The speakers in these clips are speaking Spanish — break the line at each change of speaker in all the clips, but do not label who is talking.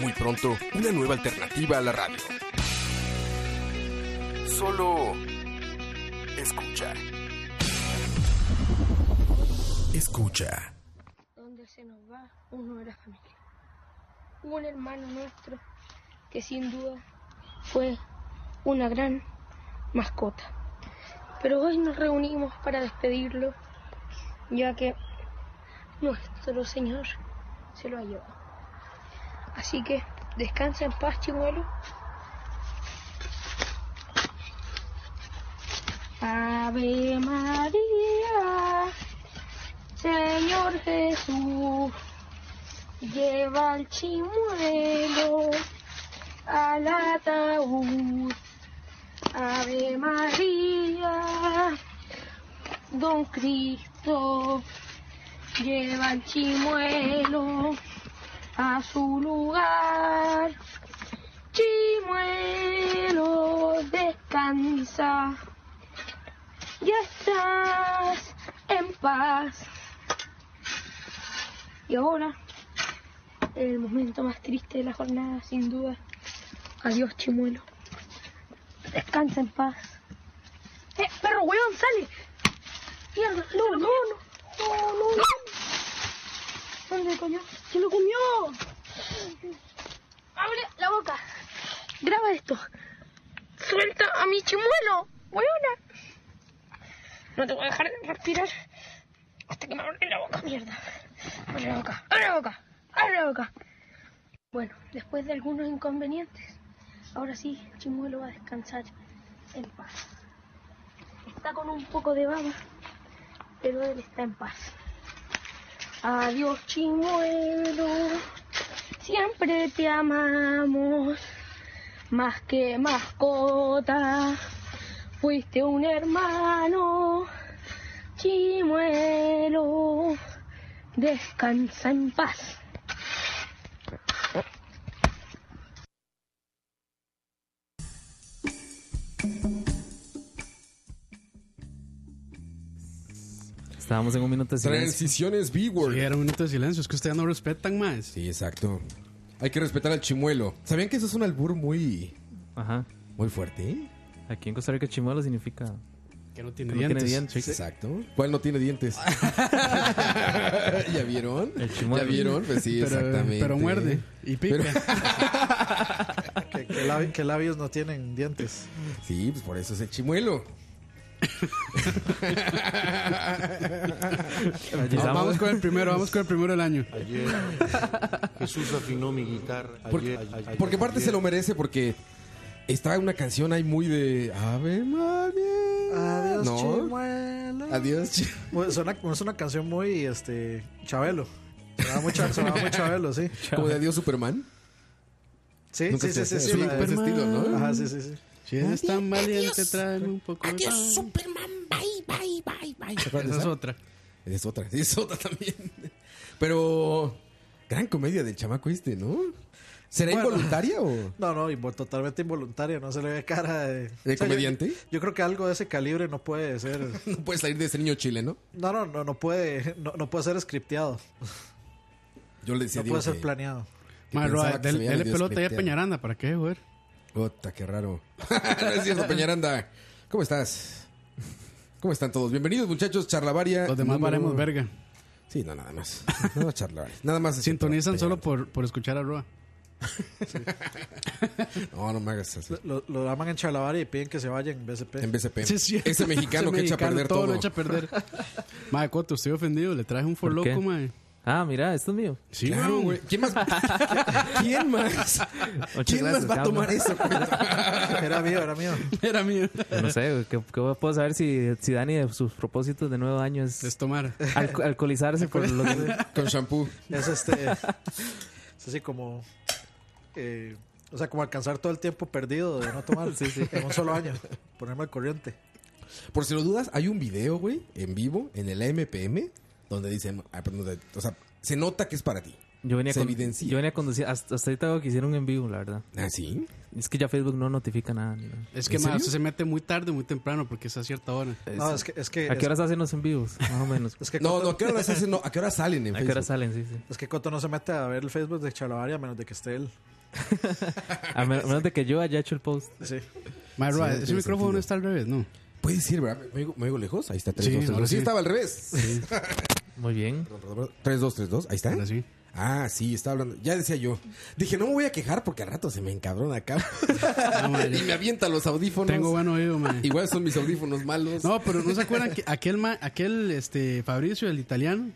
Muy pronto, una nueva alternativa a la radio. Solo escucha. Escucha.
donde se nos va uno de la familia. Un hermano nuestro que sin duda fue una gran mascota. Pero hoy nos reunimos para despedirlo, ya que nuestro Señor se lo ha llevado. Así que descansa en paz, chimuelo. Ave María. Señor Jesús, lleva al chimuelo al ataúd. Ave María, Don Cristo, lleva al chimuelo a su lugar. Chimuelo, descansa, ya estás en paz. Y ahora, el momento más triste de la jornada, sin duda. Adiós, chimuelo. Descansa en paz. ¡Eh, perro, weón, sale! ¡Mierda! ¡No, no, no! ¡No, no, no! ¿Dónde comió? ¡Se lo comió! ¡Abre la boca! Graba esto. ¡Suelta a mi chimuelo, weona! No te voy a dejar respirar hasta que me abre la boca, mierda. Abre la boca, abre la boca, abre la boca. Bueno, después de algunos inconvenientes, ahora sí, Chimuelo va a descansar en paz. Está con un poco de baba, pero él está en paz. Adiós, Chimuelo. Siempre te amamos, más que mascota. Fuiste un hermano, Chimuelo. Descansa en paz.
Estábamos en un minuto de silencio.
Transiciones B-Word.
Sí, era un minuto de silencio, es que ustedes no respetan más.
Sí, exacto. Hay que respetar al chimuelo. ¿Sabían que eso es un albur muy,
Ajá.
muy fuerte? eh?
Aquí en Costa Rica chimuelo significa...
Que no tiene
Que no tiene
dientes.
dientes.
Sí.
Exacto. ¿Cuál no tiene dientes? ¿Ya vieron?
El chimuelo.
¿Ya vieron? Pues sí,
Pero,
exactamente.
pero muerde y pica.
Pero-
Que, que labi- que labios no tienen dientes.
Sí, pues por eso es el chimuelo.
Ah,
Rayizamos.
vamos con el primero, vamos con el primero del año.
Ayer Jesús afinó mi guitarra.
Porque,
Ayer, ayer,
porque aparte
ayer.
se lo merece porque está una canción ahí muy de Ave María.
Adiós,
¿No?
chimuelo.
Adiós. chi-
Bueno, Pues suena- bueno, es una canción muy este Chabelo. Sonaba muy, cha- sonaba muy Chabelo, sí.
Como de Adiós Superman.
Sí,
Nunca
sí,
se
sí, sí,
hace
sí,
eso,
la de-
ese estilo, ¿no?
Ajá, sí, sí, sí.
Si eres tan valiente, tráeme un poco de pan.
¿Te acuerdas de
Esa es
esa?
otra.
Es otra, sí, es otra también. Pero gran comedia del chamaco este, ¿no? ¿Será
Bueno.
involuntaria o
No, no, invo- totalmente involuntaria, no se le ve cara de...
de
O sea, yo-
comediante?
Yo, creo que algo de ese calibre no puede ser...
No puede salir de ese niño chileno.
No, no, no, no puede, no, no puede ser scripteado,
Yo le decía
no
a Diego
puede ser
que-
planeado.
que
Madre,
pensaba
Roa,
que
del-
se veía
dele
medio
pelota ahí a
scripteado.
Peñaranda, ¿para qué, joder?
Puta, qué raro. no es cierto, Peñaranda. ¿Cómo estás? ¿Cómo están todos? Bienvenidos, muchachos. Charlavaria.
Los demás
número-
varemos verga.
Sí, no, nada más. No, charlavaria. Nada más. es cierto,
Sintonizan solo
Peñaranda.
por, por escuchar a Roa.
No, no me hagas así.
Lo, lo aman en Chalabar y piden que se vaya en BCP.
En BCP.
Sí, es cierto.
Ese mexicano
Ese
que echa
mexicano
a perder
todo
todo.
lo echa a perder. Madre, Coto, estoy ofendido. Le traje un for
¿Por qué?
loco, madre.
Ah, mira, esto es mío.
Sí,
Claro,
weón.
güey. ¿Quién más? ¿Quién más?
Muchas
¿Quién
gracias,
más va a
Pablo.
tomar eso? cuento?
Era mío, era mío.
Era mío.
No sé, ¿qué, qué puedo saber si, si Dani de sus propósitos de nuevo año
Es
es
tomar.
alco- alcoholizarse por lo que...
Con shampoo.
Es este... Es así como... eh, o sea, como alcanzar todo el tiempo perdido de no tomar en un solo año, ponerme al corriente.
Por si lo dudas, hay un video, güey, en vivo, en el AMPM, donde dicen, ah, pero no te- o sea, se nota que es para ti.
Yo venía,
Se
con-
evidencia.
yo venía conduciendo. Hasta, hasta ahorita lo que hicieron en vivo, la verdad.
¿Ah, sí?
Es que ya Facebook no notifica nada. ni nada.
Es que
¿En
más,
serio? Eh,
eso se mete muy tarde, muy temprano, porque es a cierta hora.
No, es que, es que,
¿A qué
es,
horas hacen los en vivos? Más o menos.
es que
No,
Coto,
no, ¿a qué hora hacen? No, ¿a qué hora salen en
¿A qué horas
Facebook?
salen? Sí, sí.
es que Coto no se mete a ver el Facebook de Chalabaria a menos de que esté él.
A men- a menos de que yo haya hecho el post.
Sí.
Mae,
Sí,
Roa,
no
ese
tiene
micrófono
sentido.
está al revés, ¿no?
Puede decir, ¿verdad? ¿Me oigo, me oigo lejos? Ahí está, 3,
Sí,
2, 3,
ahora
2. Sí,
sí.
estaba al revés.
Muy bien.
3, 2, 3, 2. Ahí está.
Ahora sí.
Ah, sí, estaba hablando. Ya decía yo. Dije, no me voy a quejar porque al rato se me encabrona acá.
Ah, mae,
y me avienta los audífonos.
Tengo buen oído, mae.
Igual son mis audífonos malos.
No, pero ¿no se acuerdan que aquel, ma- aquel este, Fabricio, el italiano?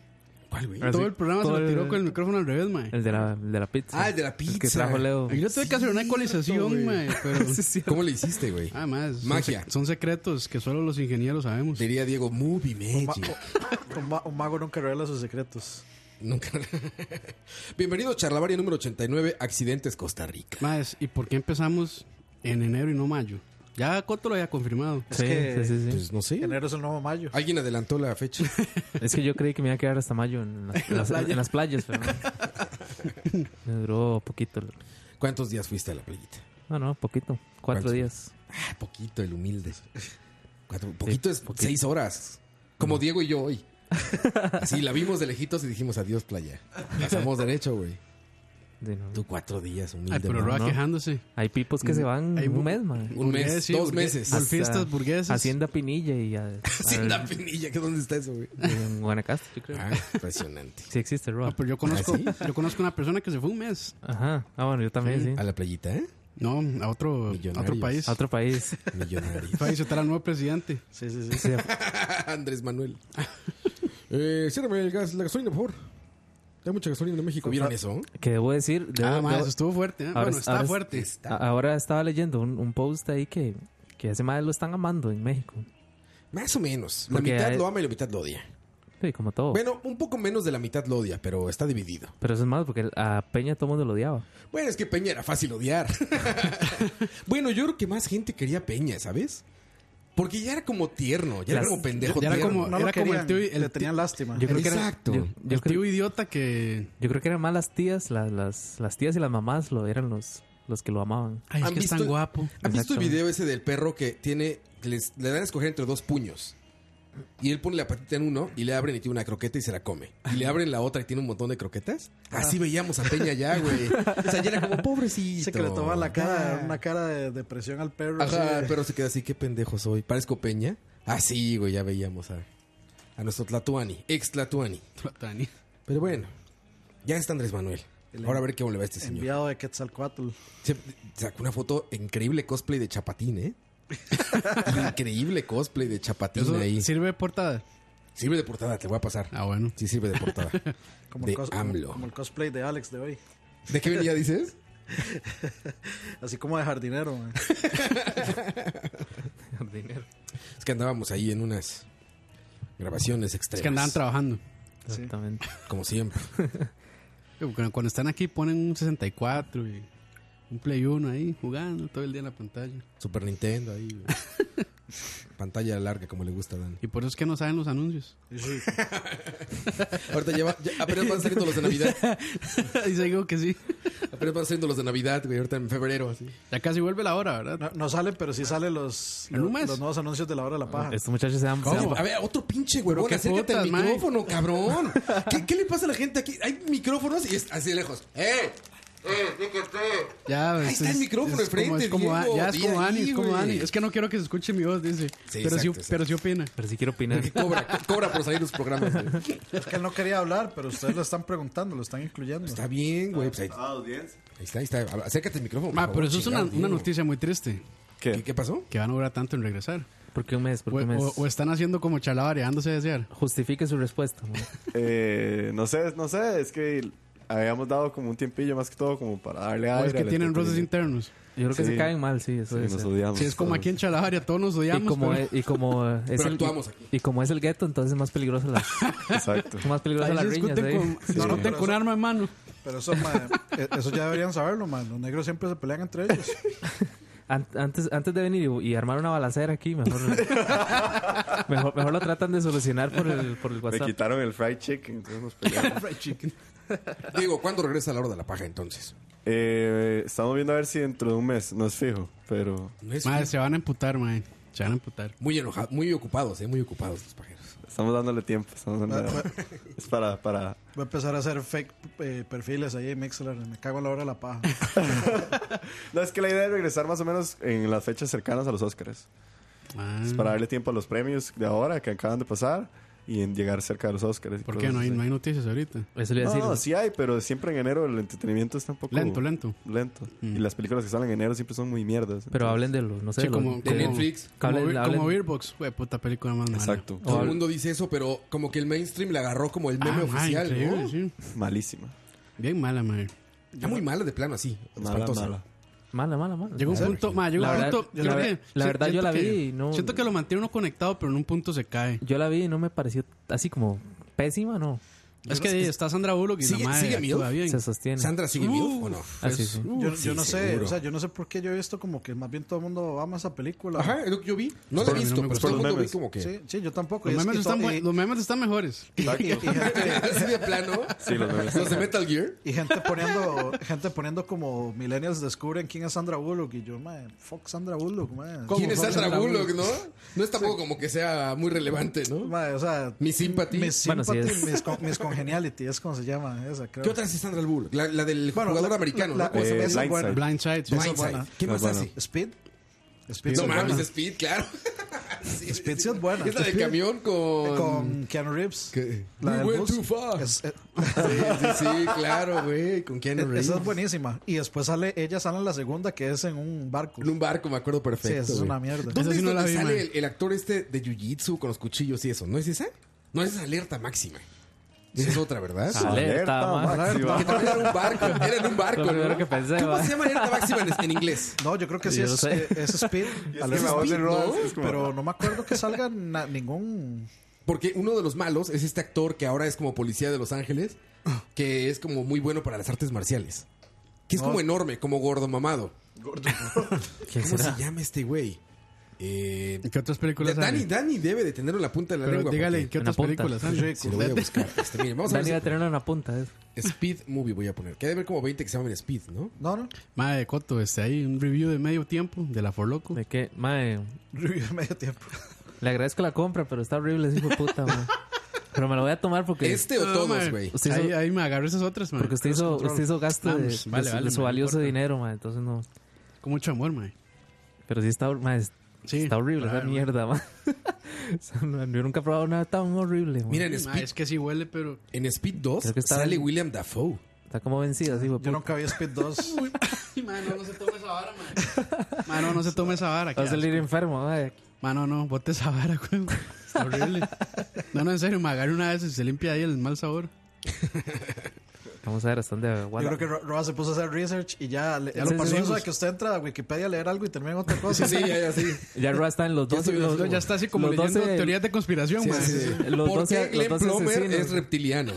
¿Cuál, güey?
Ah, sí.
Todo el programa
Todo
se lo
el-
tiró con el micrófono al revés, mae.
El de la, el de la pizza.
Ah, el de la
El que
pizza.
trajo Leo.
Yo tuve que hacer una ecualización, mae, pero...
¿Cómo le hiciste, güey?
Ah, mae, son
Magia.
sec- Son secretos que solo los ingenieros sabemos.
Diría Diego, movie
Ma-
magic.
oh.
un, ma- un mago nunca revela sus secretos.
Nunca. Bienvenido a Charlavaria número 89, Accidentes Costa Rica.
Más, ¿y por qué empezamos en enero y no mayo? Ya Coto lo había confirmado.
Es
Sí,
que
sí, sí, sí.
Pues no sé.
enero es el nuevo mayo.
Alguien adelantó la fecha.
Es que yo creí que me iba a quedar hasta mayo en las, en las- en las playas, pero no. Me duró poquito.
¿Cuántos días fuiste a la playita?
No, no, poquito. Cuatro
¿Cuántos?
días.
Ah, poquito, el humilde. Cuatro- poquito es
poquito.
seis horas. Como Diego y yo hoy. Así la vimos de lejitos y dijimos adiós, playa. Pasamos derecho, güey.
Sí, no.
Tú cuatro días, humilde.
Ay, pero
man.
Roa
no.
quejándose.
Hay pipos que se van
Hay
un
bu-
mes, man.
Un mes,
Burgués, sí,
dos
burgués.
meses.
Hasta- Fiestas burguesas.
Hacienda Pinilla y a,
Hacienda Pinilla, ¿qué dónde está eso, güey?
a- en Guanacaste, yo creo.
Ah, impresionante.
Sí existe, Rob.
No, pero yo conozco,
¿Ah,
yo conozco una persona que se fue un mes.
Ajá. Ah, bueno, yo también, sí.
A la playita, ¿eh?
No, a otro, a otro
Millonarios.
país.
A otro país.
Millonario.
Para visitar al nuevo presidente.
Sí, sí, sí.
Sí,
Andrés Manuel. eh, ciérrame el gas, la gasolina, por favor. Hay mucha gasolina en México. Ah, ¿Vieron eso?
que debo decir... debo-
Ah, más,
debo-
estuvo fuerte. ¿eh?
ahora
bueno,
es-
está
ahora es-
fuerte.
a- ahora estaba leyendo un, un post ahí que, que ese madre lo están amando en México.
Más o menos. La
Porque
mitad
hay-
lo ama y la mitad lo odia.
Sí, como todo.
Bueno, un poco menos de la mitad lo odia, pero está dividido.
Pero eso es malo porque a Peña todo el mundo lo odiaba.
Bueno, es que Peña era fácil odiar. bueno, yo creo que más gente quería Peña, ¿sabes? Porque ya era como tierno, ya
Las-
era como pendejo
ya era
tierno.
como-
No lo
Era como el
querían,
tío y- el
le tenían lástima.
Yo creo que era-
Exacto.
yo- yo
el
creo-
tío idiota que...
Yo creo que eran más las tías, las, las, las tías y las mamás lo eran los, los que lo amaban.
Ay, es
¿Han
que es tan
visto-
guapo.
¿Han visto el
Exactamente.
video ese del perro que tiene, que les- le dan a escoger entre dos puños? Y él pone la patita en uno y le abren y tiene una croqueta y se la come. Y le abren la otra y tiene un montón de croquetas. Así veíamos a Peña ya, güey. O sea, ya era como pobrecito.
Dice que le toma la cara, una cara de depresión al perro.
Ajá,
así de-
pero se queda así, qué pendejo soy. Parezco Peña. Así, güey, ya veíamos a, a nuestro Tlatuani, ex Tlatuani.
Platani.
Pero bueno, ya está Andrés Manuel. Ahora a ver cómo le va a este señor.
enviado de Quetzalcoatl.
Se- Sacó una foto increíble cosplay de Chapatín, ¿eh? increíble cosplay de Chapatín
Eso
ahí.
sirve de portada.
Sirve de portada, te voy a pasar.
Ah, bueno.
Sí, sirve de portada.
Como,
De
el cos-
AMLO.
como, como el cosplay de Alex de hoy.
¿De qué venía, dices?
Así como de jardinero. man.
Es que andábamos ahí en unas grabaciones extremas.
Es que andaban trabajando.
Exactamente.
Como siempre.
Cuando cuando están aquí ponen un 64 y un Play 1 ahí jugando todo el día en la pantalla.
Super Nintendo ahí. güey. Pantalla larga, como le gusta a Dan.
Y por eso es que no saben los anuncios.
Sí,
Ahorita ya, va- ya apenas van saliendo los de Navidad.
y se digo que sí.
Apenas van saliendo los de Navidad, güey. Ahorita en febrero, así.
Ya casi vuelve la hora, ¿verdad?
Ah,
No, no salen, pero sí salen los,
¿En Ah, un mes?
los nuevos anuncios de la hora de la paja.
Estos muchachos se dan... se dan-
A ver, otro pinche huevón.
qué
Acércate al
putas, mae.
micrófono, cabrón. ¿Qué, qué le pasa a la gente aquí? Hay micrófonos y es así de lejos. ¡Eh! ¡Eh! ¡Fíjate!
Ya,
Ahí
es-
está el
es-
micrófono
es como-
enfrente,
es como,
Diego,
ya es
di
como
ahí,
Ani, es como
güey.
Ani. Es que no quiero que se escuche mi voz, dice. pero,
exacto,
sí,
exacto.
pero sí opina.
Pero sí quiero opinar.
Que cobra, co- cobra por salir los programas. güey.
Es que él no quería hablar, pero ustedes lo están preguntando, lo están incluyendo.
Está bien, güey. pues ahí, ahí está, ahí está. A- Acércate al micrófono. por
Ma,
favor,
pero eso es una,
chingado,
una
Diego.
noticia muy triste.
¿Qué, qué pasó?
Que van a durar tanto en regresar.
¿Por qué un mes? ¿Por
O,
qué un mes?
o- o están haciendo como chalabaria, dándose a desear.
Justifique su respuesta. man.
Eh, no sé, no sé, es que habíamos dado como un tiempillo más que todo como para darle
O
aire.
es Pues que
al
tienen roces
entretenimiento.
internos.
Yo creo que
Sí.
se caen mal, sí. Eso
Sí,
es,
nos
eh.
odiamos.
Sí, es como
todos.
aquí en chalabaria, todos nos
Y
odiamos.
como,
pero-
es, y como eh, es
Pero
el-
actuamos aquí.
y como es el gueto, entonces es más peligroso las
Exacto.
más peligrosa
Ahí
las
se
riñas.
discuten
¿eh?
con, se discuten con arma en mano.
Pero eso, mae, e- eso ya deberían saberlo, man. Los negros siempre se pelean entre ellos.
An- Antes, antes de venir y, y armar una balacera aquí, mejor, mejor, mejor lo tratan de solucionar por el, por el
Me
WhatsApp.
quitaron el fried chicken, entonces nos peleamos.
Diego, ¿cuándo regresa la hora de la paja entonces?
Eh, estamos viendo a ver si dentro de un mes, no es fijo, pero
No es
Mae, se van a emputar, mae. Se van a emputar.
muy enojado, muy ocupados, eh, muy ocupados los pajeros.
estamos dándole tiempo. Estamos dándole- es para, para
Voy a empezar a hacer fake eh, perfiles ahí en Mixler. Me cago en la hora de la paja.
No, es que la idea es regresar más o menos en las fechas cercanas a los Oscars.
Ah,
Es para darle tiempo a los premios de ahora que acaban de pasar y en llegar cerca de los Oscars. y
¿Por
cosas
qué no hay,
así.
no hay noticias ahorita?
Eso le iba a
No,
decir.
no, sí hay, pero siempre en enero el entretenimiento está un poco...
Lento, lento.
Lento. Y las películas que salen en enero siempre son muy mierdas.
Mm. pero
entonces-
hablen de los, no sé,
Sí,
de los- de-
como,
De
como-
Netflix.
Como,
hablen-
Beer-
hablen-
como Beerbox, güey, puta película más mala.
Exacto.
Todo el
Ahora-
mundo dice eso, pero como que el mainstream la agarró como el
Ah, mae,
meme oficial,
increíble,
¿no?
sí.
Malísima.
Bien mala, mae.
Está muy mala de plano así,
Mala,
espantosa.
mala.
Mala, mala, mala.
Llegó un punto, mae, llegó
La
un
verdad-
punto. yo
la
creo
ver-
que-
la
si-
verdad yo
siento
la vi
que-
y no-
Siento que lo mantiene uno conectado, pero en un punto se cae.
Yo la vi y no me pareció así como pésima, no.
es que está Sandra Bullock y
Sigue-
la madre
sigue
actúa
Milf.
bien.
Se sostiene.
¿Sandra sigue
Uh.
MILF o no?
Ah, sí, sí.
Yo, yo
sí,
no sé,
seguro.
o sea, yo no sé por qué yo he visto como que más bien todo el mundo ama esa película.
Ajá, es lo que yo vi. No la he
Pero a mí no
visto,
me
pero
gustó
todo el
los
mundo vi
memes.
como que...
Sí, sí, yo tampoco. y
Los
es-
memes,
y to-
están, buen-
y-
los memes están mejores.
Exacto.
Así de plano.
Sí, los memes.
Los de Metal Gear.
Y gente poniendo, gente poniendo como millennials descubren quién es Sandra Bullock. Y yo, man, fuck Sandra Bullock, man.
¿Quién es
Fuck
Sandra Bullock, no? No es tampoco como que sea muy relevante, ¿no?
Mae, o sea,
Mi sympathy.
Miss
Bueno, sí
Sympathy,
es.
Miss Con- Miss Congeniality, es como se llama esa, creo.
¿Qué otra es Sandra Bullock? La, la del
Bueno,
jugador
la-
americano,
la-
¿no?
la-
Eh,
esa es buena.
Blindside.
Blindside. sí.
Blindside.
buena.
¿Qué más
Muy buena.
hace?
Speed. Speed
No
es
mames,
buena.
Speed, claro. Sí,
Speed sí es buena.
Es la del
Speed.
camión con...
Con Keanu Reeves.
¿Qué?
La
We
del
went
bus.
too far.
Es- eh,
Sí, sí, sí, claro, güey. Con Keanu
e-
Reeves.
esa es buenísima. Y después sale, ella sale en la segunda, que es en un barco.
En un barco, me acuerdo
Sí,
perfecto.
esa es
güey.
una mierda.
¿Dónde
Esa sí
es
no la
donde
vi,
sale
man.
el, el actor este de Jiu-Jitsu con los cuchillos y eso? ¿No es esa? No, esa es alerta máxima. Esa es otra, ¿verdad?
Alerta, ma.
máxima.
Que también era un barco. Era en un barco,
Lo primero
¿no?
que pensé,
¿Cómo
va.
se llama alerta máxima en, en inglés?
No, yo creo que sí
Yo
es,
no sé.
eh, es Speed.
Y
Tal
es que
vez
la
es
voz de
Speed,
Rodas
¿no?
es como-
Pero no me acuerdo que salga na- ningún.
Porque uno de los malos es este actor que ahora es como policía de Los Ángeles, que es como muy bueno para las artes marciales. Que es como enorme, como gordo mamado.
¿Quién
¿Cómo
será?
se llama este güey? Eh,
¿Qué otras películas
Dani,
sale?
Dani debe de tenerlo en la punta de la
Pero
lengua.
dígale, ¿qué
En la
otras
punta.
películas
porque-
sale?
Sí, lo voy a buscar. Este, miren, vamos a
Dani va a
ver
tener una punta. ¿eh? es-
si- Speed Movie voy a poner. Que ha de ver como 20 que se llaman Speed, ¿no?
No, no.
Mae, Coto, este, hay un review de medio tiempo de la Forloco.
De que, mae,
Review de medio tiempo.
le agradezco la compra, pero está horrible ese hijo de puta, mae. Pero me lo voy a tomar porque,
Este o
Ah,
todos,
mae.
güey.
Usted hizo-
ahí, ahí me agarro esas otras, mae.
porque usted, hizo,
Control.
usted hizo gasto de,
Vamos, vale,
de su,
vale,
de su
mae, no
valioso
importa.
dinero, mae. Entonces no.
Con mucho amor, mae.
Pero sí está, mae, es-
Sí.
está horrible
Claro,
esa
mae.
mierda, mae. O sea, no- Yo nunca he probado nada tan horrible, mae.
Mira, en
Mae,
Speed,
es que sí huele, pero...
en Speed 2
Creo que está
sale
en-
William Dafoe.
Está como vencido, así, hijo de
Yo
puta.
nunca vi Speed 2.
Mano, no se tome esa vara, mae. Mano, no se tome esa vara. qué
Va a salir
asco.
enfermo, mae.
Mano, no, bote esa vara, güey. Está horrible. No, no, en serio, me agarré una vez y se limpia ahí el mal sabor.
Vamos a ver hasta dónde
Yo
guarda.
creo que Ro- Roa se puso a hacer research y ya le-
Ya
lo
lo
pasó eso
pusimos.
de que usted entra a Wikipedia a leer algo y termina en otra cosa.
pues. Sí, ya, ya, sí.
Ya Roa está en los
Ya
12.
estoy-
los-
Ya está así como
Los
leyendo
doce-
teorías de conspiración,
Sí,
mae.
sí, sí.
Los
¿Por
12
qué Glenn
los 12
Plummer
asesinos.
es reptiliano?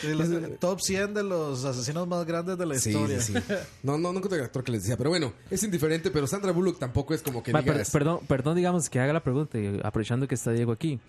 Sí, los- top 100 de los asesinos más grandes de la
Sí,
historia.
sí, sí. No, no, no encontré el actor que les decía. Pero bueno, es indiferente, pero Sandra Bullock tampoco es como que
Ma, per-
digas...
perdón, perdón, digamos que haga la pregunta, y aprovechando que está Diego aquí.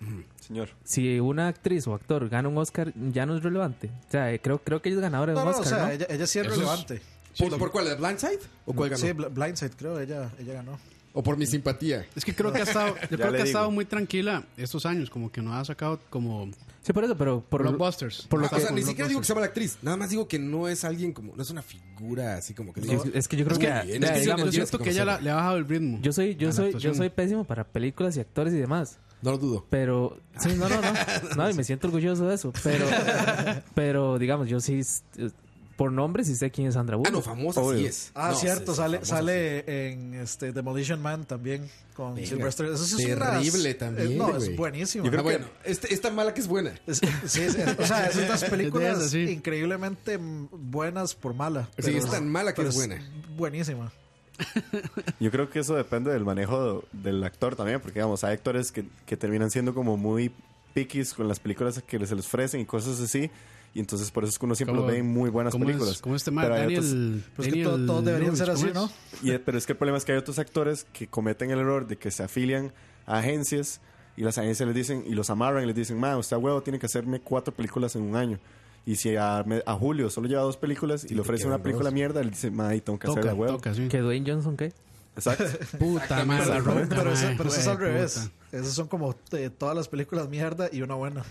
Señor.
Si una actriz o actor gana un Oscar, ya no es relevante. O sea, eh, creo, creo que ella es ganadora de
No,
un
no,
Oscar,
o sea, eh,
¿no?
ella, ella sí es
Eso es-
relevante.
¿Por, por cuál? ¿La Blindside? ¿O cuál ganó?
Sí, Bl- Blindside, creo, ella, ella ganó.
¿O por mi simpatía?
Es que creo que ha estado, yo creo
le
que ha
digo.
estado muy tranquila estos años, como que no ha sacado como
Sí, por eso, pero por lo-
blockbusters.
por lo
o sea,
Como
ni siquiera digo que
blockbusters.
se llama la actriz. Nada más digo que no es alguien como... No es una figura así como que...
es,
digas,
es que yo creo
Es
que,
que-
vea,
es que
Yo-
digamos,
yo
digamos,
siento que ella la- le ha bajado el ritmo.
yo soy,
a
yo
la
soy, yo
actuación.
soy pésimo para películas y actores y demás.
No lo dudo.
Pero, sí, no, no, no. No, y me siento orgulloso de eso. Pero, pero digamos, yo sí, eh, por nombre sí sé quién es Sandra
Ah, no,
Bullock.
famosa sí
Obvio.
es.
Ah,
No,
cierto,
sí, sí,
sale,
famosa
sale en este Demolition Man también con
Venga,
Sylvester. Eso sí es una-
terrible
eh,
también,
no, es
güey.
buenísimo.
sí. Ah, bueno, este- esta mala que es buena.
Es- sí, es- es- o sea, es estas películas
esas, sí.
increíblemente mm, buenas por mala.
Sí, es tan mala que
pero
es buena.
Buenísima.
Yo creo que eso depende del manejo del actor también, porque digamos, hay actores que, que terminan siendo como muy piquis con las películas que se les ofrecen y cosas así, Y entonces por eso es que uno siempre
¿Cómo-
los ve en muy buenas
cómo es-
películas.
cómo es este mae?
Pero hay
Daniel.
otros-
Pues es que
Daniel
todo- todos deberían ser
Lewis,
así,
¿cómo
¿no?
es?
Y, eh, pero es que el problema es que hay otros actores que cometen el error de que se afilian a agencias y las agencias les dicen y los amarran y les dicen, ma, usted a huevo tiene que hacerme cuatro películas en un año. Y si a, me- a Julio solo lleva dos películas y le ofrece una película mierda, él dice, ma, ahí tengo que hacer
Toca,
a huevo.
toca, sí.
¿Que Dwayne Johnson qué?
Exacto.
Puta madre.
Pero,
la roca,
pero eso,
mae,
pero eso es
hijo
al
de
revés.
puta.
Esas son como eh, todas las películas mierda y una buena.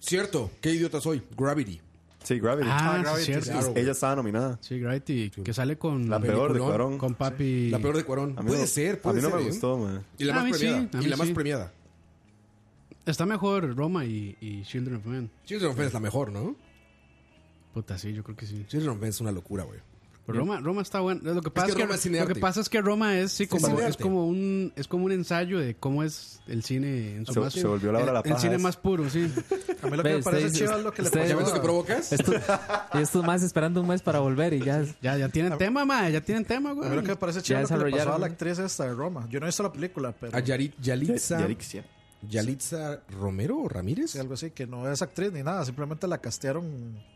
Cierto, qué idiota soy. Gravity.
Sí, Gravity. Pues,
Ah, sí,
Gravity,
cierto.
claro.
Ella estaba nominada.
Sí, Gravity, que sale con,
La peor de
Peliculón.
Cuarón.
con papi.
La peor de Cuarón.
A mí
Puede
no-
ser,
A
puede
mí no
ser,
me
¿eh?
gustó, ma.
Y la
A
más
mí sí,
premiada.
a
y
mí
la más
sí.
premiada.
Está mejor Roma y, y Children of Men.
Children of Men es la mejor, ¿no?
Puta, sí, yo creo que sí.
Children of Men es una locura, güey.
Pues Roma, Roma está bueno. Lo que pasa
que
es que,
Roma es cine
lo que
arte.
pasa es que Roma es sí, como, es
cinearte.
como un es como un ensayo de cómo es el cine en su
Se-
más-
se volvió la hora de la
el, el
paja,
cine
es.
más puro, sí.
A mí lo que
Ve,
me parece
ustedes-
chido es lo que le
ustedes-
¿Ya
pasó
ves lo que
a-
provocas?
Esto- y estos más esperando un mes para volver y ya.
Ya ya tienen tema, ma, ya tienen tema,
A mí lo
güey.
que me parece chido es lo que le pasó
desarrollaron,
a la
¿no?
actriz esta de Roma. Yo no he visto la película, pero
A Yari- Yalitza,
Yarixia.
Yalitza Romero o Ramírez.
sí, algo así, que no es actriz ni nada, simplemente la castearon.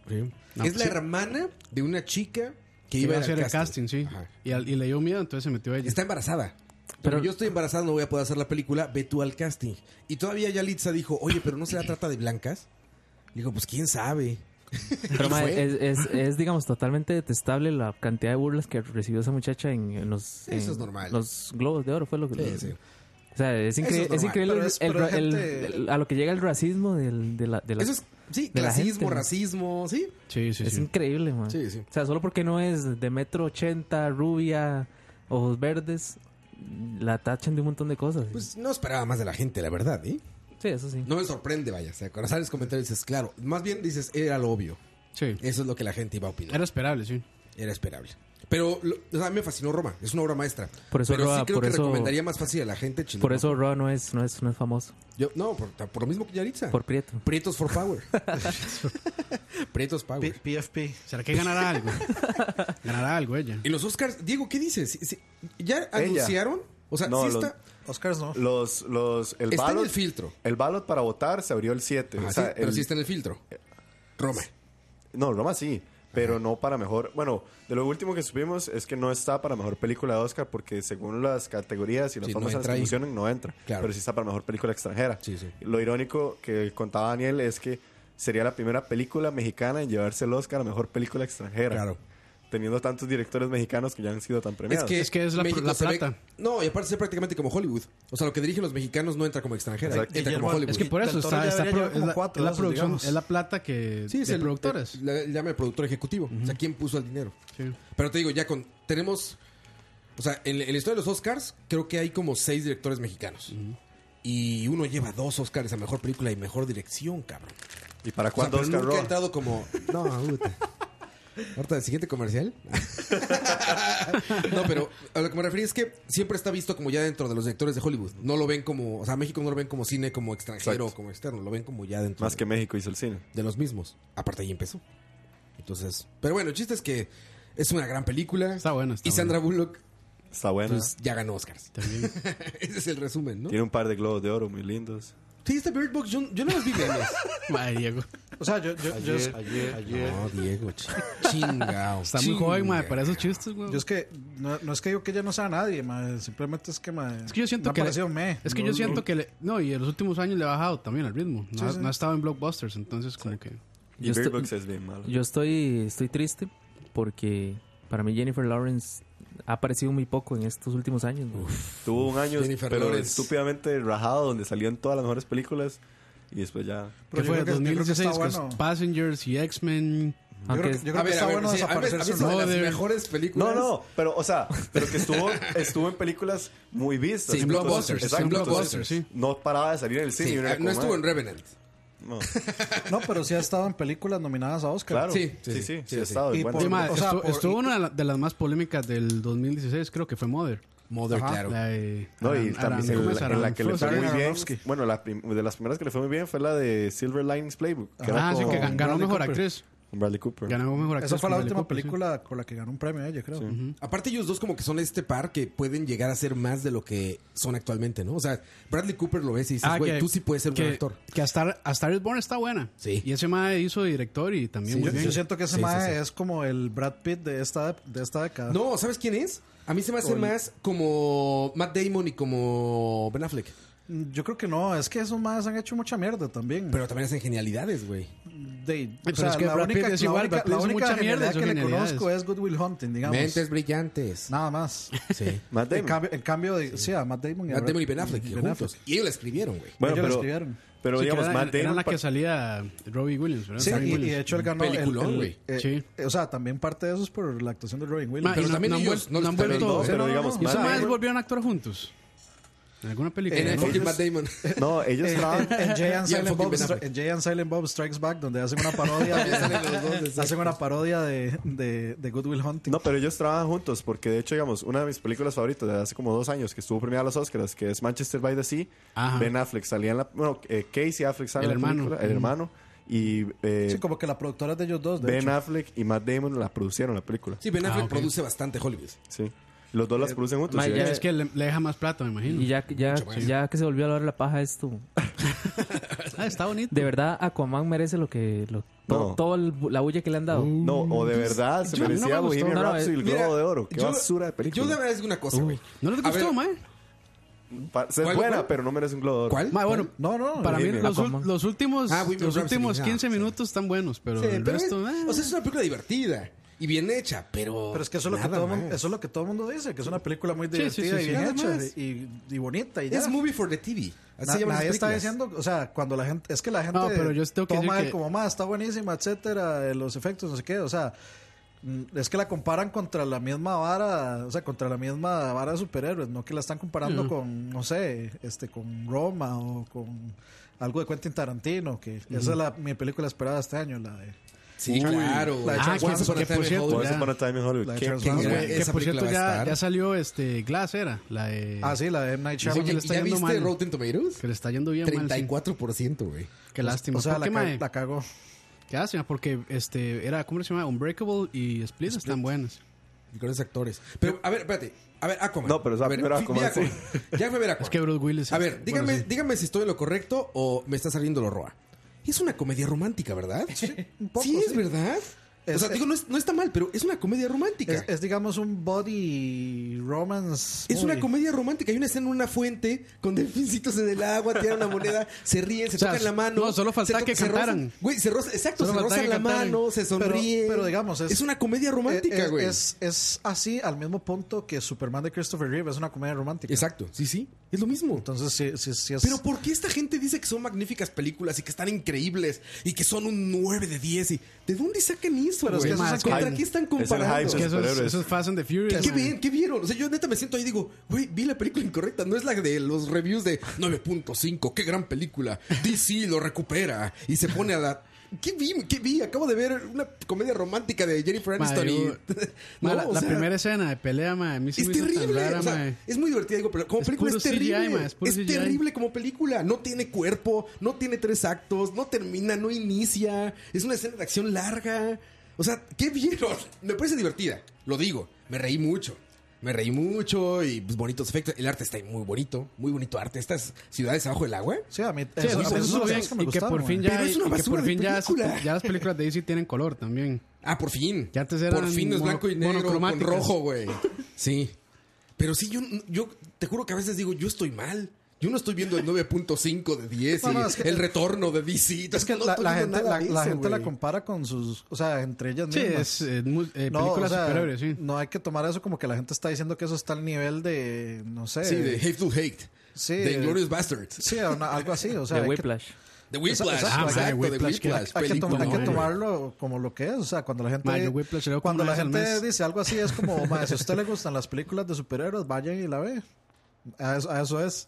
Sí.
No,
pues
es la
sí.
hermana de una chica que
Iba
iba
a
al
hacer el casting, sí.
Ajá.
Y, al- y le dio miedo, entonces se metió ella.
Está embarazada.
Pero-
Pero yo estoy embarazada, no voy a poder hacer la película, ve tú al casting. Y todavía Yalitza dijo, oye, pero ¿no se la trata de blancas? Le digo, pues quién sabe.
Pero,
Y
ma,
fue.
es, es, es, digamos, totalmente detestable la cantidad de burlas que recibió esa muchacha en, en los,
Eso
en
es normal.
Los globos de oro fue lo que...
Sí, sí.
O sea, es, incre-
Eso es
es
normal.
increíble
Pero es-
el-
pero hay
el-
gente-
el- a lo que llega el racismo del, de la... De la-
Eso es, sí,
de la gente,
clasismo,
¿no?
racismo, sí.
Sí, sí,
es
sí.
increíble, man.
Sí, sí.
O sea, solo porque no es de metro 80, rubia, ojos verdes, la tachan de un montón de cosas.
Pues no esperaba más de la gente, la verdad, ¿eh?
sí, eso sí.
No me sorprende, vaya. O sea, cuando sales comentarios dices, claro. Más bien dices, era lo obvio.
Sí.
Eso es lo que la gente iba a opinar.
Era esperable, sí.
Era esperable. Pero lo- o sea, me fascinó Roma. Es una obra maestra.
Por eso
Pero sí
Roma,
creo
por
que
eso-
recomendaría más fácil a la gente chilena.
Por eso Roa no es, no es, no es famoso.
Yo- no, por, por lo mismo que Yaritza.
Por Prieto.
Prietos for Power. Prietos
P-
Power.
PFP.
¿Será que ganará algo? ganará algo ella.
Y los Oscars, Diego, ¿qué dices? Si- si- ¿Ya anunciaron? O sea,
No,
sí
los-
está,
Oscars no.
Los, los, el
está en
ballot,
el filtro.
el ballot para votar se abrió el 7.
Ah,
o
sí,
sea,
pero
el- eh,
sí está en el filtro. Roma.
No, Roma sí, pero no para mejor. Bueno, de lo último que supimos es que no está para mejor película de Oscar porque según las categorías y las
Sí,
formas en
no
las
entra
que
ahí.
funcionan no entra,
Claro.
pero sí está para mejor película extranjera.
Sí, sí.
Lo irónico que contaba Daniel es que sería la primera película mexicana en llevarse el Oscar a mejor película extranjera.
Claro.
Teniendo tantos directores mexianos que ya han sido tan premiados.
Es que es la-
México
la
se ve-
plata.
no, y aparte se ve prácticamente como Hollywood. O sea, lo que dirigen los mexicanos no entra como extranjera,
Exacto.
entra como
Guillermo-
Hollywood.
Es que por eso
Del Toro
está,
ya
está pro-
debería llevar como
es la,
cuatro
es la
de esos,
producción,
digamos.
es la plata que
Sí, es
de
el
productores.
el- la- llama el productor ejecutivo. O sea, ¿quién puso el dinero?
Sí.
Pero te digo, ya con. Tenemos. O sea, en, la- en la historia de los Oscars, creo que hay como seis directores mexicanos. Y uno lleva dos Oscars a mejor película y mejor dirección, cabrón.
¿Y para
O sea,
cuándo
pero
Oscar
nunca ha
Roa?
entrado como. No, puta. Ahorita, el siguiente comercial. no, pero a lo que me refiero es que siempre está visto como ya dentro de los directores de Hollywood. No lo ven como. O sea, México no lo ven como cine, como extranjero,
Exacto.
como externo. Lo ven como ya dentro.
Más
de-
que México hizo el cine.
de los mismos. Aparte ahí empezó. Entonces, pero bueno, el chiste es que es una gran película.
Está buena, está
y Sandra Bullock
Está bueno.
pues, ya ganó Oscars.
También.
Ese es el resumen, ¿no?
Tiene un par de globos de oro muy lindos.
Sí, este Bird Box, yo, yo no los vi verlos.
Madre, Diego.
O sea, yo, yo, yo,
Ayer, ayer, ayer.
No, Diego, ch- chingao.
Está muy joven, madre, para esos chistes, güey.
yo es que no, no es que digo que ella no sea nadie, ma, simplemente es que ma,
Es que yo siento
me
que.
ha parecido meh.
es que
No-
yo siento que. le- no, y en los últimos años le ha bajado también al ritmo. No,
Sí,
ha,
sí.
no ha estado en blockbusters, entonces, como que.
Y
Yo
Bird
estoy-
Box es bien malo.
Yo estoy, estoy triste porque para mí Jennifer Lawrence ha aparecido muy poco en estos últimos años. ¿no?
Tuvo un año
Jennifer
pero
Lawrence.
estúpidamente rajado donde salían todas las mejores películas y después ya
Pero
¿Qué
yo
fue?
creo que- yo creo que está
2016 con
bueno.
Passengers y X-Men.
Yo
Aunque
creo,
es-
yo creo
A
que
ver,
está
a ver,
bueno
sí, a ver, a
desaparecer
mí es
su
una de
nombre.
las
brother.
mejores películas.
no no pero o sea pero que estuvo estuvo en películas muy vistas
Sí,
Entonces,
blockbusters,
exacto,
sí,
entonces,
blockbusters.
sí.
no paraba de salir en el cine
Sí,
y uno era
ah, no
como,
estuvo en
"Madre,
Revenant.
no".
No, pero sí ha estado en películas nominadas a Oscar.
claro
Sí,
sí sí
sí,
sí,
sí,
sí
sí.
ha estado
Y
bueno.
por-
Sí, madre,
o sea,
estu-
por-
estuvo una de la- de las más polémicas del 2016, creo que fue Mother.
Mother,
Ajá,
claro.
La de.
no, y
Aran- Aran-
también en
¿cómo es?
la, en la que le fue
Aranfos,
muy
Aran-
bien,
Aronofsky.
bueno, la prim- de las primeras que le fue muy bien fue la de Silver Linings Playbook. Que era
Ah, sí,
con-
que gan- ganó
Bradley
mejor
Cooper.
actriz.
con Bradley Cooper.
Ganó mejor actriz
Esa fue la
con Bradley
última
Cooper, sí.
película por la que ganó un premio ella, creo.
Aparte ellos dos como que son este par que pueden llegar a ser más de lo que son actualmente, ¿no? O sea, Bradley Cooper lo ves y dices,
Ah,
güey,
que-
tú sí puedes ser un
que-
buen actor.
Que hasta A Star is Born está buena.
Sí.
Y ese mae hizo director y también
Sí,
muy
Yo,
bien.
yo siento que ese
Sí, sí,
mae
sí.
es como el Brad Pitt de esta, de esta década.
No, ¿sabes quién es? A mí se me hace más como Matt Damon y como Ben Affleck.
Yo creo que no, es que esos maes han hecho mucha mierda también.
Pero también hacen genialidades, güey.
De,
Pero es que
la
Brad
única,
Pitt es
la
igual,
única-
Brad Pitt
la
hizo
única
mucha mierda,
genialidad
hizo
que le
genialidades.
conozco es Good Will Hunting, digamos.
Mentes brillantes.
Nada más.
Sí.
Matt
En
Damon.
cambio, en cambio de, sí, a Matt Damon y, a
Matt
Brad-
Damon y Ben Affleck,
Ben
juntos. Y ellos la escribieron, güey.
Bueno,
Ellos lo
pero,
escribieron.
pero
Sí, que
digamos,
era,
Matt
era
Damon
la
pa-
que salía Robbie Williams, ¿verdad?
Sí,
Robin
y, y
Williams.
de hecho él ganó el-
Peliculón,
el-
güey.
eh,
Sí.
eh, O sea, también parte de eso es por la actuación de Robin Williams.
Ma,
Pero
y no-
también
no han
ellos
vuel-
no
no
les
han
están
No,
vuelto-
viendo.
Sí, no,
pero digamos,
no,
Y esos
Matt
maes
Damon-
volvieron a actuar juntos. En alguna película.
En el
¿no?
fucking Matt Damon.
No,
Eh.
ellos trabajan.
En- en Jay and
Y el
Silent
fucking
Bob
Ben
Stri-
Affleck.
en Jay and Silent Bob Strikes Back, donde hacen una parodia. de- hacen una parodia de, de, de Good Will Hunting.
No, pero ellos trabajan juntos porque de hecho, digamos, una de mis películas favoritas de hace como dos años que estuvo premiada a los Oscars, que es Manchester by the Sea,
Ajá.
Ben Affleck salía en la... Bueno, eh, Casey Affleck sale
El
en la
hermano.
película, el
Mm.
hermano, y eh,
Sí, como que la productora es de ellos dos. De
Ben
hecho.
Affleck y Matt Damon la producieron la película. Sí.
Sí, Ben Affleck
ok.
produce bastante Hollywood.
Los dos las producen juntos.
ma,
y de
ya-
hecho-
Es que le, le deja más plata, me imagino.
Y ya, ya, ya que se volvió a hablar la paja esto,
Ah, está bonito.
de verdad Aquaman merece lo que... Lo,
No.
todo, todo el bu- la bulla que le han dado.
No, o de verdad se
yo- a mí no
merecía
me gustó,
Bohemian
no, no,
Rhapsody y el
Mira,
Globo de Oro. Qué
yo-
basura de película.
Yo la verdad es una cosa, güey.
¿No les
A ver,
gustó, mae?
Pa- ser
¿Cuál-
buena,
cuál?
pero no merece un Globo de Oro.
¿Cuál?
Mae, bueno,
No, no.
para mí
Bohemian.
los, ul-
Aquaman.
los últimos,
Ah, Bohemian
los
Rhapsody,
últimos
ah,
15
sí.
minutos están buenos, pero
Sí,
el
pero
resto...
es-
eh.
o sea, es una película divertida y bien hecha, pero.
Pero es que eso es, lo que
nada
todo mundo,
más.
eso es lo que todo el mundo dice, que es una película muy
Sí, sí,
divertida
sí,
y
sí,
bien
nada
hecha
más.
y, y bonita. Y ya.
Es movie for the TV. Así
Na-
se llaman
nadie
las
está
películas.
diciendo, o sea, cuando la gente, es que la gente
No, pero yo tengo que
toma
decir
el
que-
como más, está buenísima, etcétera, eh, los efectos, no sé qué, o sea, mm, es que la comparan contra la misma vara, o sea, contra la misma vara de superhéroes, no que la están comparando con, no sé, este, con Roma o con algo de Quentin Tarantino, que esa es la, mi película esperada este año, la de...
Sí, claro.
La de
Ah,
Once
que-
Upon a
que
Time
por
in
cierto,
Hollywood.
Once
ya-
Upon a Time in Hollywood.
La de
Qué-
Charles
qué
Que-
Manson.
gran-
que,
esa
por
película
cierto
va a
ya,
estar.
ya salió este Glass era la de
Ah, sí, la de M. Night
Dicen
Shyamalan.
que
Oye,
le está
¿ya
yendo
viste
mal.
Rotten Tomatoes?
que le está yendo bien mal, sí.
34%, güey.
Qué lástima.
O sea,
¿Por
la,
qué,
ca-
mae?
la cagó.
Qué lástima, porque este era, ¿cómo se llama? Unbreakable y Split, están buenas.
Y con esos actores. Pero, a ver, espérate. A ver, Aquaman.
No, pero es
a ver,
primero
fui- vi
Aquaman, sí.
Ya fue a ver Aquaman.
Es que Bruce Willis.
A
es-
ver, dígame,
bueno, sí.
dígame si estoy en lo correcto o me está saliendo lo roa. Es una comedia romántica, ¿verdad? sí, es verdad. o
Es-
sea, digo, no, es- no está mal, pero es una comedia romántica.
Es,
Es,
es, digamos, un body romance.
una
movie.
comedia romántica. Hay una escena en una fuente con delfincitos en el agua, tiran una moneda, se ríen, se
O sea,
tocan la mano.
no, solo faltaba
se to-
que
se rozan-
cantaran.
Güey, se rozan- exacto,
Solo
se
faltaba
rozan
que
la
cantaran.
mano, se
Pero-
sonríen.
pero digamos, es-
es una comedia romántica,
Eh, Es-
güey.
Es, es así al mismo punto que Superman de Christopher Reeve es una comedia romántica.
Exacto, sí, sí. Es lo mismo.
Entonces, sí, sí, sí es.
Pero ¿por qué esta gente dice que son magníficas películas y que están increíbles y que son un 9 de 10? Y, ¿De dónde sacan eso,
Pero es
güey?
que eso es
¿Contra
hype.
qué están
Es el hype,
comparando?
es
Que eso, es,
superhéroes.
eso es Fast and the Furious.
¿Qué,
mae.
bien, ¿Qué vieron? O sea, yo neta me siento ahí y digo, güey, vi la película incorrecta. No es la de los reviews de 9.5, qué gran película. DC lo recupera y se pone a la... ¿Qué vi? ¿Qué vi? Acabo de ver una comedia romántica de Jennifer
Mae,
Aniston y...
yo- mae,
No,
la,
o
la
sea,
primera escena de pelea, mae, a mí se
es
me hizo tan
terrible.
rara,
o sea,
mae.
es muy divertida, digo, pero como
Es
película
puro
es terrible.
CGI, ma,
es
es puro CGI.
terrible como película. No tiene cuerpo, no tiene tres actos, no termina, no inicia. Es una escena de acción larga. O sea, ¿qué vieron? Me parece divertida, lo digo. Me reí mucho. Me reí mucho y pues, bonitos efectos. El arte está ahí muy bonito, muy bonito arte. Estas ciudades abajo del agua.
Sí, a mí.
Sí,
eso-
eso,
a mí
eso
eso
estuvo
es
bien,
lo que me
y que
gustaron,
por fin
man.
ya,
Pero es
y
una
que
basura
por
de
fin ya,
película.
ya las películas de DC tienen color también.
Ah, por fin.
Que antes eran
Por fin no es
mono-
blanco y negro con
monocromáticas.
rojo, güey. Sí. Pero sí, yo, yo te juro que a veces digo, yo estoy mal. Yo no estoy viendo el 9.5 de 10
No,
y
no, es que-
el retorno de DC.
Es que
No
la,
estoy
la
viendo
gente,
nada
la,
de
la
eso,
gente la
güey.
compara con sus. O sea, entre ellas
Sí,
mismas.
es, eh, mu- eh,
No,
películas
o sea,
superhéroes, sí.
No hay que tomar eso como que la gente está diciendo que eso está al nivel de. No sé.
Sí, de Hateful Hate.
Sí,
de
eh,
Glorious Bastards.
sí, una- algo así. O sea,
de
hay que-
Whiplash.
De Whiplash.
Exacto,
exacto,
exacto.
de
Ah, Whiplash, que-
Whiplash.
hay que, tom-
película,
hay que
güey.
tomarlo como lo que es. O sea, cuando la gente,
Ma, yo Whiplash lo veo como
cuando
una
la
vez al
gente
mes.
dice algo así, es como, ma, si a usted le gustan las películas de superhéroes, vayan y la ve. A eso, a eso es.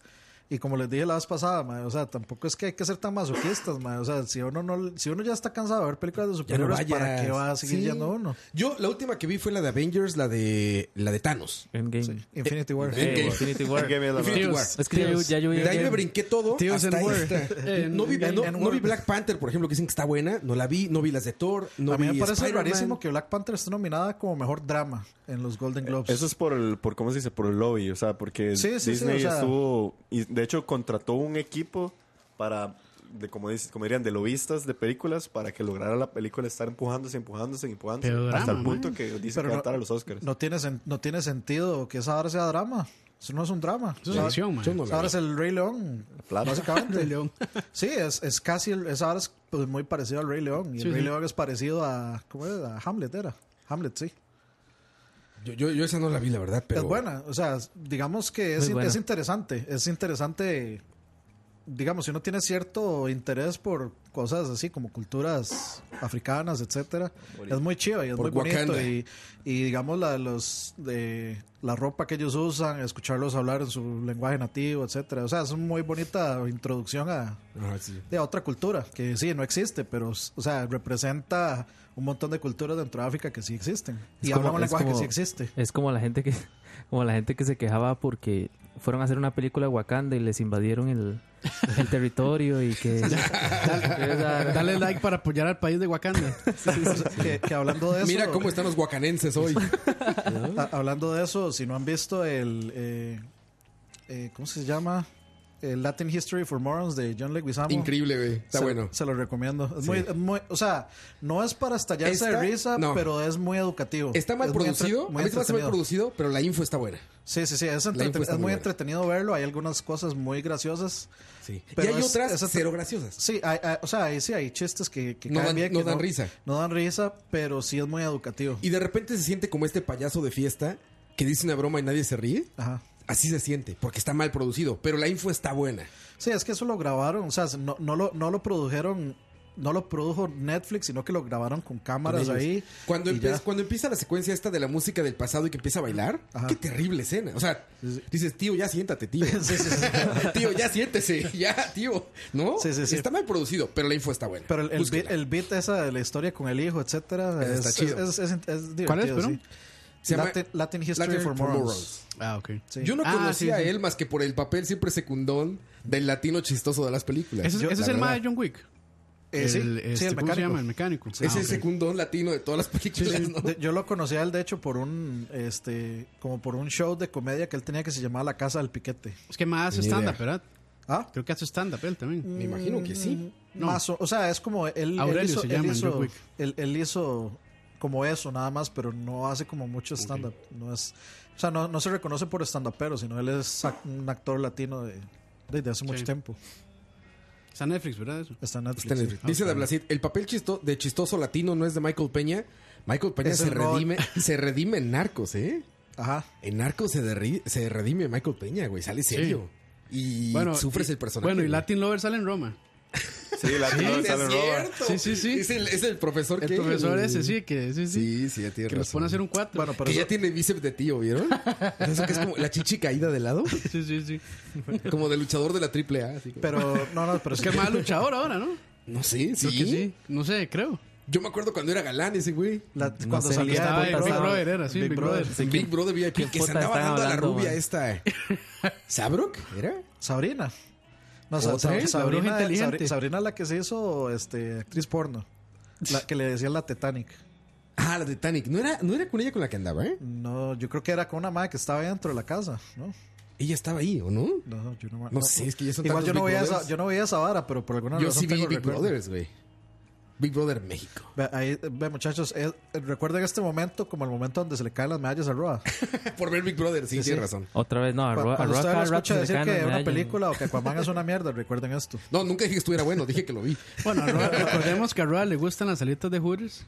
Y como les dije la vez pasada, mae, o sea, tampoco es que hay que ser tan masoquistas, mae, o sea, si uno, no, si uno ya está cansado de ver películas de
Ya no
superhéroes, ¿para
vayas.
qué va a seguir
Sí.
yendo uno?
Yo, la última que vi fue la de Avengers, la de, la de Thanos.
Endgame.
Infinity War.
Eh,
Endgame.
Infinity War.
Game of the
Infinity War.
Es que ya yo, ya yo vi
De ahí me
Endgame.
brinqué todo.
Tíos
hasta
en Word.
Eh,
esta. No vi,
En-
no-
en
no
Word.
vi Black Panther, por ejemplo, que dicen que está buena. No la vi. No vi las de Thor. No
a mí me
vi
parece
Spider-Man.
rarísimo que Black Panther esté nominada como mejor drama en los
Eh,
Golden Globes.
Eso es por el, por cómo se dice, por el lobby, o sea, porque
Sí, sí, sí,
Disney
o sea-
estuvo, y de hecho contrató un equipo para, de como, dice- como dirían, de lobistas de películas para que lograra la película estar empujándose, empujándose, empujándose,
Pero
hasta
drama,
el punto
man.
que dice que
Pero
va a
no-
estar a los Oscars.
no, tiene sen- no tiene sentido que esa hora sea drama. Eso no es un drama.
Eso es
Esa-
acción, man.
Yo no
esa
la
vara
vi.
es el Rey León,
Claro.
básicamente.
León.
Sí, es, es casi, el- esa vara es pues, muy parecido al Rey León. Y
Sí,
el Rey
sí.
León es parecido a, ¿cómo era? A Hamlet era. Hamlet, sí.
Yo, yo, yo esa no la vi, la verdad, pero...
Es buena, o sea, digamos que es,
Muy buena.
es interesante, es interesante, digamos, si uno tiene cierto interés por cosas así como culturas africanas, etcétera, es muy chido y es
Por
muy bonito
Wakanda.
y, y digamos la de los de la ropa que ellos usan, escucharlos hablar en su lenguaje nativo, etcétera, o sea, es una muy bonita introducción a,
Ajá, sí.
de otra cultura que sí no existe, pero o sea, representa un montón de culturas dentro de África que sí existen
Es
y
como-
habla un
es
lenguaje que
como-
sí existe.
Es como la gente que como la gente que se quejaba porque fueron a hacer una película de Wakanda y les invadieron el, el territorio y que o sea,
Dale like para apoyar al país de Wakanda.
Que, que hablando de eso.
Mira cómo están los guacanenses hoy.
Ha- hablando de eso, si no han visto el. eh, eh, ¿Cómo se llama? El Latin History for Morons de John Leguizamo.
Increíble, güey. Está
se,
bueno.
Se lo recomiendo. Es muy, es muy- o sea, no es para estallarse de
Está-
risa,
no.
pero es muy educativo.
Está mal
Es muy entre-
producido.
muy
a mí se me hace mal
entretenido.
producido, pero la info está buena.
Sí, sí, sí. Es,
info está
entreten- es
muy
muy
buena.
entretenido verlo. Hay algunas cosas muy graciosas.
Sí.
Pero
y hay
es-
otras
es-
cero graciosas.
Sí, hay- hay- o sea, ahí sí hay chistes que, que
No
caen
dan-
bien,
no
que
dan risa.
No dan risa, pero sí es muy educativo.
Y de repente se siente como este payaso de fiesta que dice una broma y nadie se ríe.
Ajá.
Así se siente, porque está mal producido, pero la info está buena.
Sí, es que eso lo grabaron, o sea, no, no, lo, no lo produjeron, no lo produjo Netflix, sino que lo grabaron con cámaras
Con ellos.
ahí.
Cuando,
y
empieza-
ya.
cuando empieza la secuencia esta de la música del pasado y que empieza a bailar,
Ajá.
qué terrible escena. O sea, dices, tío, ya siéntate, tío. tío, ya siéntese, ya, tío. ¿No?
Sí, sí, sí.
Está mal producido, pero la info está buena.
Pero el, el, beat,
Búsquenla.
el beat esa de la historia con el hijo, etcétera,
Ese
es,
está chido.
es- es- es- es divertido.
¿Cuál es, perdón?
sí.
Se llama
Latin, Latin History
Latin
for
for
Morons.
Morons.
Ah, ok.
Sí.
Yo no
Ah,
conocía
sí,
a
sí.
él más que por el papel siempre secundón del latino chistoso de las películas.
¿Ese,
Yo-
ese es
la
el más
verdad.
de John Wick?
Eh, sí, sí, el
este, ¿Cómo se
mecánico.
llama? El mecánico.
Es
Ah,
el
ok.
secundón latino de todas las películas, ¿no?
De- yo lo conocí a él, de hecho, por un, este, como por un show de comedia que él tenía que se llamaba La Casa del Piquete.
Es que más hace
Ni
stand-up,
idea. Mm.
¿verdad?
¿Ah?
Creo que hace stand-up él también.
Me imagino que sí.
No.
Más o, o sea, es como él, él
Aurelio
hizo,
se llama
él,
en John
hizo
Wick.
él- él hizo como eso nada más, pero no hace como mucho stand up, no es o sea, no, no se reconoce por stand up, pero sino él es ac- un actor latino de desde hace mucho
Sí.
tiempo.
Está en Netflix, ¿verdad? Eso?
Está en Netflix.
Está en el-
sí.
Dice Dablasit, el papel chisto- de chistoso latino no es de Michael Peña. Michael Peña
Es
se
el Rod.
redime, se redime en narcos, ¿eh?
Ajá.
En narcos se, derri- se redime Michael Peña, güey. Sale serio. Y sufres
y-
el personaje.
Bueno, y
güey.
Latin Lover sale en Roma.
Sí, la
Sí,
no,
es
sale en Roma.
cierto.
Sí, sí, sí.
Es el, es el profesor
El
que.
profesor ese, sí, que, sí, sí,
Sí, sí, ya tiene
que los
razón.
pone a hacer un cuatro.
Bueno, pero
que ya
eso-
tiene bíceps de tío, ¿vieron? Eso que es como la chichi caída de lado,
Sí, sí, sí.
como de luchador de la triple A.
pero no, no, pero
Es que es más luchador ahora, ¿no?
no sé, sí.
Creo que sí. No sé, creo.
Yo me acuerdo cuando era galán ese güey.
la- cuando
sé,
salía
estaba
de
en
Big
Brother,
Brother, era, sí, Big Brother.
En Big Brother VIP que se
puta
andaba
están
dando a la
hablando,
rubia
man?
esta. ¿Sabrok? ¿Era?
Sabrina. No,
Otra.
Sa- Sa-
La bruja
Sabrina,
inteligente.
Sabri- Sabrina la que se hizo este actriz porno, la que le decían la Titanic.
Ah, la Titanic. No era, no era con ella con la que andaba, ¿eh?
No, yo creo que era con una madre que estaba dentro de la casa, ¿no?
Ella estaba ahí, ¿o no?
No, yo no, me-
No sé, es que ya son
Igual
tantos
yo no,
Big
veía esa,
Brothers.
yo no veía esa vara, pero por alguna
Yo
razón
sí vi
tengo
Big
recuerdo.
Brothers, güey. Big Brother México.
Ve, ahí, ve, muchachos, eh, recuerden este momento como el momento donde se le caen las medallas a Roa.
Por ver Big Brother, sí,
Sí, sí.
tienes razón.
otra vez no, a
Cu-
Ro- a
Cuando
Roa
usted lo
cada rato
escucha
se le
decir
caen
que
las
una
medallas.
película o que Aquaman es una mierda, recuerden esto.
No, nunca dije que estuviera bueno, dije que lo vi.
Bueno, a Roa- recordemos que a Roa le gustan las alitas de Hooters.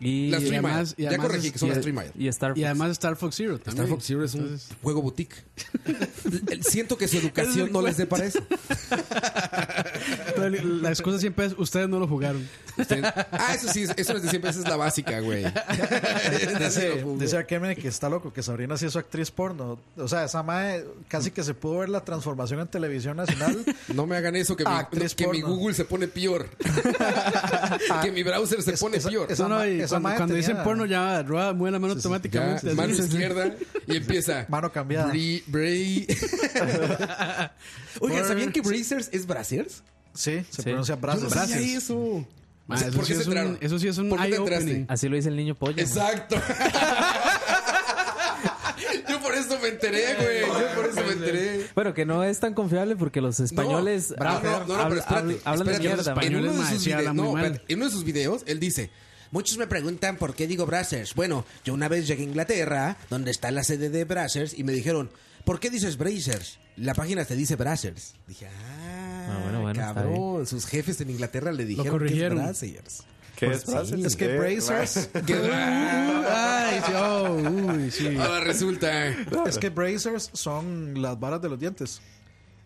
Y,
Las
y
Three Mile.
además- y
Ya
además
corregí
es-
que son
y-
las Three Mile.
y Star Fox.
Y además Star Fox Zero también.
Star Fox Zero es un
Entonces,
juego boutique. Siento que su educación no les dé para eso.
La excusa siempre es, ustedes no lo jugaron.
Usted- Ah, eso sí, eso es de siempre, esa es la básica, güey.
Dice, dice Akeme que está loco, que Sabrina sí es su actriz porno. O sea, esa mae casi que se pudo ver la transformación en televisión nacional.
No me hagan eso, que, mi,
Actriz
que mi
porno.
Google se pone peor. que mi browser se
Es-
pone
esa-
peor.
esa-
No, no, y
ma- esa
cuando,
madre
cuando dicen
tenía-
porno ya rueda, mueve la mano
Ya,
automáticamente.
mano
así.
izquierda y empieza.
Mano cambiada.
Bri- Bray. Oigan, ¿sabían que Brazers es Bracers?
Sí,
Sí.
se pronuncia brazos.
sabía eso.
Ma,
O sea,
Ah, eso,
¿Por
sí
qué se
es un,
entraron?
eso sí es un
¿Por qué te entraste?
eye-opening.
Así lo dice el niño pollo. man.
Exacto. Yo por eso me enteré, güey. Yo por eso me enteré.
Bueno, que no es tan confiable porque los españoles
No, no, no, no,
hab-
pero
hab-
espérate,
hablan de
espérate,
mierda. man.
los
españoles-
En uno, de sus
Sí, hablan
vide-
muy
no,
mal.
espérate, en uno de sus videos, él dice: Muchos me preguntan por qué digo Brassers. Bueno, yo una vez llegué a Inglaterra, donde está la sede de Brassers, y me dijeron: ¿Por qué dices Brassers? La página te dice Brassers. Dije: Ah,
Ah, bueno, bueno, está
cabrón. Sus jefes en Inglaterra le dijeron
corrigieron.
que es Brassers.
¿Qué
Pues
es Brazzers?
Es que
¿Qué?
brazers,
Que-
Ay, sí, oh, uy, sí.
Ahora resulta.
es que brazers son las varas de los dientes.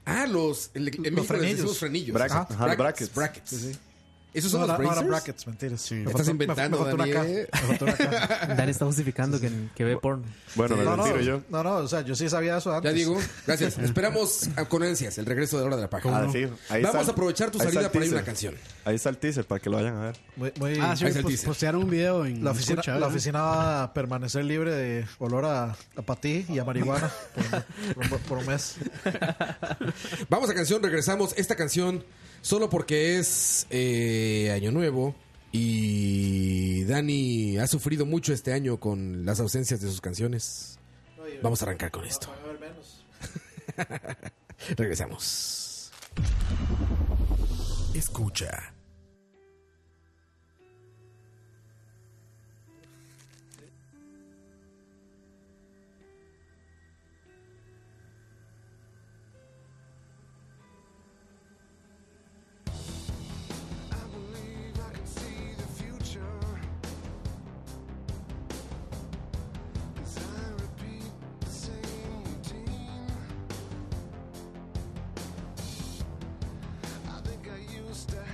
Ah, los. En, en México les
frenillos.
decimos frenillos.
Brackets,
Ajá,
ajá,
brackets.
brackets.
brackets. ¿Esos son
No,
los
la- no, eran
bracers?
brackets, mentiras. Me
Estás
faltó- me-
inventando,
me faltó una K.
Daniel.
Me faltó una K.
Dan está justificando que, que ve porno.
Bueno, me
No,
retiro
no,
yo.
no, no, o sea, yo sí sabía eso antes.
Ya digo, gracias. Esperamos a- con ansias el regreso de Hora de la Paja.
Pues, Ah, sí. Ahí
Vamos
está-
a aprovechar tu
ahí está
salida
el
para ir a una
teaser.
canción.
Ahí está el teaser para que lo vayan a ver.
Muy, muy- pues,
Ah, sí,
Ahí está el
pos-
teaser.
postearon un video en
la, oficina,
Escucha, ¿eh?
la
¿verdad?
oficina va a permanecer libre de olor a, a patí y a marihuana por, por- por un mes.
Vamos a canción, regresamos. Esta canción, solo porque es eh, Año Nuevo y Dani ha sufrido mucho este año con las ausencias de sus canciones. Vamos a arrancar con esto. regresamos. Escucha.
I think I used to have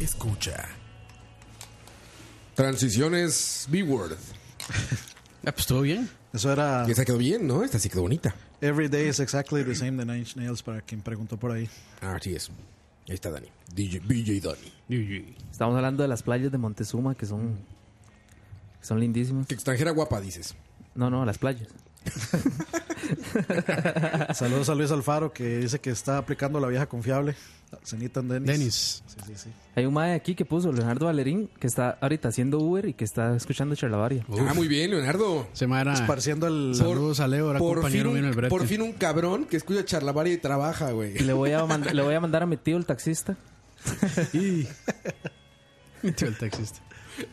escucha.
Transiciones B-Word.
Ah, pues todo bien.
Eso era
Que esa quedó bien, ¿no? Esta sí quedó bonita.
Every Day is Exactly the Same de Nine Inch Nails, para quien preguntó por ahí.
Ah, sí es. Ahí está Dani. DJ, BJ Dani.
Estamos hablando de las playas de Montezuma que son, que son lindísimas.
Que extranjera guapa, dices.
No, no, las playas.
Saludos a Luis Alfaro, que dice que está aplicando la vieja confiable. Cenita en Dennis.
Denis.
Sí, sí, sí.
Hay un mae aquí que puso Leonardo Valerín que está ahorita haciendo Uber y que está escuchando Charlavaria.
Ah, muy bien, Leonardo.
Se me era.
Esparciendo el...
Saludos a Leo, era
fin,
compañero mío en el
un,
brete.
por fin un cabrón que escucha charlavaria y trabaja, güey.
Y le voy a mandar, le voy a mandar a mi tío el taxista,
Y- Tío, el taxista.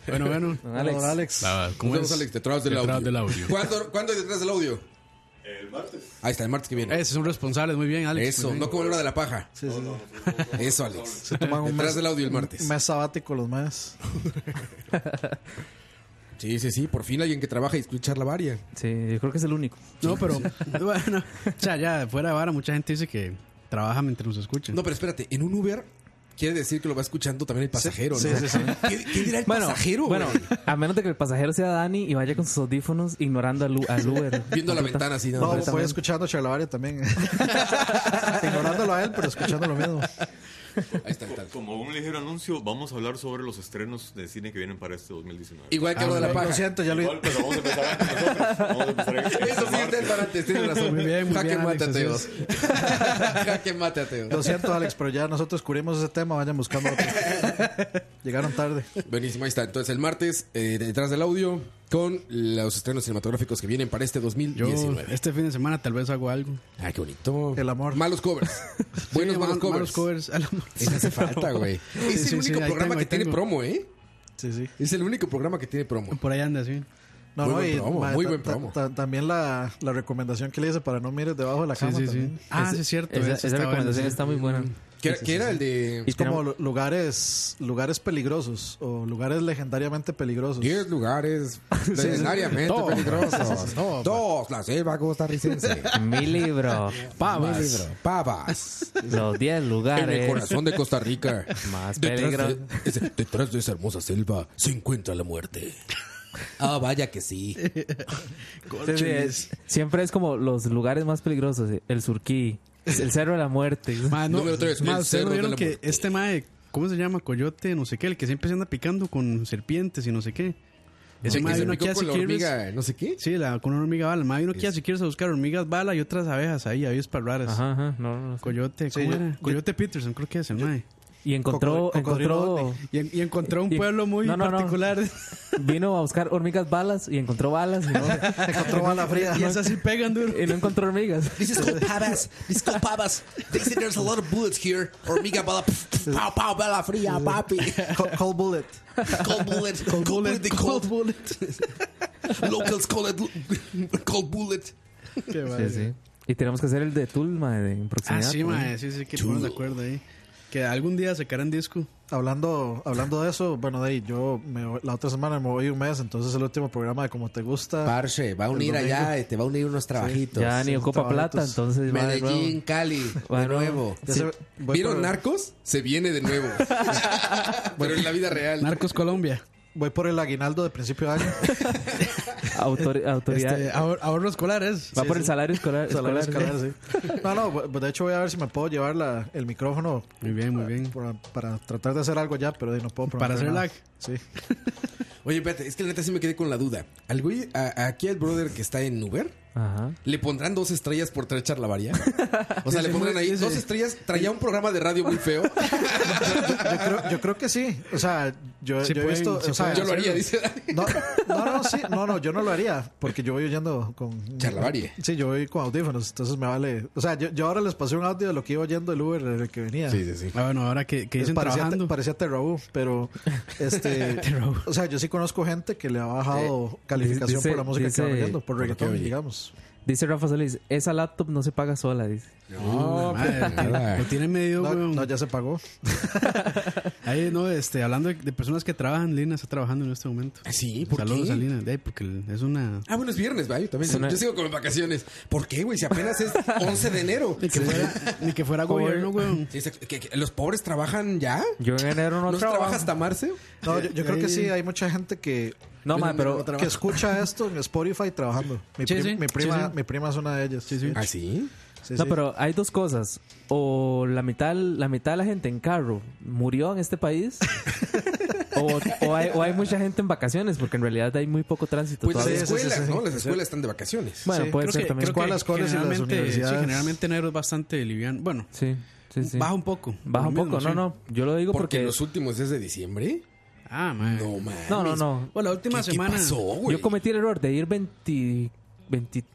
Bueno, bueno.
don Alex.
Don Alex.
La-
¿Cómo
¿Cómo
vemos,
es?
Alex? Detrás del
Detrás
audio.
del audio.
¿Cuándo, cuándo hay detrás del audio?
El martes.
Ahí está, el martes que viene.
Esos son responsables, muy bien, Alex.
Eso,
muy bien.
no como la hora de la paja.
Sí, sí, sí.
Eso, Alex.
toman un
Detrás
mes-
del audio el martes.
Mes sabático los más.
Sí, sí, sí. Por fin alguien que trabaja y escucha charlavaria.
Sí, yo creo que es el único.
No, pero bueno, o sea, ya fuera de vara, mucha gente dice que trabaja mientras nos escucha.
No, pero espérate. En un Uber quiere decir que lo va escuchando también el pasajero, ¿no?
sí, sí, sí.
¿Qué, qué dirá el pasajero, güey?
bueno, a menos de que el pasajero sea Dani y vaya con sus audífonos ignorando al, U- al Uber.
Viendo la ventana así, nada
No,
más.
voy escuchando Charlavaria también. Ignorándolo a él, pero escuchando lo mismo.
Ahí está, ahí está.
Como un ligero anuncio, vamos a hablar sobre los estrenos de cine que vienen para este 2019.
Igual
Ah,
que la hora de la
Lo
paja.
siento, ya lo
Igual, pero vamos a empezar antes nosotros. Vamos a empezar antes.
Eso sí, está el antes, tienes razón.
Muy bien, muy
Jaque
bien,
mate
Alex,
a
así
Teo. Jaque mate a Teo.
Lo siento, Alex, pero ya nosotros cubrimos ese tema, vayan buscando otro. Llegaron tarde.
Buenísimo, ahí está. Entonces, el martes, eh, detrás del audio, con los estrenos cinematográficos que vienen para este
Yo
2019.
este fin de semana tal vez hago algo.
Ah, qué bonito.
El amor.
Malos covers. Buenos
Sí,
malos
mal-
covers.
malos covers. al amor.
Ese hace falta, güey. es
sí,
el único
sí, ahí
programa
tengo,
que
ahí
tiene
tengo.
promo, ¿eh?
Sí, sí.
Es el único programa que tiene promo.
Por ahí anda, sí.
No,
Muy
no,
buen
y,
promo,
ma,
muy
ta-
buen
ta-
promo.
ta- también la, la recomendación que le hice para no mires debajo de la
Sí,
cama.
sí, sí.
también.
Ah,
Ese-
sí, es cierto.
Esa,
eso
esa
está bueno,
recomendación
sí.
está muy buena.
¿Qué, qué era el de
Y
Es como
tenemos-
lu- lugares, lugares peligrosos o lugares legendariamente peligrosos.
10 lugares legendariamente
Todo.
peligrosos?
Todo.
Dos, la selva costarricense.
Mi libro,
Pavas.
Mi libro, Pavas.
los 10
En el
lugares.
corazón de Costa Rica.
Más
detrás de,
peligro.
ese- detrás de esa hermosa selva se encuentra la muerte. Ah, vaya que sí.
Sí, sí, es- siempre es como los lugares más peligrosos. eh, El Surquí, el Cerro de la Muerte.
Ma, no,
Número tres,
ma,
el
ustedes
cerro
no
de
vieron
la
que
muerte.
este mae, ¿cómo se llama? Coyote, no sé qué, el que siempre se anda picando con serpientes y no sé qué. Ese
El
mae
que se
vino aquí
picó
a
con la
Siquirres.
hormiga, eh, no sé qué.
Sí, la, con una hormiga bala. El mae vino aquí a Siquirres a buscar hormigas bala y otras abejas ahí, aves parraras.
Ajá, ajá, no, no, no.
Coyote,
Sí,
¿cómo
yo-
era?
yo-
Coyote Peterson, creo que es el mae.
Y encontró,
Cocodrilo-
encontró,
cocodrilo
Y, y encontró un
Y-
pueblo muy
no, no, no.
particular.
vino a buscar hormigas balas y encontró balas y no,
Encontró bala fría.
Y esas sí pegan duro.
y no encontró hormigas.
This is called Pavas. This is called Pavas. They say there's a lot of bullets here. Hormiga bala. pf, pf, Pow, pow, bala fría, papi.
Co- Cold bullet.
Cold bullet. Cold bullet. they call it. Locals call it l- cold bullet.
Qué
Sí, sí. Y tenemos que hacer el de Tulma de en
Ah,
proximidad.
sí,
¿no?
mae, sí, sí, que estamos de acuerdo ahí. Que algún día sacarán disco.
Hablando, hablando de eso, bueno, de ahí, yo me voy- la otra semana me voy un mes, entonces el último programa de Como Te Gusta.
Parche, va a unir
domingo.
allá, eh, te va a unir unos trabajitos.
Ya ni ocupa
trabajitos.
plata, entonces va de nuevo.
Medellín, Cali,
Va
de
de nuevo.
nuevo.
Ya
Sí.
se- voy
¿Vieron
por-
Narcos? Se viene de nuevo. Pero en la vida real.
Narcos Colombia.
Voy por el aguinaldo de principio de año.
Autor- autoridad.
Este, ahor- ahorro escolar es.
va por el salario escolar.
Salario
escolar, ¿eh?
escalar, sí. No, no, bu- de hecho voy a ver si me puedo llevar la- el micrófono
Muy bien, muy bien.
para, para tratar de hacer algo ya, pero de ahí no puedo.
Para hacer
prometer nada.
lag.
Sí.
Oye, espérate, es que la neta sí me quedé con la duda. Al güey, a- aquí al brother que está en Uber,
Ajá.
¿le pondrán dos estrellas por traer charlavaria? O sea, le
Sí,
pondrán
muy-
ahí
sí, sí.
dos estrellas, traía un programa de radio muy feo.
Yo creo, yo creo que sí. O sea, yo,
Sí
yo he
pueden,
visto.
sí
o sea,
Yo lo haría,
hacerlo.
dice Dani.
No, no, no, sí, no, no, yo no lo haría, porque yo voy oyendo con...
Charlavarie.
Sí, yo voy con audífonos, entonces me vale... O sea, yo, yo ahora les pasé un audio de lo que iba oyendo el Uber, el que venía.
Sí, sí, sí.
Ah, bueno, ahora que, que dicen
parecía,
trabajando.
parecía Terraú, pero este o sea, yo sí conozco gente que le ha bajado
Dice-
calificación por la música
dice-
que va oyendo, por
lo que
reggaetón,
oye.
digamos.
Dice Rafa Solís, esa laptop no se paga sola, dice.
No, madre, lo tiene medio,
No,
weón.
no, ya se pagó.
Ahí, no, este, hablando de, de personas que trabajan, Lina está trabajando en este momento.
Sí, ¿por
Saludos
qué?
a Lina, de ahí, porque es una...
Ah, bueno, es viernes, ¿vale? También.
Suena-
Yo sigo con mis vacaciones. ¿Por qué, güey? Si apenas es 11 de enero.
Ni que fuera, ni que fuera gobierno, weón.
Sí, exacto. ¿Que- que ¿Los pobres trabajan ya?
Yo en enero no,
¿No se
trabajo.
trabaja hasta marzo?
No, yo, yo creo que sí, hay mucha gente que,
No,
Yo
ma,
en enero
pero
no trabajo.
que escucha esto en Spotify trabajando.
Ah, Sí,
Mi, prim-
sí,
mi prima,
sí, sí.
mi prima es una de ellas.
Sí, sí.
¿Ah, sí?
Sí,
No,
sí.
pero hay dos cosas. O la mitad, la mitad de la gente en carro murió en este país. o, o hay, o hay mucha gente en vacaciones, porque en realidad hay muy poco tránsito
Pues las
todavía.
sí, sí,
escuelas,
sí, sí.
¿no? Las escuelas están de vacaciones.
Bueno,
Sí,
puede
Creo
ser
que-
también.
creo que
Las escuelas y las
generalmente-
universidades.
Sí, generalmente enero es bastante liviano. Bueno,
Sí, sí, sí.
baja un poco.
Baja un
por lo
poco, no,
menos,
no. Yo lo digo
Porque
porque.
los últimos días de diciembre.
sí. Ah, man.
No, mames.
No, no, no.
Bueno, Pues la última
¿Qué, qué
semana...
pasó, güey?
Yo cometí el error de ir 20, 22,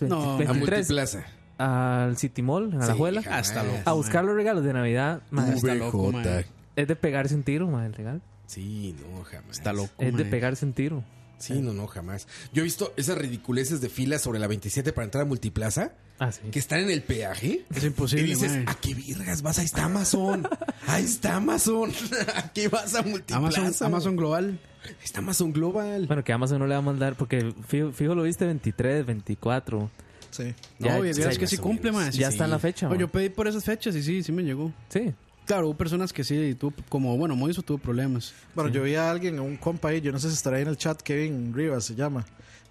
20
No, a
A
23
Multiplaza.
al City Mall, en
Sí,
Alajuela,
jamás.
Hasta luego.
a buscar los regalos de Navidad. ma,
Uy. está
VJ.
loco, man.
es de pegarse un tiro, ma, el regalo.
Sí, no, jamás.
Está loco,
Es de
man.
pegarse un tiro.
Sí, no, no, jamás. Yo he visto esas ridiculeces de filas sobre la 27 para entrar a Multiplaza
Ah, sí.
que están en el peaje.
Es imposible,
Y dices,
man.
¿a qué virgas vas? Ahí está Amazon. Ahí está Amazon. ¿A qué vas a Multiplaza?
Amazon, Amazon Global.
Ahí está Amazon Global.
Bueno, que Amazon no le va a mandar porque fijo, fijo lo viste 23, 24.
Sí.
No,
Ya,
y
ya-
es que sí
más o
cumple,
menos.
man. Sí,
ya
sí.
está en la fecha.
Oye,
ma.
Yo pedí por esas fechas y sí, sí me llegó.
Sí.
Claro, hubo personas que sí, tuvo, como, bueno, Moiso tuvo problemas.
Bueno, yo vi a alguien, un compa ahí, yo no sé si estará ahí en el chat, Kevin Rivas se llama,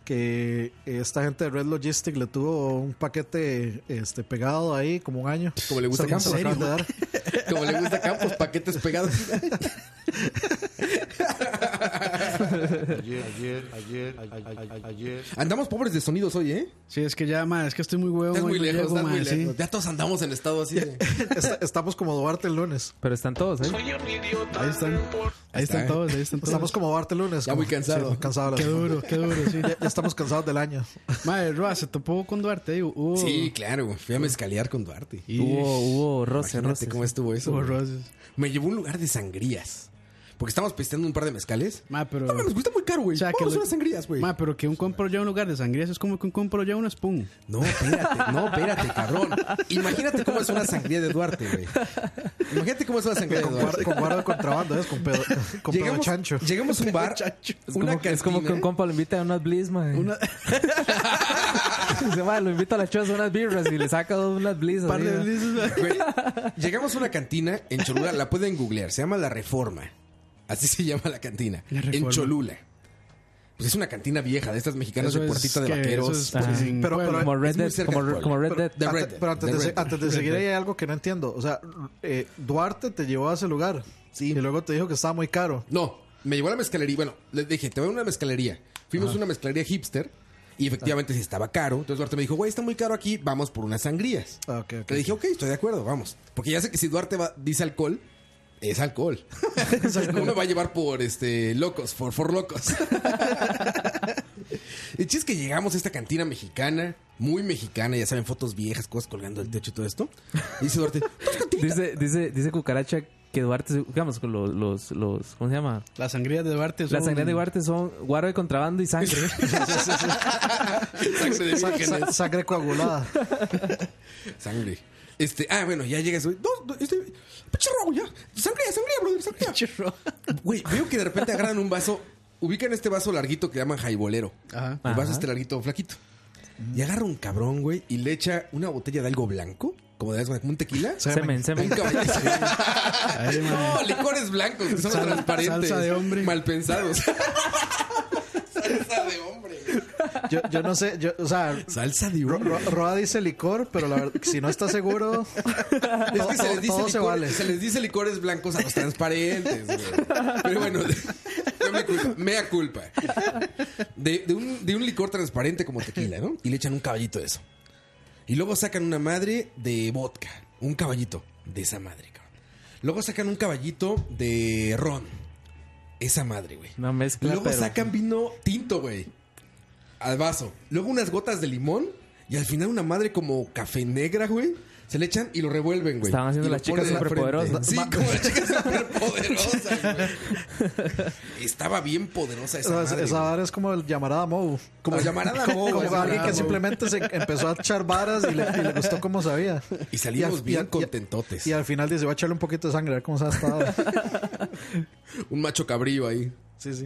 que esta gente de Red Logistics le tuvo un paquete este pegado ahí como un año.
Como le gusta
O sea, se lo
Campos.
acaban de dar.
Como le gusta Campos, paquetes pegados.
Ayer, ayer, ayer, a- a- a- ayer.
Andamos pobres de sonidos hoy, ¿eh?
Sí, es que ya, man, es que estoy muy huevo.
Estás
man,
muy
no
lejos,
llego,
estás
man,
muy
sí.
lejos. Ya todos andamos en estado así de...
Est- Estamos como Duarte el lunes.
Pero están todos, ¿eh?
Ahí están. Ahí
está,
están
eh.
todos, ahí están todos.
Estamos como Duarte el lunes.
Ya
como-
muy cansado.
sí, cansado la
Qué
semana.
duro, qué duro, sí.
Ya, ya estamos cansados del año.
Madre, Roa, se topó con Duarte. ahí, hubo-
Sí, claro. Fui a mezcalear con Duarte.
Oh. y-
Hubo, hubo roce,
Imagínate
roce.
cómo estuvo eso.
hubo
güey.
roces.
Me llevó a un lugar de sangrías. Porque estábamos pisteando un par de mezcales.
Ma, pero.
No, nos cuesta muy caro, güey.
O sea, que
Vamos a
lo-
unas sangrías, güey.
Ma, pero que un compro ya un lugar de sangrías es como que un compro ya una spoon.
No, espérate, no, espérate, cabrón. Imagínate cómo es una sangría de Duarte, güey. Imagínate cómo es una sangría de
Con, guar-
Duarte.
con guarda de contrabando, ¿ves? Con pedo, con pedo
Llegamos,
chancho.
llegamos a un bar,
Es como,
una
que- es como que un
cantina.
compa lo invita a unas blizz, ma. Dice, ma, lo invita a la choza a unas birras y le saca dos unas blizz.
Par
así,
de
ma.
blizzes, ma.
Güey, llegamos a una cantina en Cholula, la pueden googlear, se llama La Reforma. Así se llama la cantina.
La Reforma.
en Cholula. Pues es una cantina vieja de estas mexicanas
Eso
de
es
puertita de
que
vaqueros.
eso es
Ah.
en
Pero- pero-
Puebla.
Como Red
Es muy
Dead.
cerca
Como, Re-
de Puebla.
como Red Dead.
Pero,
The Red
antes-
Dead,
pero antes,
The
de, se-
Red Dead.
antes de seguir ahí hay algo que no entiendo. O sea, eh, Duarte te llevó a ese lugar y luego te dijo que estaba muy caro.
No, me llevó a la mezcalería. Bueno, le dije, te voy a una mezcalería. Fuimos a una mezcalería hipster y efectivamente sí estaba caro. Entonces Duarte me dijo, güey, está muy caro aquí, vamos por unas sangrías.
Ah, ok, ok.
Le dije, ok, estoy de acuerdo, vamos. Porque ya sé que si Duarte va- dice alcohol, es alcohol. no me va a llevar por este locos, por, por locos. El chiste es que llegamos a esta cantina mexicana, muy mexicana, ya saben, fotos viejas, cosas colgando del techo y todo esto. Y dice Duarte, "Dos cantinas".
Dice, dice, dice Cucaracha que Duarte, se- digamos, con los, los, los ¿cómo se llama?
Las sangrías de Duarte son.
Las sangrías de Duarte son guaro de contrabando y sangre.
Sangre de
Sa-
vírgenes.
sa- sangre coagulada.
Sangre. Este, ah, bueno, ya llegas, güey. Dos, dos, este, pinche robo, ya. Sangría, sangría, brother, sangría. Güey, veo que de repente agarran un vaso, ubican este vaso larguito que llaman jaibolero.
Ajá.
El vaso
Ajá.
este larguito, flaquito. Y agarra un cabrón, güey, y le echa una botella de algo blanco, como de como un tequila.
Semen,
Un
semen.
cabrón.
Ahí, man.
no, licores blancos, que son
Sal-
transparentes.
salsa de hombre.
Mal pensados. salsa de hombre.
Yo, yo no sé, yo, o sea,
Salsa de
Ro- Ro- Roa dice licor, pero la verdad, si no está seguro,
Es
todo,
que se les dice,
todo se
licor-
vale.
se les dice licores blancos a los transparentes, güey. Pero bueno, no me culpa, mea culpa. De, de un, de un licor transparente como tequila, ¿no? Y le echan un caballito de eso. Y luego sacan una madre de vodka. Un caballito de esa madre, cabrón. Luego sacan un caballito de ron. Esa madre, güey.
Una mezcla,
Luego
pero-
sacan vino tinto, güey. Al vaso. Luego unas gotas de limón. Y al final una madre como café negra, güey. Se le echan y lo revuelven, güey.
Estaban haciendo
Y lo
las chicas
ponen en la
superpoderosas.
frente. Sí, como las chicas superpoderosas, güey. Estaba bien poderosa esa
Esa,
madre.
esa vara es como el llamarada Mou.
Como llamarada Mou,
Como
esa
alguien
vara,
que
Mou.
simplemente se empezó a echar varas y le, y le gustó como sabía.
güey. Y salimos
Y al- y
bien
al- y-
contentotes.
Y al final dice, voy a echarle un poquito de sangre, a ver cómo sabe esta vara.
Un macho cabrío ahí.
Sí, sí.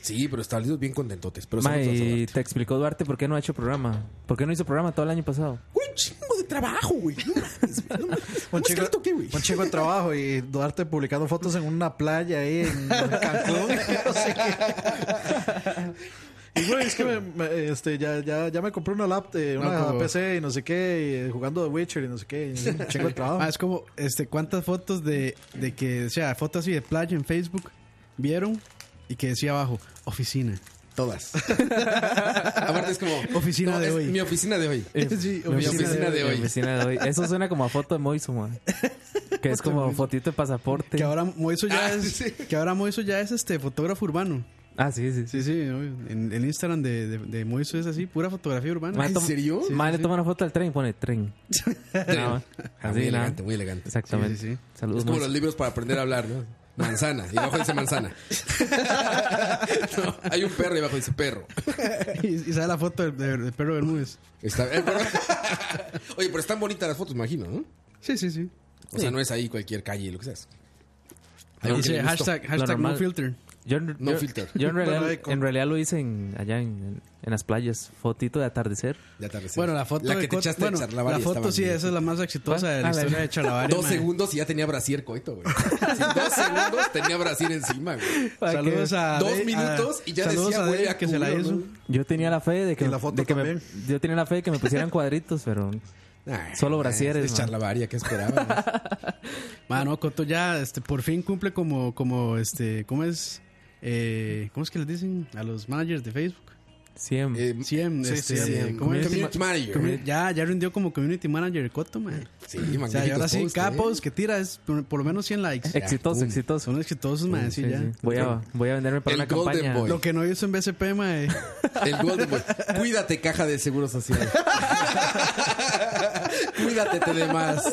Sí, pero salimos bien contentotes. Pero
Ma,
somos los
y
Duarte.
te explicó Duarte por qué no ha hecho programa. ¿Por qué no hizo programa todo el año pasado?
Güey, un chingo de trabajo, güey. No mames, güey. No mames.
Un
¿Cómo es que
chico,
le toqué, güey?
un chico de trabajo y Duarte publicando fotos en una playa ahí en Cancún. No sé qué. Y güey, es que me- me- este, ya, ya, ya me compré una laptop, una
No, como-
PC y no sé qué, y eh, jugando The Witcher y no sé qué, y un chingo de trabajo.
Ah, es como, este, ¿cuántas fotos de, de que, o sea, fotos así de playa en Facebook vieron y que decía abajo, oficina?
Todas. Aparte es como...
Oficina de
es
hoy.
Mi oficina de hoy.
sí,
mi oficina de hoy.
Eh, Mi oficina de hoy. Eso suena como a foto de Moiso, ma. Que es como fotito de pasaporte.
Que ahora Moiso ya
Ah,
es,
sí.
que ahora Moiso ya es este fotógrafo urbano.
Ah, sí, sí. sí.
Sí, sí, obvio. en el Instagram de, de, de Moiso es así, pura fotografía urbana.
Ma,
¿En
toma-
serio?
Ma, le toma una foto del tren y pone tren. Nada más.
Ah,
Así,
muy
nada.
elegante, muy elegante.
Exactamente.
Sí, sí, sí.
Saludos,
Es como
Moiso.
los libros para aprender a hablar, ¿no? Manzana. Y abajo dice manzana. No, hay un perro y abajo dice perro.
Y, y sale la foto del, del- del perro Bermúdez.
Está- eh, pero- Oye, pero están bonitas las fotos, imagino, ¿no?
Sí, sí, sí.
O sea, no es ahí cualquier calle, lo que seas.
Ahí
Algo que
dice
le gustó.
hashtag, hashtag
normal.
no filter.
Yo, en-
No
yo-
filter.
yo en, realidad,
Bueno, ahí con-
en realidad lo hice en- allá en, en- en las playas. Fotito de atardecer.
De atardecer.
Bueno, la foto
La que
de
te
Cot-
echaste
bueno,
de Charlavaria
La foto
estaba
sí,
bien.
esa es la más exitosa de la
Ah, la-
historia de Charlavaria.
Dos
ma.
segundos y ya tenía brasier coito, güey. Sí, dos segundos tenía brasier encima, güey.
Saludos a
Dos
Dave-
minutos
a-
y ya
saludos
decía,
a
güey,
Dave
a
que se la
culo,
hizo.
¿no?
Yo tenía la fe de que,
Y la foto
de que me,
también.
yo tenía la fe de que me pusieran cuadritos, pero
Ay,
Solo
ay,
brasieres,
Es
man.
charlavaria, ¿qué esperaba? no?
Mano, Coto ya este, por fin cumple como, como este, ¿cómo es? Eh, ¿Cómo es que les dicen a los managers de Facebook?
siempre.
Eh,
CIEM,
Sí,
este,
sí, sí,
¿cómo es?
community manager.
Commu- Ya, ya rindió como community manager Coto, man.
Sí,
O sea, y
magníficos
ahora sí,
posts,
cada
¿eh?
post que tira es por, por lo menos 100 likes.
exitoso,
boom.
exitoso.
Son exitosos, man, sí,
Sí,
ya.
sí. Voy, a, voy a venderme para
El
una
Golden
campaña.
Boy.
Lo que no hizo en BCP, man.
¿eh? El Golden Boy. Cuídate, caja de seguro social. Cuídate, te de más.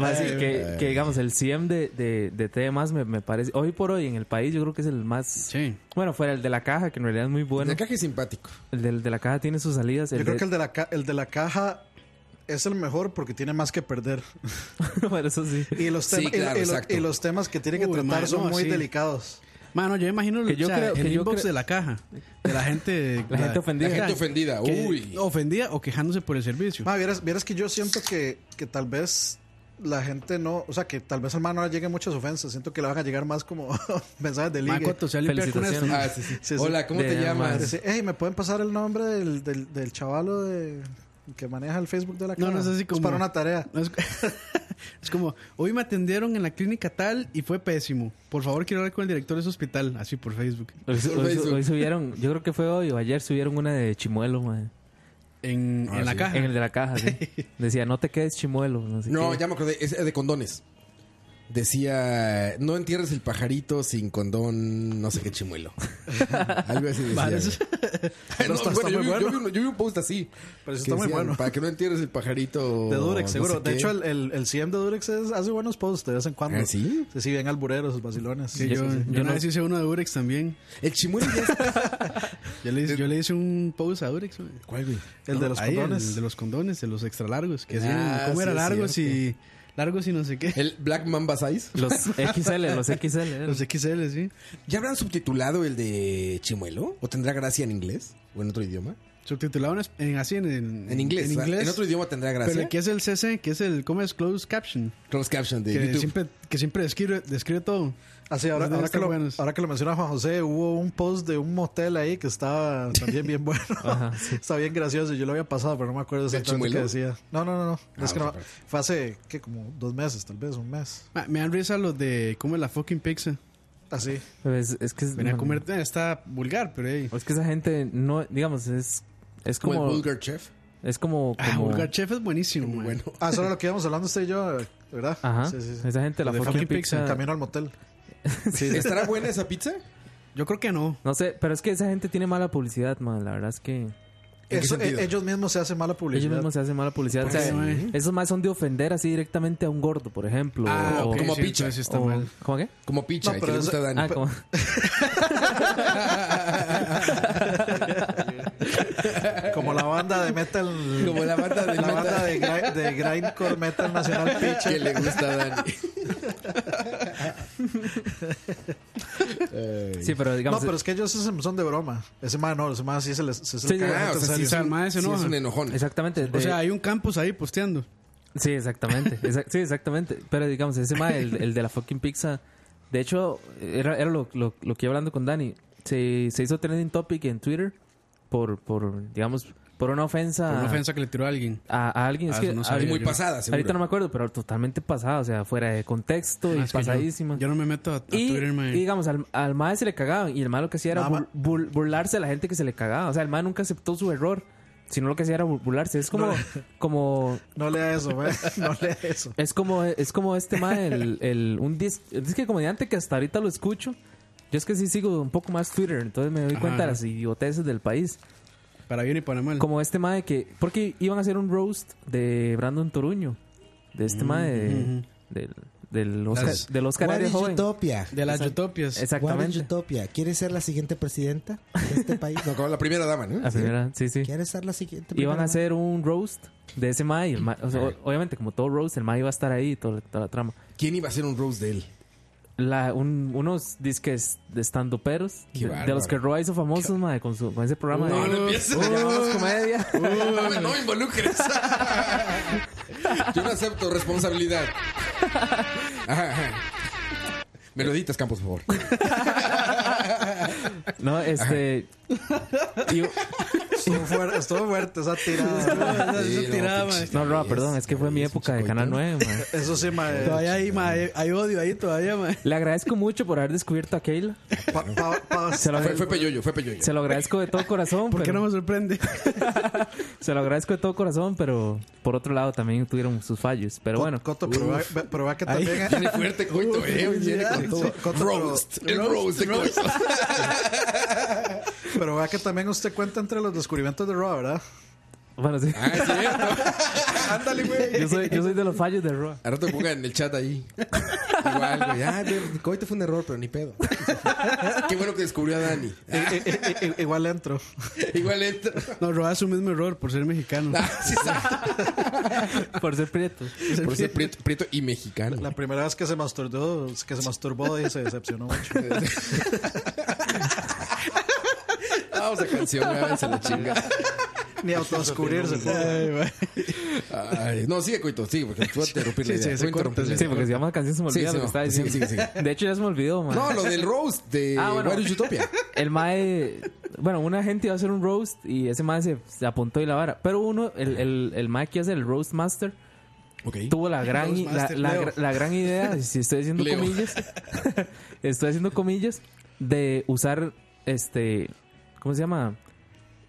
Va a decir que, que, digamos, el CIEM de, de, de TD más me, me parece, hoy por hoy en el país, yo creo que es el más.
Sí.
Bueno, fuera el de la caja, que en realidad es muy bueno.
La caja es simpático.
El del- de, la caja tiene sus salidas.
Yo
el
creo
de-
que el de, la ca- el de la caja es el mejor porque tiene más que perder.
Bueno, eso sí.
Y los,
Sí,
tem- y-
claro,
y, los-
exacto.
y los temas que tiene que
Uy,
tratar
madre,
son
no,
muy
sí.
delicados.
Mano, yo imagino
Que yo
o sea,
creo-
el
que yo
inbox
creo-
de la caja, de la gente...
La gente ofendida.
La gente ofendida,
que-
uy.
Ofendida o quejándose por el servicio.
Ma, vieras, vieras que yo siento que, que tal vez la gente no, o sea, que tal vez al man no le lleguen muchas ofensas. Siento que le van a llegar más como mensajes de
Ma,
ligue.
Coto, se va a limpiar con esto.
Ah, sí, sí.
Sí, sí.
Hola, ¿cómo te
De
llamas?
Dice, hey, ¿me pueden pasar el nombre del, del, del chavalo de, que maneja el Facebook de la
No,
caja?
no es así como-
para una tarea.
No, Es, es como, hoy me atendieron en la clínica tal y fue pésimo. Por favor, quiero hablar con el director de ese hospital, así por Facebook.
Hoy,
Solo
hoy-
Facebook.
hoy subieron, yo creo que fue hoy o ayer subieron una de Chimuelo, man.
En,
Ah,
en la caja.
En el de la caja, sí. Decía, no te quedes chimuelo. No, sé
No,
qué.
ya me acordé. Es eh, de condones. Decía, no entierres el pajarito sin condón, no sé qué chimuelo. Algo así decía.
Vale.
güey. Ay, no,
está-
bueno, yo,
está muy
vi- yo
bueno.
vi, un- yo vi un post así.
Pero eso
que
está muy
decían,
bueno.
Para que no entierres el pajarito.
De Durex,
no sé
seguro. de
qué".
hecho, el, el, el CM de Durex es- hace buenos posts de vez en cuando.
¿Ah, sí?
Sí, sí, bien albureros, sus vacilones.
Sí, yo, yo
Yo
una
no-
vez hice uno de Durex también.
El chimuelo ya está.
Yo le, hice- yo le hice un post a Durex. güey.
¿Cuál, güey?
El
No,
de los
ahí,
condones.
El de los condones, de los extra largos. Que
Ah,
hacían- ¿Cómo
sí,
era
es
largos y largos y no sé qué?
El Black Mamba Size.
Los XL, los XL. eran.
Los XL, sí.
¿Ya habrán subtitulado el de Chimuelo? ¿O tendrá gracia en inglés? ¿O en otro idioma?
Subtitulado en, en- así en, en,
En inglés.
En
o sea,
inglés.
En otro idioma tendrá gracia.
pero que es el CC, que es el, ¿cómo es? Closed Caption.
Closed caption de
Que
YouTube.
siempre, que siempre describe, describe todo.
Así, ahora,
Los de
ahora que
están
lo,
buenos.
ahora que lo menciona Juan José, hubo un post de un motel ahí que estaba también bien bueno. Está bien gracioso. Yo lo había pasado, pero no me acuerdo exactamente qué
chimuelo?
decía. No, no, no. no.
Ah,
es que no-
bueno,
Fue hace, ¿qué? Como dos meses, tal vez, un mes.
Ma, Ah, Me dan risa los de cómo es la fucking pizza.
Así.
Es, es que es,
Venía a comer, eh, está vulgar, pero hey.
es que esa gente no, digamos, es, es
Como el
como,
Vulgar Chef.
es como,
Ah,
como-
vulgar chef es buenísimo,
Muy
man.
bueno.
Ah, solo lo que íbamos hablando usted y yo, ¿verdad?
Ajá.
Sí, sí, sí.
Esa gente la
De
fucking
fucking pizza,
pizza.
Camino al motel.
¿Estará buena esa pizza?
Yo creo que no.
No sé, pero es que esa gente tiene mala publicidad, man. La verdad es que
qué
Eso,
sentido?
e- ellos mismos se hacen mala publicidad.
Ellos mismos se hacen mala publicidad. O sea,
Pues,
esos más son de ofender así directamente a un gordo, por ejemplo.
Ah,
o,
ok. como
sí,
picha.
entonces sí está
o-
mal.
¿Cómo qué?
Como picha,
No,
y que
pero
le
eso-
gusta a Dani.
Ah, como-
Como la banda de metal.
Como la banda de
la
metal.
banda de, gri- de grindcore metal nacional
que
picha.
le gusta a Dani. Ay.
Sí, pero
No,
digamos. eh,
pero es que ellos son son de broma. Ese man no, ese man sí se les. se- se
Sí,
les cae
ah,
la
Ah,
gente
o sea,
en
sí
serio.
es,
el mae
un,
se
sí
enoja.
es un enojón.
Exactamente.
O
de-
sea, hay un campus ahí posteando.
Sí, exactamente. Esa- sí, exactamente. Pero digamos, ese mae, el, el de la fucking pizza. De hecho, era, era lo, lo, lo que iba hablando con Dani. Se, se hizo trending topic en Twitter por, por digamos, por una ofensa,
Por una ofensa que le tiró a alguien.
A, a alguien. Es
Ah,
que
eso no
ahorita-
sabía
Muy
yo.
pasada, seguro.
ahorita no me acuerdo, pero totalmente pasada. O sea, fuera de contexto
Ah,
y
es que yo-
pasadísima.
Yo, no me meto a, a
y,
Twitter, mae.
y digamos, al, al mae se le cagaban. Y el mae lo que hacía era
Nada
bur- bur- burlarse a la gente que se le cagaba. O sea, el mae nunca aceptó su error. Sino lo que hacía era bur- burlarse. Es como, como
No lea eso, man. No lea eso.
es como, es como este mae, el, el, un dis- el disque comediante que hasta ahorita lo escucho. Yo es que sí sigo un poco más Twitter, entonces me doy
Ajá,
cuenta de
ajá.
las idioteces del país.
para bien y para mal.
Como este mae que... Porque iban a hacer un roast de Brandon Toruño. De este mae de-
Mm, ujú.
del, del Oscar, del Oscar Arias joven.
Utopia?
De las
Exacto.
utopias.
What is
Exactamente.
Utopia? ¿Quieres ser la siguiente presidenta de este país?
No, como la primera dama, ¿no?
La primera, sí, sí.
¿Quieres ser la siguiente
Iban
primera
a hacer un roast de ese mae. y el mae- o sea, o- obviamente, como todo roast, el mae iba a estar ahí y toda, toda la trama.
¿Quién iba a ser un Rose de él?
La, un- unos disques de estando peros
Qué
de, de
bárbaro.
los que Roa hizo famosos mae, con, su- con ese programa
No,
de,
no empieces.
de llamados comedia
No, me- no me involucres. Yo no acepto responsabilidad. Ajá, ajá. Me lo editas, Campos, por favor.
no este y-
Estuvo fuerte, estuvo fuerte esa tirada.
Esa- esa
Sí, no,
tirada, mae.
pinche.
no Roa
Sí,
perdón
es-
es que fue
sí,
mi
es un
época de
chicoito.
Canal 9 mae.
Eso sí, mae.
Todavía hay, mae, hay odio ahí todavía, mae.
le agradezco mucho por haber descubierto a Keila
Pa- pa- pa-
se lo,
Ah, Fue, fue Peyoyo, fue Peyoyo.
se lo agradezco de todo corazón
¿Por qué no
pero-
me sorprende?
se lo agradezco de todo corazón pero por otro lado también tuvieron sus fallos pero
Co-
bueno uh.
Coto, pero vea- ve- pero vea que también.
Viene fuerte, coito, eh. Hoy Viene con todo.
Coto, pero-
Roast. El roast de coito.
Pero vea que también usted cuenta entre los descubrimientos de Raw, ¿verdad?
bueno sí
Ah, es cierto. Ándale, güey.
yo soy yo soy de los fallos de Roa
Ahora te pongan en el chat ahí. Igual, güey. Ah, de- coito fue un error, pero ni pedo. Qué bueno que descubrió a Dani.
I- i- i- i- Igual entro.
Igual entra.
No, Roa es un mismo error por ser mexicano.
Ah, sí, exacto.
por ser prieto
Por ser prieto, prieto y mexicano.
La primera vez que se masturbó, que se masturbó y se decepcionó mucho.
Vamos a canción, güey. Se la chinga.
Ni autodescubrirse.
Ay, mae.
Ay, no, sigue, Coito, sigue, porque te voy a interrumpir la
Sí, sí,
idea.
se
Te voy a
corta,
interrumpir la
sí
idea.
porque si vamos a canción se me
Sí,
olvida lo
sí,
que
no,
estaba
sigue,
diciendo
sigue,
de hecho ya se me olvidó man.
No, lo del roast de
Ah, bueno.
What is Utopia.
El mae. Bueno, una gente iba a hacer un roast y ese mae se, se apuntó y la vara. Pero uno, el, el, el mae que hace el roast master,
Ok.
tuvo la gran, i- la,
Roastmaster,
la
Leo.
gra- la gran idea, si estoy haciendo
Leo.
comillas, estoy haciendo comillas, de usar este. ¿Cómo se llama?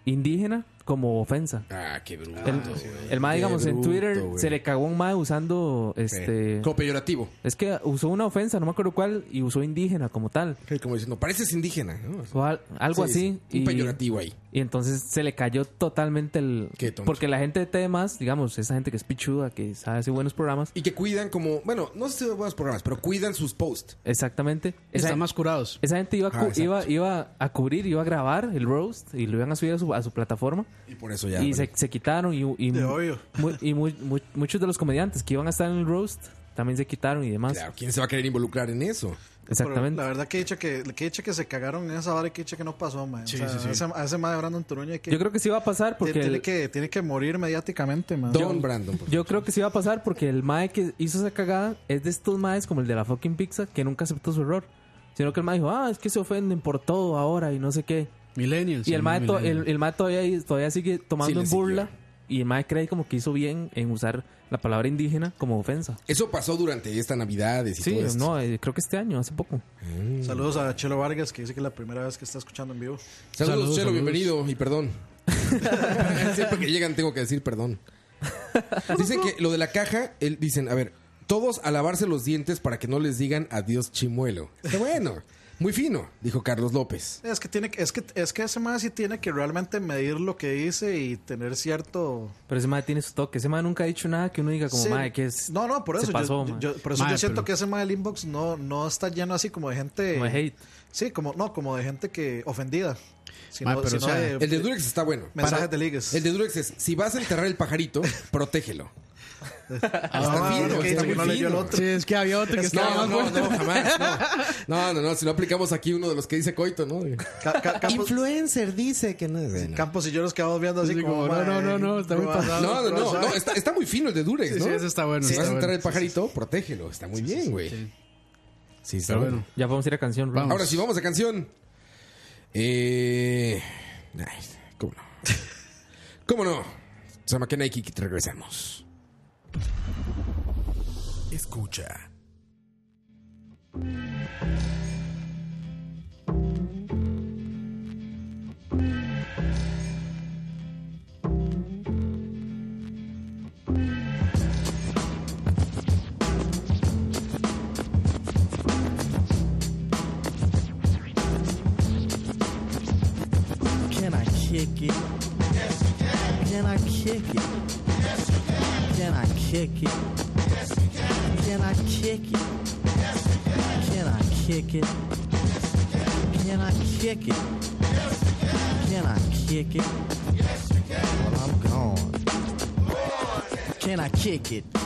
Indígena como ofensa.
Ah, qué bruto.
El, el mae,
Qué
digamos, en
bruto,
Twitter
güey.
se le cagó un mae usando este.
Como peyorativo.
Es que usó una ofensa, no me acuerdo cuál, y usó indígena como tal.
Como diciendo, pareces indígena, ¿no?
O al- algo
Sí,
así.
sí, Un
y-
peyorativo ahí.
Y entonces se le cayó totalmente el...
Qué tonto.
Porque la gente de temas, digamos, esa gente que es pichuda, que sabe hacer buenos programas,
Y que cuidan como, bueno, no sé si son buenos programas, pero cuidan sus posts.
exactamente. Esa,
Están más curados.
esa gente iba a,
Ah,
cu-
exacto.
iba, iba a cubrir, iba a grabar el roast y lo iban a subir a su, a su plataforma.
Y por eso ya. pues.
y
bueno.
se, se quitaron y, y,
De obvio.
mu- y mu- mu- muchos de los comediantes que iban a estar en el roast también se quitaron y demás.
Claro, ¿quién se va a querer involucrar en eso?
Exactamente.
Pero la verdad que he dicho que, que, he dicho que se cagaron en esa vara y que he dicho que no pasó, man.
Sí,
o sea,
sí, sí.
Ese, a ese mae de Brandon Turuño hay que,
Yo creo que sí va a pasar porque...
tiene,
el-
que, tiene que morir mediáticamente, man.
Don Brandon. por
Yo creo que sí va a pasar porque el mae que hizo esa cagada es de estos maes como el de la fucking pizza que nunca aceptó su error. Sino que el mae dijo, ah, es que se ofenden por todo ahora y no sé qué.
Millennials.
Y el mae, to-
millennials.
el, el mae todavía, todavía sigue tomando
Sí, le
en burla.
siguió.
Y el mae cree como que hizo bien en usar la palabra indígena como ofensa.
favor. Eso pasó durante esta Navidad. Y
Sí,
todo esto.
no, eh, creo que este año, hace poco.
Saludos a Chelo Vargas, que dice que es la primera vez que está escuchando en vivo.
Saludos,
Saludos,
Chelo,
saludos.
bienvenido y perdón. Siempre que llegan tengo que decir perdón. Dicen que lo de la caja, él- dicen, a ver, todos a lavarse los dientes para que no les digan adiós chimuelo. Qué bueno. Muy fino, dijo Carlos López.
Es que tiene que- es que es que ese más sí tiene que realmente medir lo que dice y tener cierto
Pero ese madre tiene su toque. Ese madre nunca ha dicho nada que uno diga como,
Sí.
madre, que es.
No, no, por eso.
Se
yo-
pasó,
yo,
mae".
yo- por eso
Mae,
yo siento
pero-
que ese mae del inbox no, no está lleno así como de gente.
Como de hate.
Sí, como, no, como de gente que ofendida. Sino-
Mae, pero,
sino
o sea,
de-
el de Durex está bueno.
Mensajes
Para-
de ligues.
El de Durex es, si vas a enterrar el pajarito, protégelo.
Ah,
está
bueno,
fino,
que
está
dice que
muy
no leyó el
fino.
otro. Sí,
es que había otro que
no,
estaba más
no,
fuerte.
no, jamás, no. No, no, no, si no aplicamos aquí uno de los que dice Coito, ¿no?
Influencer dice que no es.
Campos y yo nos quedamos viendo así
Sí, como,
como.
no,
mae,
no, no, no, está muy
guardado,
pasado.
No, no, no, no, está, está muy fino el de Durex,
Sí,
¿no?
sí, ese está bueno,
Si
está
vas a
bueno.
enterrar el pajarito, protégelo. Está muy bien, güey. Sí, está
Pero
bueno.
bueno. Ya vamos a ir a canción, Ron.
Ahora sí, vamos a canción. Eh, ay, ¿Cómo no? ¿Cómo no? Samakena y Kiki, regresamos. Escucha.
Can I kick it? Yes, you can. Can I kick it? Yes, you can. Can I kick it? Yes, you can. Can I kick it? Yes, you can. Can I kick it? Yes, you can. Can I kick it? Yes, you can. Can I kick it? Yes, you can. Well, I'm gone.
Can I kick it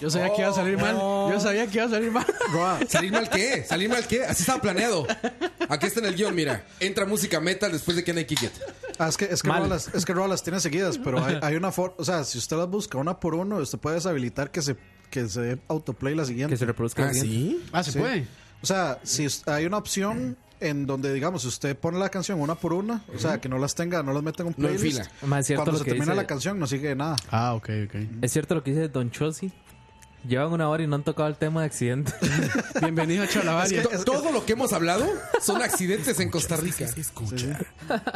Yo sabía que iba a salir mal. Yo sabía que iba a salir mal.
¿Salir mal qué? ¿Salir mal qué? Así estaba planeado. Aquí está en el guión, mira. Entra música metal después de Can I Kick It.
Ah, es que, es que
Mal.
Roa las- es que Roa las tiene seguidas, pero hay, hay una forma. O sea, si usted las busca una por uno, usted puede deshabilitar que se, que se dé autoplay la siguiente.
Que se reproduzca la Ah, siguiente. ¿sí?
Ah, ¿se puede?
O sea, si us- hay una opción en donde, digamos, usted pone la canción una por una, o sea, que no las tenga, no las meta en un
No en
playlist.
fila. Ma, es cierto
Cuando
lo
se
que
termina
dice-
la canción, no sigue nada.
Ah, ok, ok.
Es cierto lo que dice Don Chossi. Llevan una hora y no han tocado el tema de accidente.
Bienvenido a
Chalabaria. Es que- es- Todo lo que hemos hablado son accidentes en Costa Rica. Escucha.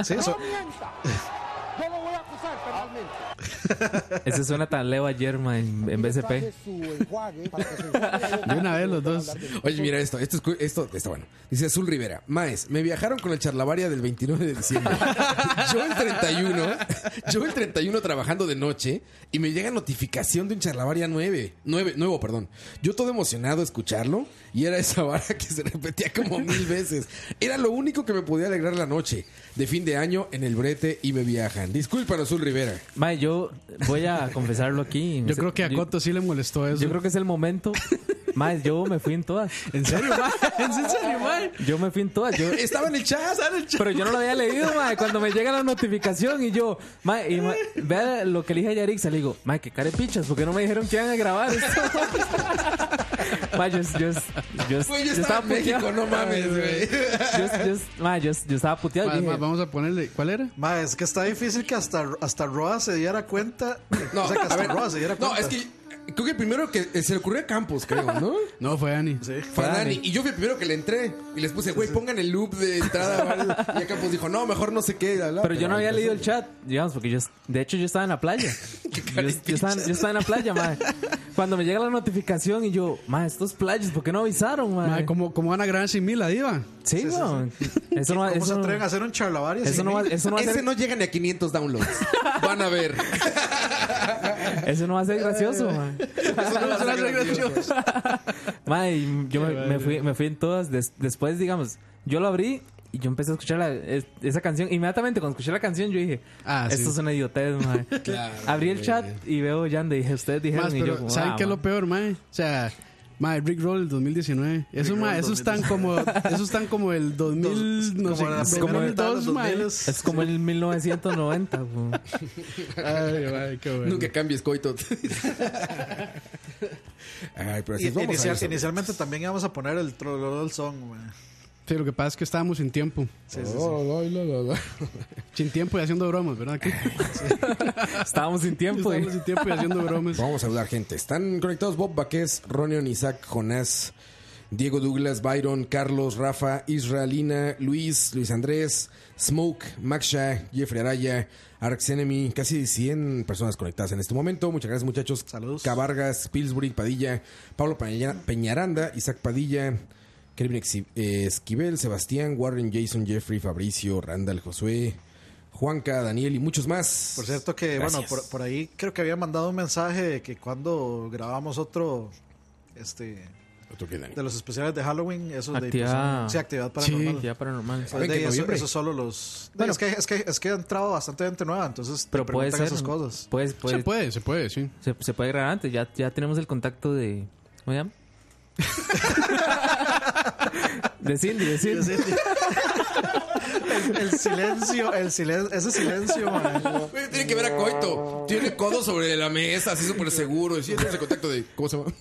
Sí, eso.
Yo lo voy a acusar penalmente.
Ese suena tan leo ayer, ma, en, en BCP.
Traje su enjuague para que se enjuague la boca.
Oye, mira esto. Esto, es cu- esto está bueno. Dice Azul Rivera. Maes, me viajaron con el charlavaria del 29 de diciembre. Yo el 31, yo el 31 trabajando de noche y me llega notificación de un charlavaria 9. 9 nuevo, perdón. Yo todo emocionado a escucharlo y era esa vara que se repetía como mil veces. Era lo único que me podía alegrar la noche. De fin de año en el brete y me viajan. Disculpa, Azul Rivera.
Ma, yo voy a confesarlo aquí.
Yo creo que a
Coto sí le molestó eso.
Yo creo que es el momento. Ma, yo me fui en todas.
¿En serio, ma? ¿En serio, ma?
Yo me fui en todas. Yo...
Estaba en el chat.
Pero yo no lo había leído, mae. Cuando me llega la notificación y yo, mae, y, mae, vea lo que le dije a Yarixa. Le digo, mae, que carepichas, porque no me dijeron que iban a grabar esto? mae, yo, yo, yo,
Güey, yo estaba en México,
puteado.
no mames, güey.
Yo, yo, mae, yo, yo estaba puteado. dije,
vamos a ponerle. ¿Cuál era?
Ma, es que está difícil que hasta, hasta Roa se diera cuenta.
No,
o sea, que
a
hasta
ver,
Roa se diera
no,
cuenta.
es que creo que el primero que se le ocurrió a Campos, creo, ¿no?
No, fue Ani.
Fue a Dani. Y yo fui el primero que le entré. Y les puse, güey, pongan el loop de entrada. ¿vale? Y acá pues dijo, no, mejor no sé qué. bla, bla,
Pero yo no había
empezó.
leído el chat, digamos, porque yo, de hecho, yo estaba en la playa. yo, yo estaba, yo estaba en la playa, mae. Cuando me llega la notificación y yo, mae, estos playas, ¿por qué no avisaron, mae?
Ma, ¿cómo, ¿Cómo van a grabar sin mí la diva?
Sí, weón. Eso no, va-
¿Cómo
eso
se
no-
atreven a hacer un charlavaria?
Eso
sin
no va-
mí?
eso no va a ser- Ese no
llega ni a 500 downloads. Van a ver.
Eso no va a ser gracioso, man.
Eso no va a ser gracioso.
y yo me, me fui, me fui en todas. Des- después, digamos, yo lo abrí y yo empecé a escuchar la- es- esa canción. Inmediatamente cuando escuché la canción, yo dije,
Ah,
esto
sí.
es una idiotez, man.
Claro,
abrí el
güey.
chat y veo Yande y dije, ustedes dijeron
Más,
y yo
pero
como,
¿saben
"Ah,
qué es
man".
lo peor, mae? O sea, mae, Rick Roll 2019. Eso,
Rick
mae,
Roll
eso es tan como eso es tan como el 2000, no sé,
Como la
como
primera
el
mitad de eh. los
2002, mae.
2000. Es como el 1990, güey.
Ay, mae, qué bueno.
Nunca cambies, coito. Ay, pero así
Y-
Pues vamos
inicial-
a ver.
inicialmente también íbamos a poner el Trollol Song, güey.
Sí, lo que pasa es que estábamos sin tiempo.
Sí, sí, sí.
Oh,
Sin tiempo y haciendo bromas, ¿verdad? Aquí?
Estábamos sin tiempo.
Estábamos sin tiempo y haciendo bromas.
Vamos a saludar gente. Están conectados Bob Baquez, Ronion, Isaac, Jonás, Diego Douglas, Byron, Carlos, Rafa, Israelina, Luis, Luis Andrés, Smoke, Maxa, Jeffrey Araya, Arx Enemy. Casi 100 personas conectadas en este momento. Muchas gracias, muchachos. Saludos. Cabargas, Pillsbury, Padilla, Pablo Peña- Peñaranda, Isaac Padilla. Kevin Exi- eh, Esquivel, Sebastián, Warren, Jason, Jeffrey, Fabricio, Randall, Josué, Juanca, Daniel y muchos más.
Por cierto que, bueno,
Gracias.
por, por ahí creo que había mandado un mensaje de que cuando grabamos otro, este,
Otro que Dani.
de los especiales de Halloween, eso de
Actividad-
pues, son- sí, actividad paranormal.
Sí, actividad paranormal.
Pues,
¿Saben
de
que
ahí
en
eso,
noviembre?
eso solo los...
Bueno.
es, que, es, que, es que ha entrado bastante gente nueva, entonces te
Pero puede
preguntan
ser.
esas cosas.
Puede, puede,
Se
puede, se puede, sí.
Se, puede grabar antes. Ya, ya tenemos el contacto de. ¿Cómo se llama? de Cindy, de Cindy.
El, el silencio, el silencio, ese silencio, man.
Güey, Tiene que ver a Coito. Tiene codo sobre la mesa, así súper seguro. Y sí, tenemos el contacto de. ¿Cómo se llama?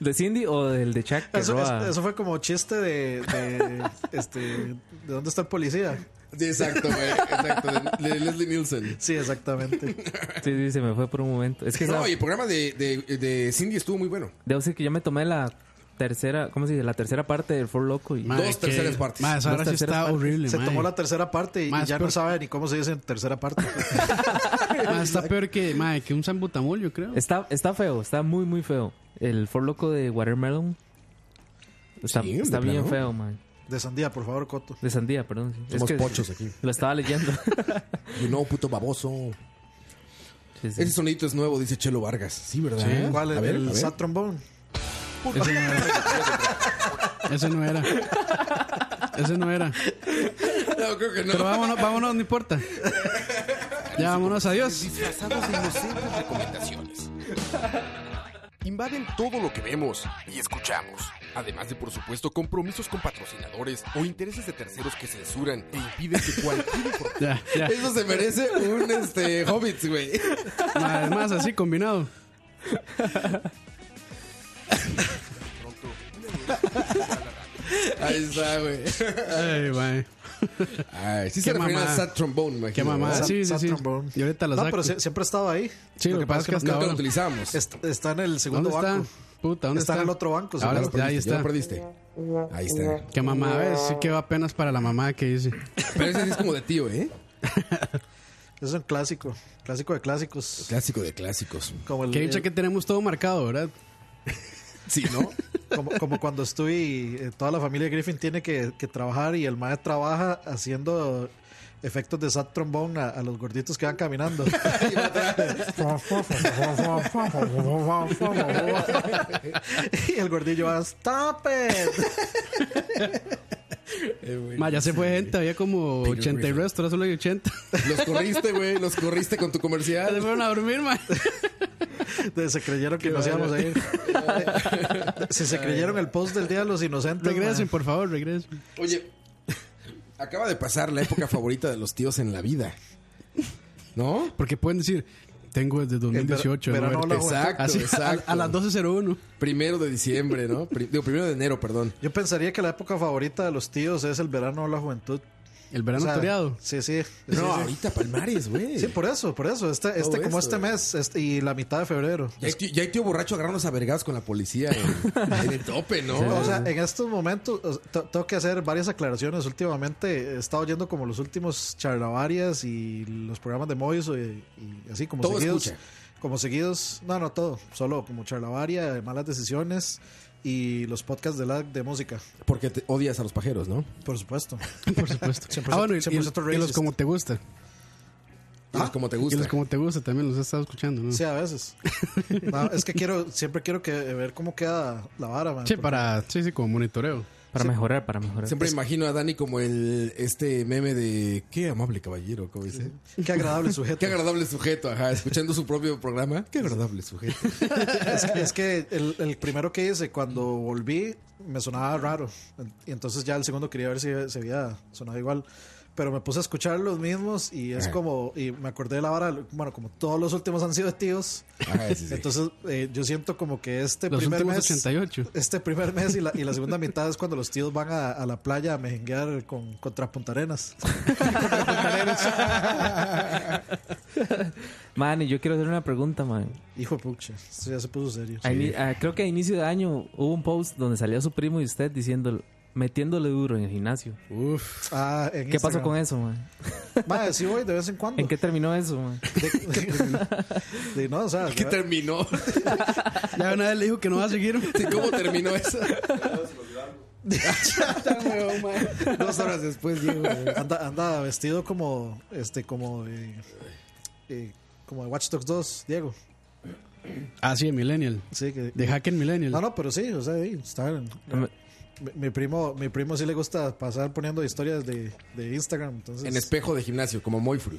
¿De Cindy o del de Chuck? Que
Eso,
roba?
es- eso fue como chiste de, de, este, ¿de dónde está el policía?
Sí, exacto, güey, exacto, de- de Leslie Nielsen.
Sí, exactamente.
Sí, sí, se me fue por un momento. Es que
no,
esa-
y el programa de, de- de Cindy estuvo muy bueno.
debo decir que yo me tomé la tercera, ¿cómo se dice? La tercera parte del For Loco. Y...
Madre, Dos que- terceras partes. madre, esa
Dos
hora sí
terceras
está
partes.
horrible,
Se tomó la tercera parte y, y
Más
ya
por-
no sabe ni cómo se dice en tercera parte.
Ma, está peor que, ma, que un sambutamol, yo creo.
Está, está feo, está muy, muy feo. El For Loco de Watermelon. Está,
Sí, de
está bien
plano.
feo, man.
De sandía, por favor, Coto.
De sandía, perdón. Es
Somos
que
pochos aquí.
Lo estaba leyendo.
Y no, puto baboso. Ese sonidito es nuevo, dice Chelo Vargas. Sí, ¿verdad?
¿Eh?
Sí. ¿Cuál?
A
¿El-
ver,
el
a ver.
sad trombón?
Ese no era. Ese no era. Ese no era.
No, creo que no.
Pero vámonos, vámonos, no importa. Ya vámonos, adiós.
Disfrazados de inocentes recomendaciones. invaden todo lo que vemos y escuchamos. Además de, por supuesto, compromisos con patrocinadores o intereses de terceros que censuran e impiden que cualquier información...
Eso se merece un este, Hobbits, güey.
Además, así combinado.
Ahí está, güey.
Ay, mae.
Ay, sí se
Qué
refieren
mamá.
al sad trombone, imagino.
Qué mamá,
¿verdad?
Ah, sí, sí, sí. Y ahorita la
No,
saco.
pero sie- siempre ha estado ahí.
Sí, lo que pasa es que hasta
nunca
ahora-
utilizamos.
Est- Está, en el segundo
¿Dónde está?
banco.
Puta, ¿dónde
está?
está?
en el otro banco.
Ahora
seguro.
ya ahí está.
Ahí está.
Qué mamá, ves. Sí que va apenas para la mamá que dice.
Pero ese sí es como de tío, ¿eh?
Es un clásico. Clásico de clásicos.
Clásico de clásicos.
Como el- eh,
Que dicha que tenemos todo marcado, ¿verdad?
Sí, ¿no?
como, como cuando estoy, eh, toda la familia Griffin tiene que, que trabajar y el maestro trabaja haciendo efectos de sad trombón a, a los gorditos que van caminando. y el gordillo va, stop it.
Eh,
Ma, ya se fue gente, había como
Peter
80 y
Griffin.
resto, ahora solo hay 80.
Los corriste, güey. Los corriste con tu comercial.
Se fueron a dormir, ma.
De- se creyeron que nos íbamos a ir. Si se creyeron el post del Día de los Inocentes.
Regresen,
ma.
por favor, regresen.
Oye, acaba de pasar la época favorita de los tíos en la vida. ¿No?
Porque pueden decir, tengo desde 2018.
ver- verano
Roberto.
la juventud.
Así,
Exacto,
A, a las 12.01.
Primero de diciembre, ¿no? Pri- digo, primero de enero, perdón.
Yo pensaría que la época favorita de los tíos es el verano o la juventud.
El verano
O sea,
toreado.
Sí, sí.
No,
Sí, sí.
ahorita Palmares, güey.
Sí, por eso, por eso. Este, este
Todo
como
eso,
este
güey.
mes este- y la mitad de febrero.
Ya hay, tío, ya hay tío borracho agarrarnos a vergados con la policía en, en el tope, ¿no?
O sea, en estos momentos o sea, te- tengo que hacer varias aclaraciones. Últimamente he estado oyendo como los últimos charlavarias y los programas de Moiso y, y así como
Todo
seguidos.
escucha.
Como seguidos, no, no todo, solo como charlavaria, malas decisiones y los podcasts de la de música,
porque te odias a los pajeros, ¿no?
por supuesto.
Por supuesto.
Siempre
ah,
so-
bueno, y,
siempre
y-
so
y los
racist.
como te gusta.
Y
Ah,
los como te gusta.
Y los como te gusta también los he estado escuchando, ¿no?
Sí, a veces. No, es que quiero, siempre quiero que ver cómo queda la vara, man,
ah,
Sí,
porque-
para, sí, sí, como monitoreo.
Este
Para mejorar, para mejorar.
Siempre imagino a Dani como el este meme de qué amable caballero, ¿cómo dice?
Qué agradable sujeto.
Qué agradable sujeto, ajá, escuchando su propio programa. Qué agradable sujeto.
Es que, es que el, el primero que hice cuando volví me sonaba raro. Y entonces ya el segundo quería ver si se había sonado igual. Pero me puse a escuchar los mismos y es
Ajá.
como. Y me acordé de la vara. Bueno, como todos los últimos han sido de tíos.
Ajá, sí, sí.
Entonces eh, yo siento como que este
Los
primer
últimos
mes.
88.
Este primer mes y la, y la segunda mitad es cuando los tíos van a, a la playa a mejenguear con, contra Punta Arenas.
Man, y yo quiero hacer una pregunta, man.
Hijo de pucha, esto ya se puso serio.
A ini- a- creo que a inicio de año hubo un post donde salía su primo y usted diciendo, metiéndole duro en el gimnasio.
Uf.
Ah, en
¿Qué pasó
Instagram.
con eso, man?
Madre, sí voy de vez en cuando.
¿En qué terminó eso, man?
Sí, no, o sea,
¿Qué terminó?
Ya una vez le dijo que no va a seguir.
Sí, ¿Cómo terminó eso? Dos horas después, Diego.
anda, anda vestido como este como eh, eh, como de Watch Dogs 2, Diego.
Ah, sí, de Millennial.
Sí, que
De Hacker Millennial.
Ah,
No, no, pero sí, o sea, sí, está en- mi, mi primo, mi primo sí le gusta pasar poniendo historias de, de Instagram, entonces.
En espejo de gimnasio, como Moifru.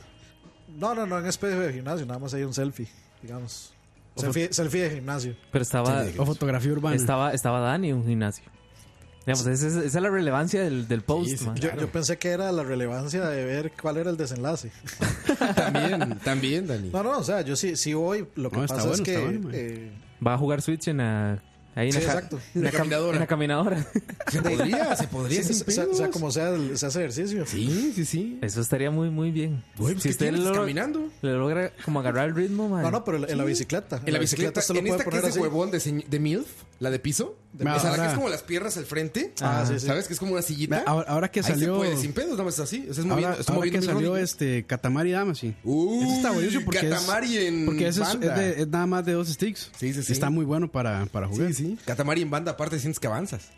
no, no, no, en espejo de gimnasio, nada más hay un selfie, digamos. Selfie, selfie de gimnasio.
Pero estaba,
O fotografía urbana.
estaba, estaba Dani en un gimnasio. Digamos, esa, es- esa es la relevancia del, del post, man.
Yo, yo pensé que era la relevancia de ver cuál era el desenlace.
También, también, Dani.
No, no, o sea, yo sí, sí voy. Lo que
No, está
pasa es
bueno,
que
está bueno, man.
eh,
Va a jugar Switch en la... Ahí en
Sí,
la ca-
exacto.
en la
La
cam-
caminadora.
en la caminadora.
Se podría, se podría.
Sí,
sin
o sea, o
pedos.
sea, como sea, el- se hace ejercicio.
Sí, sí, sí.
Eso estaría muy, muy bien.
Güey, si
usted
usted
lo-
caminando.
Le logra como agarrar el ritmo, man.
No, no, pero en la- en la bicicleta.
En la bicicleta,
se lo
en
puede
esta que
poner
es de
así.
huevón de, señ- de MILF, la de piso.
Ma,
o sea, la que
ahora-
es como las piernas al frente.
Ah, sí, sí.
¿Sabes? Que es como una sillita.
Ma, ahora- ahora que
Ahí se
salió-
puede, sin pedos, nada más así. O sea, es moviendo,
Ahora,
es
ahora
moviendo
que
mi
salió
rodilla.
este Katamari Damacy.
Uy,
Ese está buenísimo porque es-
Katamari en
Porque ese es, es
banda.
de- es nada más de dos sticks.
Sí, sí, sí.
Está muy bueno para, para jugar.
Sí, sí. Catamari en banda, aparte sientes que avanzas.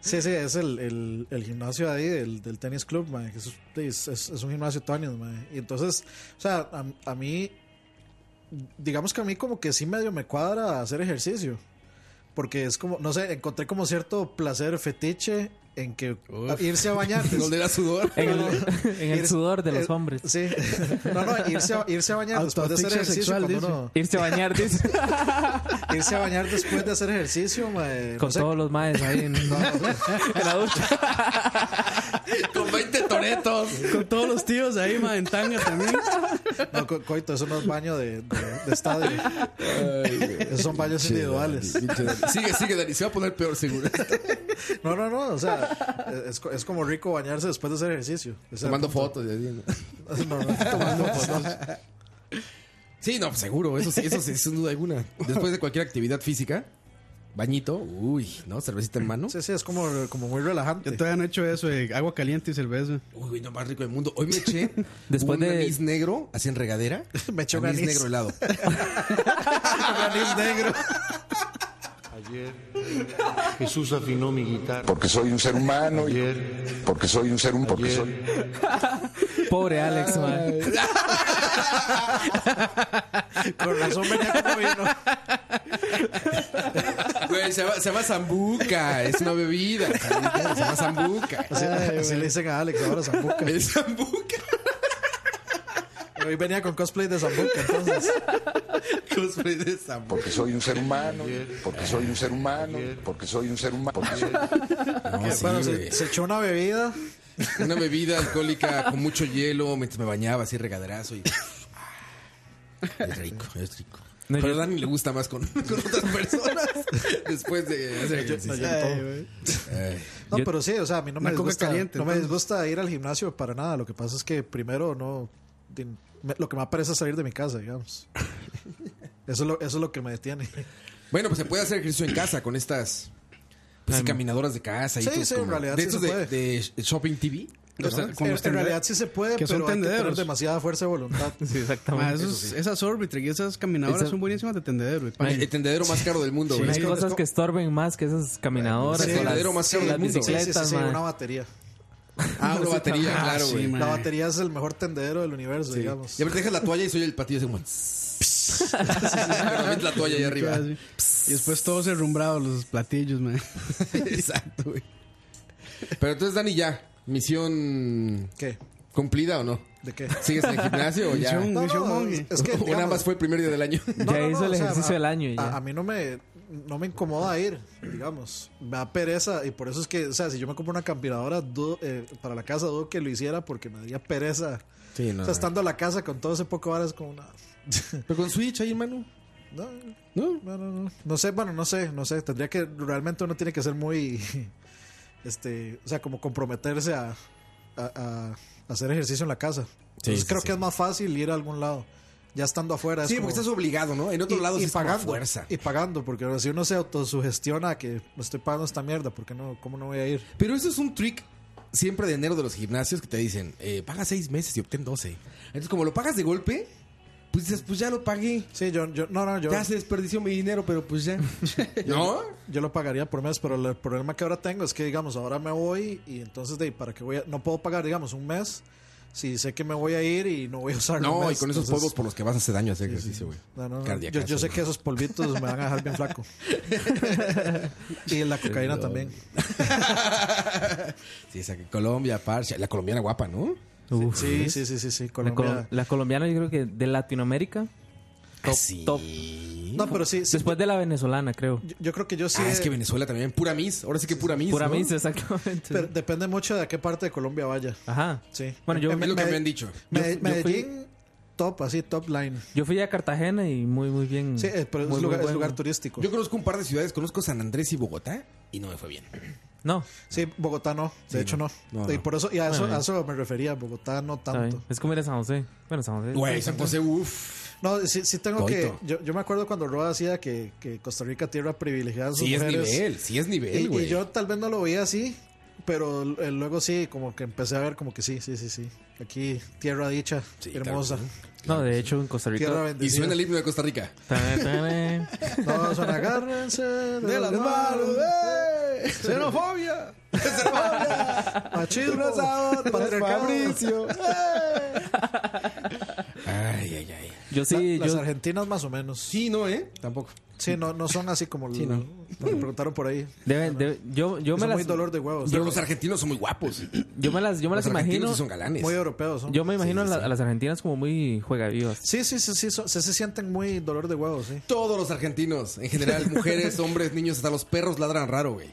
Sí, sí, es el, el, el gimnasio ahí del, del tenis club, mae, que es, es- es- es un gimnasio tenis, mae. Y entonces, o sea, a, a mí, digamos que a mí como que sí medio me cuadra hacer ejercicio. Porque es como, no sé, encontré como cierto placer fetiche en que irse a bañar.
Donde era sudor.
En el, en el
Irse-
sudor de los
eh,
hombres.
Sí. No, no, irse a, irse a bañar después de hacer
Autoasfixia
ejercicio.
sexual,
cuando
dice.
uno-
Irse a bañar, dice.
irse a bañar después de hacer ejercicio, mae, no
Con
sé.
todos los maes ahí en, en la ducha.
Con 20 toretos.
Con todos los tíos ahí, ma, en tanga también.
No, co- coito, eso no es baño de, de- de estadio. Esos son baños individuales.
Sigue, sigue, Dani. Se va a poner peor, seguro.
No, no, no. O sea, es, es como rico bañarse después de hacer ejercicio. Ese
Tomando
punto.
fotos. ya digo.
No, no, tomando fotos.
Sí, no, seguro. Eso, sí- eso sí, sin duda alguna. Después de cualquier actividad física, bañito, uy, ¿no? Cervecita en mano.
Sí, sí, es como, como muy relajante.
Yo Eh, todavía no he hecho eso de agua caliente y cerveza.
Uy, güey, no más rico del mundo. Hoy me eché
Después
un
de-
anís negro, así en regadera.
me eché un
anís
anís.
negro helado.
anís negro.
Ayer Jesús afinó mi guitarra.
Porque soy un ser humano. y- porque soy un ser humano. Porque soy.
Pobre Alex, man.
Con razón venía como vino.
Güey, se llama, se llama Zambuca. Es una bebida. ¿sabes? Se llama Zambuca.
Así, así le dicen a Alex ahora, Zambuca.
El Zambuca.
Hoy venía con cosplay de Zambuca, entonces.
Cosplay de Zambuca.
Porque soy un ser humano. Porque soy un ser humano. Porque soy un ser humano. Porque soy-
No, sí,
bueno,
güey.
se, se echó una bebida.
Una bebida alcohólica con mucho hielo mientras me bañaba así regaderazo y. ah, Es rico, es rico. Pero a Dani le gusta más con, con otras personas después de hacer ejercicio.
yo todo.
Ay.
No,
Yo-
pero sí, o sea, a mí no
Una
me
coca
disgusta,
caliente,
no me
entonces.
disgusta ir al gimnasio para nada. Lo que pasa es que primero no din- me- lo que me aparece es salir de mi casa, digamos. Eso es lo, eso es lo que me detiene.
Bueno, pues se puede hacer ejercicio en casa con estas pues, sí, caminadoras de casa y
Sí,
estos
sí, en
como-
realidad
de
sí
estos
se
de, de Shopping TV.
O sea, en, en realidad sí se puede,
que son
pero hay que tener
tendederos.
demasiada fuerza de voluntad.
Sí,
Ma, Ah, esos- Esas Orbiter y esas caminadoras
Esa-
son buenísimas de tendedero. eh, y pan.
El tendedero más caro del mundo,
Sí,
güey.
es
Hay
como-
cosas que estorben más que esas caminadoras.
Sí,
o
el
las-
heladero más caro
las
del mundo.
bicicletas,
Sí, sí, sí,
man.
una batería.
Ah, una batería,
Ah,
claro,
sí,
güey.
man.
La batería es el mejor tendedero del universo,
Sí.
digamos.
Y a ver, dejas la toalla y soy el patillo ese como... Pero metes la toalla ahí arriba.
Y después todos herrumbrados los platillos, man.
Exacto, güey. Pero entonces, Dani, ya. Misión...
¿Qué?
¿Cumplida o no?
¿De qué?
¿Sigues en el gimnasio o ya?
Misión-
No,
No,
Misión
no,
Monge.
es, es que
o nada
digamos,
más fue el primer día del año.
Ya
No, no, no,
hizo el
o sea,
ejercicio
a-
del año y
a-
ya.
A, mí no me, no me incomoda ir, digamos. Me da pereza y por eso es que, o sea, si yo me compro una caminadora dudo- eh, para la casa, dudo que lo hiciera porque me daría pereza.
Sí,
o sea, estando en la casa con todo ese poco horas como una...
Pero con Switch ahí, hermano.
No,
No.
no, no, no. No sé, bueno, no sé, no sé. Tendría que, realmente uno tiene que ser muy, este, o sea, como comprometerse a, a- a hacer ejercicio en la casa. Entonces
sí,
creo
sí.
que es más fácil ir a algún lado. Ya estando afuera. es
Sí, porque
como-
estás obligado, ¿no? En otro lado sí es como fuerza.
y pagando, porque ahora si uno se autosugestiona que estoy pagando esta mierda, porque no, ¿cómo no voy a ir?
Pero eso es un trick siempre de enero de los gimnasios que te dicen, eh, paga seis meses y obtén 12. Entonces, como lo pagas de golpe, pues dices, pues ya lo pagué.
Sí, yo, yo no, no, yo,
Ya se desperdició mi dinero, pero pues ya. ¿No?
yo lo pagaría por mes, pero el problema que ahora tengo es que, digamos, ahora me voy y entonces, de ahí, ¿para qué voy a- No puedo pagar, digamos, un mes si sé que me voy a ir y no voy a usar
No, y con esos polvos por los que vas a hacer daño a hacer ejercicio, güey.
No, no, no. Yo,
Cardíacazo,
yo sé
güey.
que esos polvitos me van a dejar bien flaco. y la cocaína
Perdón.
también.
Sí, esa que Colombia, Parcha. La colombiana guapa, ¿no?
Uf.
Sí, sí, sí, sí, sí.
La, col-
Colombia.
la colombiana, yo creo que de Latinoamérica. Top,
Ah, sí.
top.
No, pero sí, sí,
Después de la venezolana, creo.
yo, yo creo que yo sí.
Ah,
he-
es que Venezuela también, pura mis. Ahora sí que pura mis.
Pura
¿no?
misa, exactamente.
pero depende mucho de a qué parte de Colombia vaya.
Ajá.
Sí.
Bueno, yo,
Es lo que me han dicho.
Me-
Yo- yo fui-
Medellín, top, así, top line.
yo fui a Cartagena y muy, muy bien.
Mm.
Sí, eh, pero es,
Muy, muy
lugar, es
bueno.
lugar turístico.
Yo conozco un par de ciudades, conozco San Andrés y Bogotá y no me fue bien.
No,
Sí, Bogotá no, de hecho no.
no. No,
Y
no.
por eso, y a eso,
Bueno,
a eso me refería, Bogotá no
está bien.
tanto.
Es como ir a San José. Bueno, San José.
Güey, San José, uff.
No, sí, sí tengo
Coito.
que. Yo, yo me acuerdo cuando Roa decía que, que Costa Rica tierra privilegiada. de sus
Sí es
mujeres.
nivel, sí es nivel,
Y, y
güey.
yo tal vez no lo veía así, pero eh, luego sí, como que empecé a ver como que sí, sí, sí, sí. Aquí, tierra dicha,
Sí,
hermosa.
claro.
No, de hecho, en Costa
Tierra
Rica.
Y
bendecida.
suena el himno de Costa Rica.
Ta- ta-
No, son agárrense de,
De las manos, ¡eh!
Xenofobia. Machismo. patriarcado.
Fabricio. Ay, ay, ay.
Yo sí,
La- las
yo,
argentinas más o menos.
Sí, no, ¿eh? Tampoco.
Sí, no, no son así como
Sí,
lo-
no.
lo que preguntaron por ahí.
Deben- deben- yo, yo me
Son
las,
muy dolor de huevos.
yo-
son muy guapos.
Yo me las, yo me
Los
las
argentinos
imagino.
sí son galanes. Muy europeos son.
Yo me imagino
Sí, sí,
a, la-
sí.
a las argentinas como muy juegavivas.
Sí, sí, sí, sí, so- se, se sienten muy dolor de huevos, sí.
Todos los argentinos, en general, mujeres, hombres, niños, hasta los perros ladran raro, güey.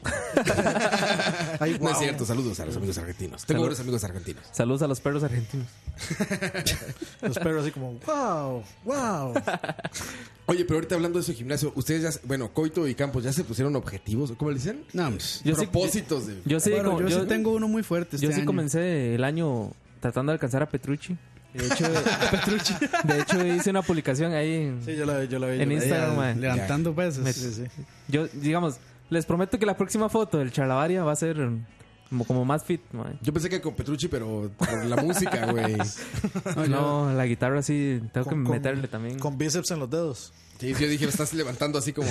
No es cierto, saludos a los amigos argentinos. Tengo
Salud.
buenos amigos argentinos.
Saludos a los perros argentinos.
Los perros así como, wow, wow.
Oye, pero ahorita hablando de su gimnasio, ustedes ya, se- bueno, Coito y Campos, ¿ya se pusieron objetivos? ¿Cómo le dicen?
No,
yo sí-
Propósitos. de-
Yo sí,
Bueno,
como-
yo sí tengo uno muy fuerte
yo
este
sí
año.
comencé el año tratando de alcanzar a Petrucci. De hecho, Petrucci. De hecho hice una publicación ahí en,
Sí, yo la vi, yo la vi. yo
en
la vi.
Instagram.
Ya,
mae.
levantando pesos.
Me-
Sí, sí.
Yo, digamos, les prometo que la próxima foto del Charlavaria va a ser como, como más fit. mae.
Yo pensé que con Petrucci, pero por la música, güey.
No, la guitarra sí, tengo que
Con- con-
meterle también.
Ah, Con bíceps en los dedos.
Sí, yo dije, lo estás levantando así como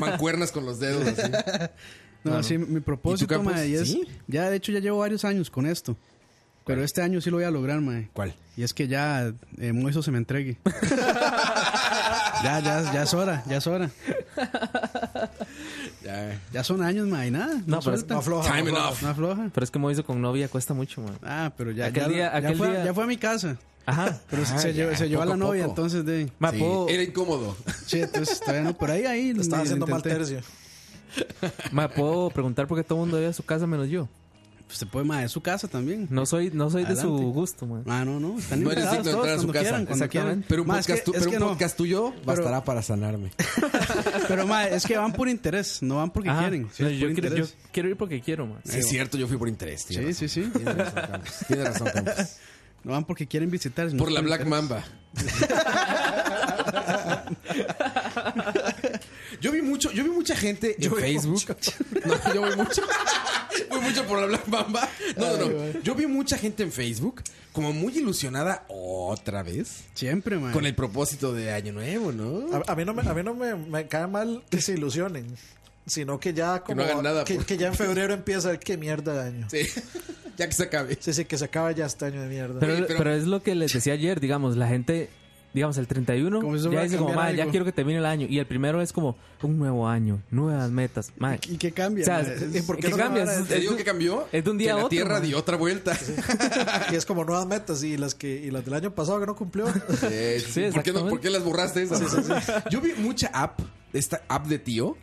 mancuernas con los dedos. Así.
No,
Claro.
sí, mi propósito,
¿Y tú, Campos?
mae, y es.
¿Sí?
Ya, de hecho, ya llevo varios años con esto. Pero este año sí lo voy a lograr, mae.
¿Cuál?
Y es que ya eh, Moiso se me entregue. ya, ya, ya es hora, ya es hora.
Ya,
son años, mae, y nada.
pero
No,
es-
suelta.
no afloja, no Time afloja. enough.
No afloja.
Pero es que Moiso con novia cuesta mucho, man.
Ah, pero ya.
Aquel
ya,
día-
ya
aquel
fue,
día-
ya fue a mi casa.
Ajá.
Pero
Ah,
se,
ya,
llevó, se llevó a
poco
la
a
novia,
poco.
entonces de.
Ah,
Ma, puedo-
Era incómodo.
Sí, entonces todavía no, por ahí, ahí.
Te estaba haciendo mal tercio.
Ma, ¿puedo preguntar por qué todo el mundo iba a su casa menos yo?
Pues se puede, ma, es su casa también.
No soy, no soy de su
Adelante.
gusto, man.
Ah, no, no. Están
No eres
invitados
digno de
todos,
entrar a su
cuando
casa.
quieran, cuando
Exactamente.
quieran.
Pero un
Ma, es
podcast,
que-
tu-
es
pero
que
un
no.
podcast tuyo bastará
Pero-
para sanarme.
Pero, ma, es que van por interés, no van porque
Ajá.
quieren. Sí,
No,
es
yo,
por
quiero, yo
interés.
quiero ir porque quiero, man.
Sí, es cierto, yo fui por interés.
Sí, sí, sí.
Tiene razón, Campos. Tiene razón, Campos.
No van porque quieren visitar. sino
Por la Black
interés.
Mamba. Yo vi mucho, yo vi mucha gente en Facebook. No, yo vi mucho. Voy mucho por la Black Mamba. No, no, no. Yo vi mucha gente en Facebook como muy ilusionada otra vez
Siempre, man.
con el propósito de Año Nuevo, ¿no?
A, a mí no, me, a mí no me, me cae mal que se ilusionen, sino que ya como...
no hagan nada,
Que,
por-
que ya en febrero empieza a ver qué mierda de año.
Sí, ya que se acabe.
sí, que se acaba ya este año de mierda.
Pero, pero es lo que les decía ayer, digamos, la gente, digamos, el 31
Como si eso
ya
fuera a
dice como,
cambiar
"Ma, ya
algo".
quiero que termine el año. Y el primero es como, un nuevo año, nuevas metas, ma.
¿Y qué cambia?
O sea,
ma?
es-
Es-
¿por qué
es
no
una
cambias?
vara
Te digo que cambió.
Es de un día
que
a
la
otro,
Tierra
man.
dio otra vuelta.
Y es como nuevas metas y las que y las del año pasado que no cumplió.
Sí, sí, sí. ¿Por, qué no-
exactamente.
por qué las borraste esas? Yo vi mucha app, esta app de tío.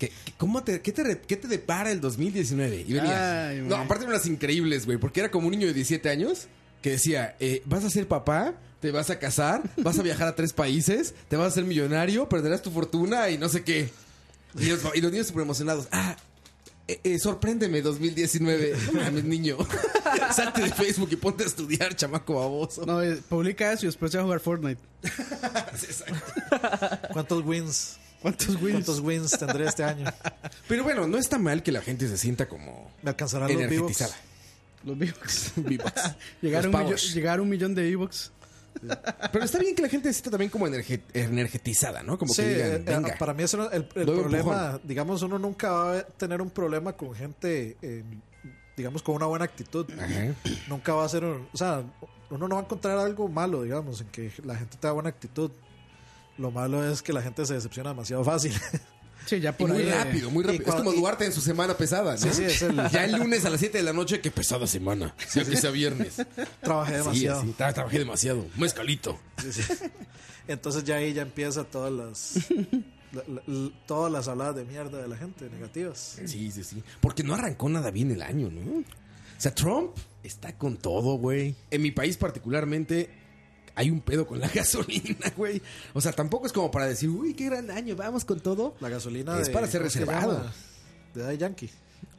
Que, que- ¿cómo te, qué, te, re- qué te depara el 2019? Y venía.
Ay,
no,
güey.
aparte eran las increíbles, güey. Porque era como un niño de 17 años que decía: eh, Vas a ser papá, te vas a casar, vas a viajar a tres países, te vas a ser millonario, perderás tu fortuna y no sé qué. Y los, y los niños súper emocionados. Ah, eh, eh, sorpréndeme 2019. No mames, niño. Salte de Facebook y ponte a estudiar, chamaco baboso.
No, eh, publica eso y después se va a jugar Fortnite.
¿Cuántos wins?
¿Cuántos wins?
¿Cuántos wins tendré este año?
Pero bueno, no está mal que la gente se sienta como
Me alcanzarán los vivos.
energetizada.
Los V-Bucks.
Los
Llegaron un, millo-
pavos.
llegar un millón de V-Bucks.
Pero está bien que la gente se sienta también como energe- energetizada, ¿no? Como
Sí,
que
eh,
digan, venga.
para mí eso no- el, el
Doy un
problema,
empujón.
digamos, uno nunca va a tener un problema con gente, eh, digamos, con una buena actitud.
Ajá.
Nunca va a ser, un- o sea, uno no va a encontrar algo malo, digamos, en que la gente tenga buena actitud. Lo malo es que la gente se decepciona demasiado fácil.
Sí, ya
Y
por
muy
ahí. eh,
rápido, muy rápido.
y cuando-
es como Duarte en su semana pesada, ¿no?
Sí, sí, es el-
Ya el lunes a las 7 de la noche, qué pesada semana. Ya que sea viernes.
Trabajé demasiado.
Sí, así, tra- trabajé demasiado. Mezcalito.
Entonces ya ahí ya empieza todas las la- la- la- todas las habladas de mierda de la gente negativas.
Sí, sí, sí. Porque no arrancó nada bien el año, ¿no? O sea, Trump está con todo, güey. En mi país particularmente hay un pedo con la gasolina, güey. O sea, tampoco es como para decir, uy, qué gran año, vamos con todo.
La gasolina
Es
de-
para ser
¿cómo se
reservado.
llama? De Daddy Yankee.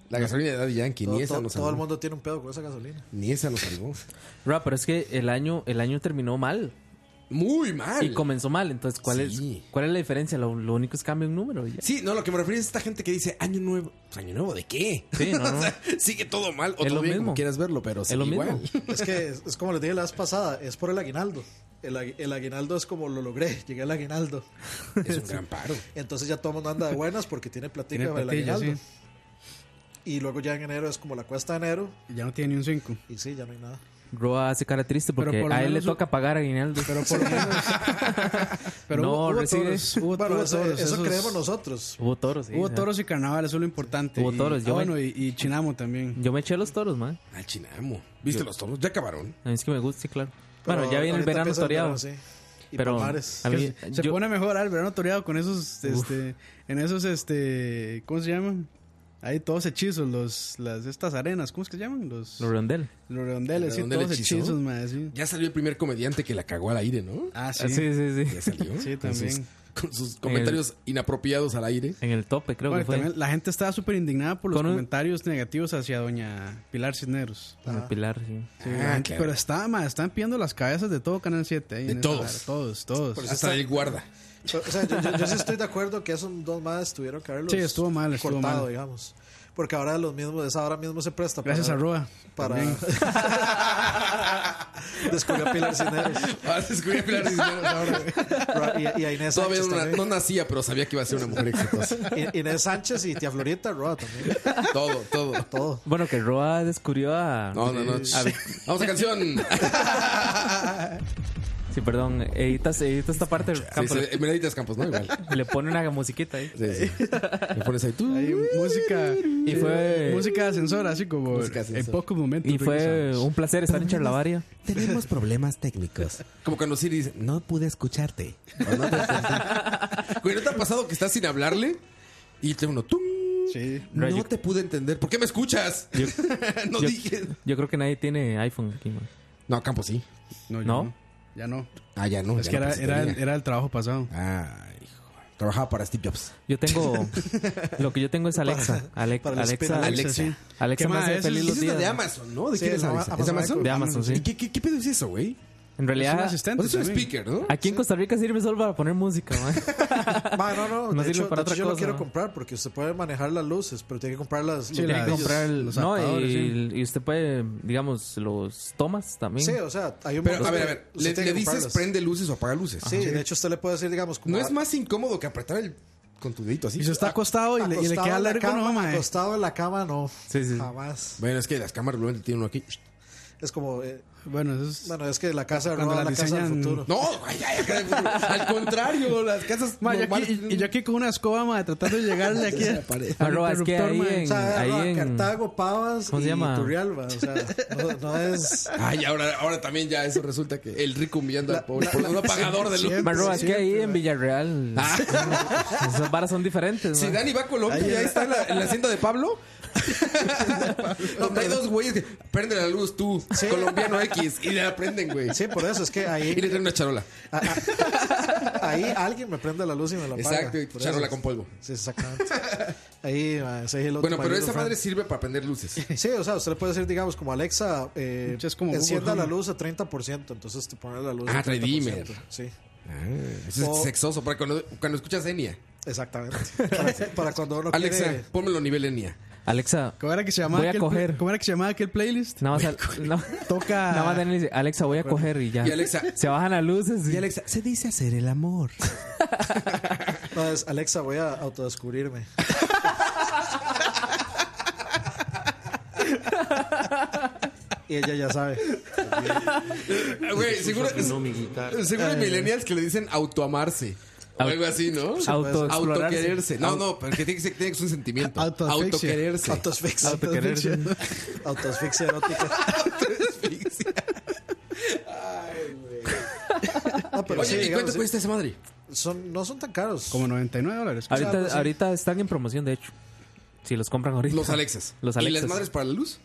La gasolina de Daddy Yankee,
Todo,
ni esa
todo-
nos
todo el
salvó.
mundo tiene un pedo con esa gasolina.
Ni esa nos salvó.
Ra, pero es que el año, el año terminó mal.
Muy mal.
Y comenzó mal, entonces, ¿cuál,
Sí.
es, ¿cuál es la diferencia? Lo, lo único es cambia un número. y ya.
Sí, no, lo que me refiero es esta gente que dice año nuevo. Pues, ¿Año nuevo de qué?
Sí, no, no.
O sea, sigue todo mal o
Es
todo
lo
bien,
mismo.
como quieras verlo, pero sí,
Es lo
igual.
mismo.
Es que es, es como les dije la vez pasada, es por el aguinaldo. El, agui- el aguinaldo es como lo logré, llegué al aguinaldo.
Es un gran paro.
Entonces ya todo el mundo anda de buenas porque tiene platica
Tiene
para el
platillo,
aguinaldo. Y luego ya en enero es como la cuesta de enero
Ya no tiene ni un 5.
y sí, ya no hay nada.
Roa hace cara triste
Pero
porque
por lo
a él le
menos-
toca pagar a Guinaldo. Pero por
Pero
no,
hubo- hubo
recibe.
toros, hubo
Bueno,
toros,
eso-
toros,
eso
esos-
creemos nosotros.
Hubo toros, sí.
Hubo
ajá.
toros y carnaval, eso es lo importante.
Hubo
Y-
toros,
ah,
yo me-
bueno, y, y Chinamo también.
Yo me eché los toros, man.
Ah, Chinamo. ¿Viste los toros? Ya acabaron.
A mí es que me gusta, sí, claro.
Pero
bueno, ya viene el
ahorita
verano
empieza el
toreado.
verano, sí.
Y
Pero
Palmares.
a mí-
Que se pone mejor al verano toreado con esos, este, en esos, este, ¿cómo se llaman? Ahí todos hechizos, los, las, estas arenas, ¿cómo es que se llaman? Los,
Los redondel.
los redondeles, sí, todos hechizos, madre, sí.
Ya salió el primer comediante que la cagó al aire, ¿no?
Ah,
sí. Ah, sí, sí, sí.
Ya salió.
Sí,
Con sus-
también.
Con sus, comentarios inapropiados al aire.
En el tope, creo
Bueno,
que fue.
también la gente estaba súper indignada por los
Con un-
comentarios negativos hacia doña Pilar Cisneros.
Doña Pilar, sí. Ah,
Sí, la gente-
claro.
Pero está, ma, están pidiendo las cabezas de todo Canal 7. ahí
De
en esa
todos.
vara, todos, todos.
Por eso está el guarda.
Pero, o sea, yo, yo- yo sí estoy de acuerdo que esos dos más tuvieron que haberlos
Sí, estuvo mal, estuvo
cortado,
mal.
digamos. Porque ahora los mismos, esa ahora mismo se presta
Gracias a Roa.
Para
También.
descubrir a Pilar Cineros.
Ah, descubrí a Pilar Cisneros ahora.
Y, y a Inés
Todavía
Sánchez
no, na-
también.
no nacía, pero sabía que iba a ser una mujer exitosa.
I- Inés Sánchez y tía Florita, Roa también.
Todo, todo.
Todo.
Bueno, que Roa descubrió a.
No, no, no.
a-
Vamos a canción.
sí, perdón. Editas, editas esta parte.
Sí,
Campos.
sí, eh, Meladitas Campos, ¿no? Igual.
Le pone una musiquita ahí.
Sí, sí. Le pones ahí tú.
Ahí, música. eh,
Y fue-
Música de ascensor, así como en pocos momentos.
Y fue
regresamos.
un placer estar en Charlavaria.
Tenemos problemas técnicos.
Como cuando Siri dice,
No pude escucharte.
Güey, ¿no te ha pasado que estás sin hablarle? Y te uno, ¡tum! No te pude entender. ¿Por qué me escuchas? no
yo-
dije.
Yo creo que nadie tiene iPhone aquí, man.
No, Campos sí.
No, yo
¿No?
no, ya no.
Ah, ya no.
es
ya
que
no
era,
pensé
era, el,
tenía.
era el trabajo pasado.
Ah, hijo. Trabajaba para Steve Jobs.
Yo tengo. lo que yo tengo es Alexa. Ale-
para el
Alexa.
espera,
Alexa.
sí.
Alexa
¿Qué
me
más?
hace
Esa
feliz
es-
los
esa es
días.
de Amazon, ¿no? ¿De
Sí,
quién es
Ama-
Alexa? ¿Es Amazon?
De Amazon, sí.
¿Y qué, qué- qué pedo es eso, güey?
En realidad.
Es un asistente Pues es un también. speaker, ¿no?
Aquí en Costa Rica sirve solo para poner música, man.
Ma, no, no,
No
de
sirve
hecho,
para
de hecho
otra
yo lo
cosa,
quiero
¿no?
comprar porque usted puede manejar las luces, pero tiene que comprar las.
Tiene que comprar el-
los
no,
adaptadores,
y,
sí.
y usted puede, digamos, los tomas también.
Sí, o sea, hay un
Pero,
montón
a ver,
de-
a ver.
usted
Le,
tiene
le
que
dices
comprarlas.
prende luces o apaga luces.
Sí, de hecho usted le puede decir, digamos, como
¿No es más incómodo que apretar el con tu dedito así? Ah.
Y se está acostado y, le, y le
acostado
queda
en la
largo,
cama,
no, mae.
Acostado en la cama, no.
Sí, sí.
Jamás.
Bueno, es que las cámaras luego tienen uno aquí.
Es como. eh,
Bueno, eso es.
bueno, es que la casa de
Cuando
Roa,
la
la casa del
diseñan-
futuro.
No, ay, ay, acá de futuro. al contrario, las casas
Ma, yo aquí-
normales
y, y yo aquí con una escoba, ma, tratando de llegarle aquí.
Se
a-
aparece.
al
Arroba, es que
interruptor,
ahí
ma.
en-
O sea,
ahí
Roa,
en-
Cartago, Pavas
¿Cómo se
y
llama?
Turrialba. O sea, no, no es.
Ay, ahora, ahora también ya eso resulta que el rico humillando al pobre por un apagador de luz.
Ma, Roa, es que ahí en Villarreal
Ah.
esas varas son diferentes.
Si
man.
Dani va a Colombia y ahí está en la, en la hacienda de Pablo. Donde hay dos güeyes que prende la luz tú, colombiano X, y la prenden, güey.
Sí, por eso es que
Y
ahí,
le traen una charola.
ahí alguien me prende la luz y me la apaga.
Exacto, y
Por
charola
eso.
con polvo.
Sí, exactamente. Ahí, ma, ese es el otro
Bueno, pero
marido,
esa
Fran.
madre sirve para prender luces.
Sí, o sea, usted le puede decir, digamos, como Alexa, eh,
Es como Google
encienda
Home.
la luz a 30%, entonces te pone la luz
Ah,
a 30%.
Redeemer.
Sí,
Eso es
O-
sexoso, para cuando, cuando escuchas Enia.
exactamente. Para, para cuando uno
Alexa,
quiere...
pónmelo nivel Enia.
Alexa,
¿Cómo era que se llamaba?
Voy a
aquel
coger.
pla- ¿Cómo era que se llamaba aquel playlist?
nada más, al- no-
Toca.
nada más Dani le dice, Alexa, voy a coger y ya.
Y Alexa-
Se bajan las luces. Y,
Alexa, se dice hacer el amor.
No, es, Alexa, voy a autodescubrirme. y ella ya sabe.
Ah, Güey, seguro,
afinó mi guitarra.
seguro hay millennials que le dicen autoamarse.
Eh.
O
Au-
algo así, ¿no?
Autoexplorarse.
Autoquererse. No, no, pero que tiene que ser tiene que ser un sentimiento.
Autoasfixia.
Autoquererse.
Autoasfixia.
Autoquererse.
Autoasfixia erótica.
Autoasfixia.
No, pero
Oye,
sí,
¿y
digamos,
cuánto
sí,
cuesta esa madre?
pues, son, no son tan caros.
Como 99 dólares.
ahorita,
pues sí.
ahorita están en promoción, de hecho. Si los compran ahorita.
Los Alexas.
Los
¿Y las
Alexas.
madres para la luz?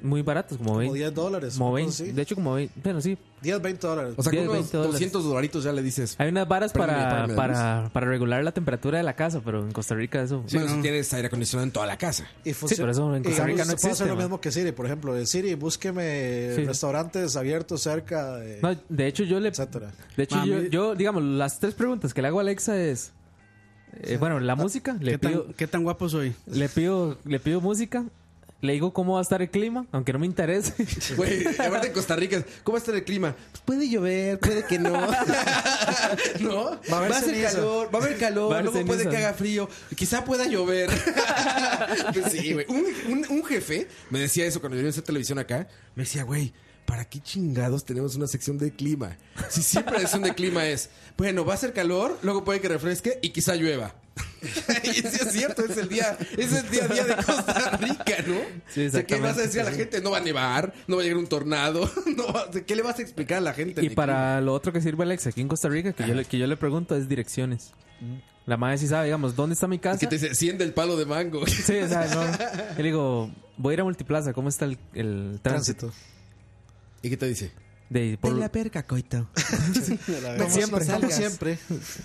Muy baratos, como
Como
20.
10 dólares.
Como
una
20.
cosa así.
De hecho, como 20. Bueno, sí.
10, 20 dólares.
O sea,
Diez,
con unos
veinte dólares.
200 dolaritos ya le dices.
Hay unas varas
Préndeme,
para,
págame la
para, para regular la temperatura de la casa, pero en Costa Rica eso.
bueno, si tienes aire acondicionado en toda la casa.
Y
Sí, pero eso en Costa
y
Rica no
se puede hacer
existe,
lo
man.
mismo que Siri, por ejemplo. de Siri, búsqueme
Sí.
restaurantes abiertos cerca de...
No, de hecho, yo le.
etcétera.
De hecho,
Mami.
yo, yo, digamos, las tres preguntas que le hago a Alexa es. eh, bueno, la música,
¿Qué
le pido,
tan, ¿Qué tan guapo soy?
le pido, le pido música, le digo cómo va a estar el clima, aunque no me interese.
Güey, aparte en Costa Rica, ¿cómo va a estar el clima? Pues puede llover, puede que no. ¿No? Va a
haber
hacer
ceniza.
calor, va a haber calor,
Va a haber
luego puede
ceniza.
que haga frío, quizá pueda llover. Pues sí, güey. Un, un- un jefe me decía eso cuando yo en esa televisión acá. Me decía, güey, ¿para qué chingados tenemos una sección de clima? Si siempre la sección de clima es, bueno, va a hacer calor, luego puede que refresque y quizá llueva. y sí es cierto, es el día, es el día a día de Costa Rica, ¿no?
Sí,
O sea, ¿Qué vas a decir a la
exactamente.
gente? No va a nevar, no va a llegar un tornado, no va- ¿qué le vas a explicar a la gente?
Y
Nick?
para lo otro que sirve Alex aquí en Costa Rica, que yo le, que yo le pregunto, es direcciones. La madre sí sabe, digamos, ¿dónde está mi casa?
que te dice, "Siende el palo de mango.
Sí, o sea, no. Yo le digo, voy a ir a Multiplaza, ¿cómo está el, el tránsito?
¿Y qué te dice?
De,
Por...
por-
la perca, coito.
Eh,
Como siempre.
salgas.
Como siempre.
Siempre.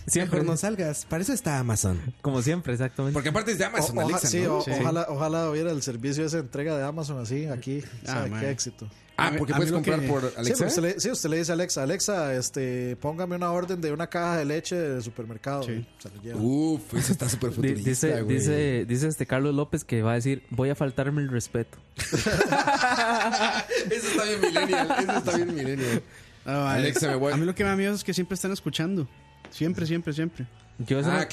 Siempre.
Mejor no salgas. Para eso está Amazon.
Como siempre, exactamente.
Porque aparte es de
Pues,
O- oja- sí, o-
Sí.
Ojalá, ojalá hubiera el servicio esa entrega de Amazon así, aquí. O sea,
Ah, man.
qué éxito.
Ah, porque
A mí
puedes
lo
comprar por
Sí,
Alexa.
pero usted le- Sí, usted le dice a Alexa, Alexa, este, póngame una orden de una caja de leche del supermercado.
Sí.
Se lo
Uh,
lleva.
Uf, eso está súper
Di- Dice, dice, dice este Carlos López que va a decir, voy a faltarme el respeto.
Eso está bien millennial, eso está bien millennial. Alexa, me voy.
Ah, A mí lo que me da miedo es que siempre están escuchando. Siempre, siempre, siempre.
Pues
Ah,
De,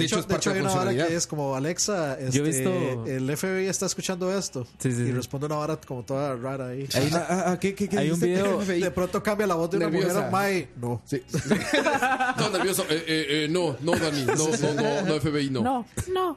hecho, de hecho, hay una vara que es como Alexa, este,
Yo he visto-
el FBI está escuchando esto
sí,
y
sí.
responde una vara como toda rara ahí.
Hay una- hay un video-
De pronto cambia la voz de una
Nerviosa.
mujer a Mae. No.
No, nervioso. Eh, eh, eh, no, no, Dani. No, no, no, no, FBI, no.
no.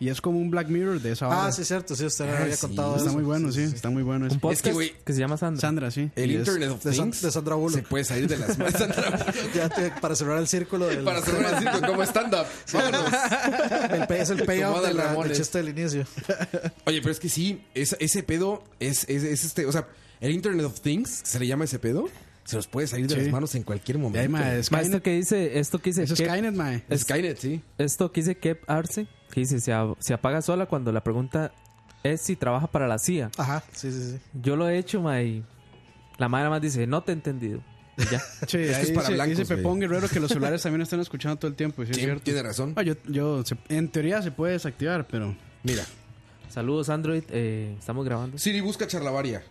Y es como un Black Mirror de esa
Ah,
vara.
sí, cierto, sí, usted me había contado
Está
eso.
muy bueno, sí. Está muy bueno. ese.
podcast que, güey,
se llama Sandra.
Sandra, sí.
El
Y es-
Internet of
de San-
Things
de
Sandra
se puede salir de las manos.
Ya te- para cerrar el círculo del
Para cerrar el círculo, como stand-up. Vámonos.
El pay- es el payout
Tomada
de la, del
Ramones.
chiste del inicio.
Oye, pero es que sí, es- ese pedo es, es- es este, o sea, el Internet of Things, se le llama ese pedo, se nos puede salir de
Sí.
las manos en cualquier momento.
Ma, esto que dice, esto que dice, Kep- es-
Skynet, sí.
Esto que dice Kep Arce, que dice, se, a- se apaga sola cuando la pregunta es si trabaja para la CIA.
Ajá, sí, sí, sí.
Yo lo he hecho, ma, y la madre más dice, no te he entendido. Y ya.
Sí, ahí dice, dice Pepón Guerrero que los celulares también están escuchando todo el tiempo. y sí es
Sí,
cierto.
tiene razón.
Ah, yo, yo- se- en teoría se puede desactivar, pero.
Mira.
Saludos, Android. eh, estamos grabando.
Siri busca charlavaria.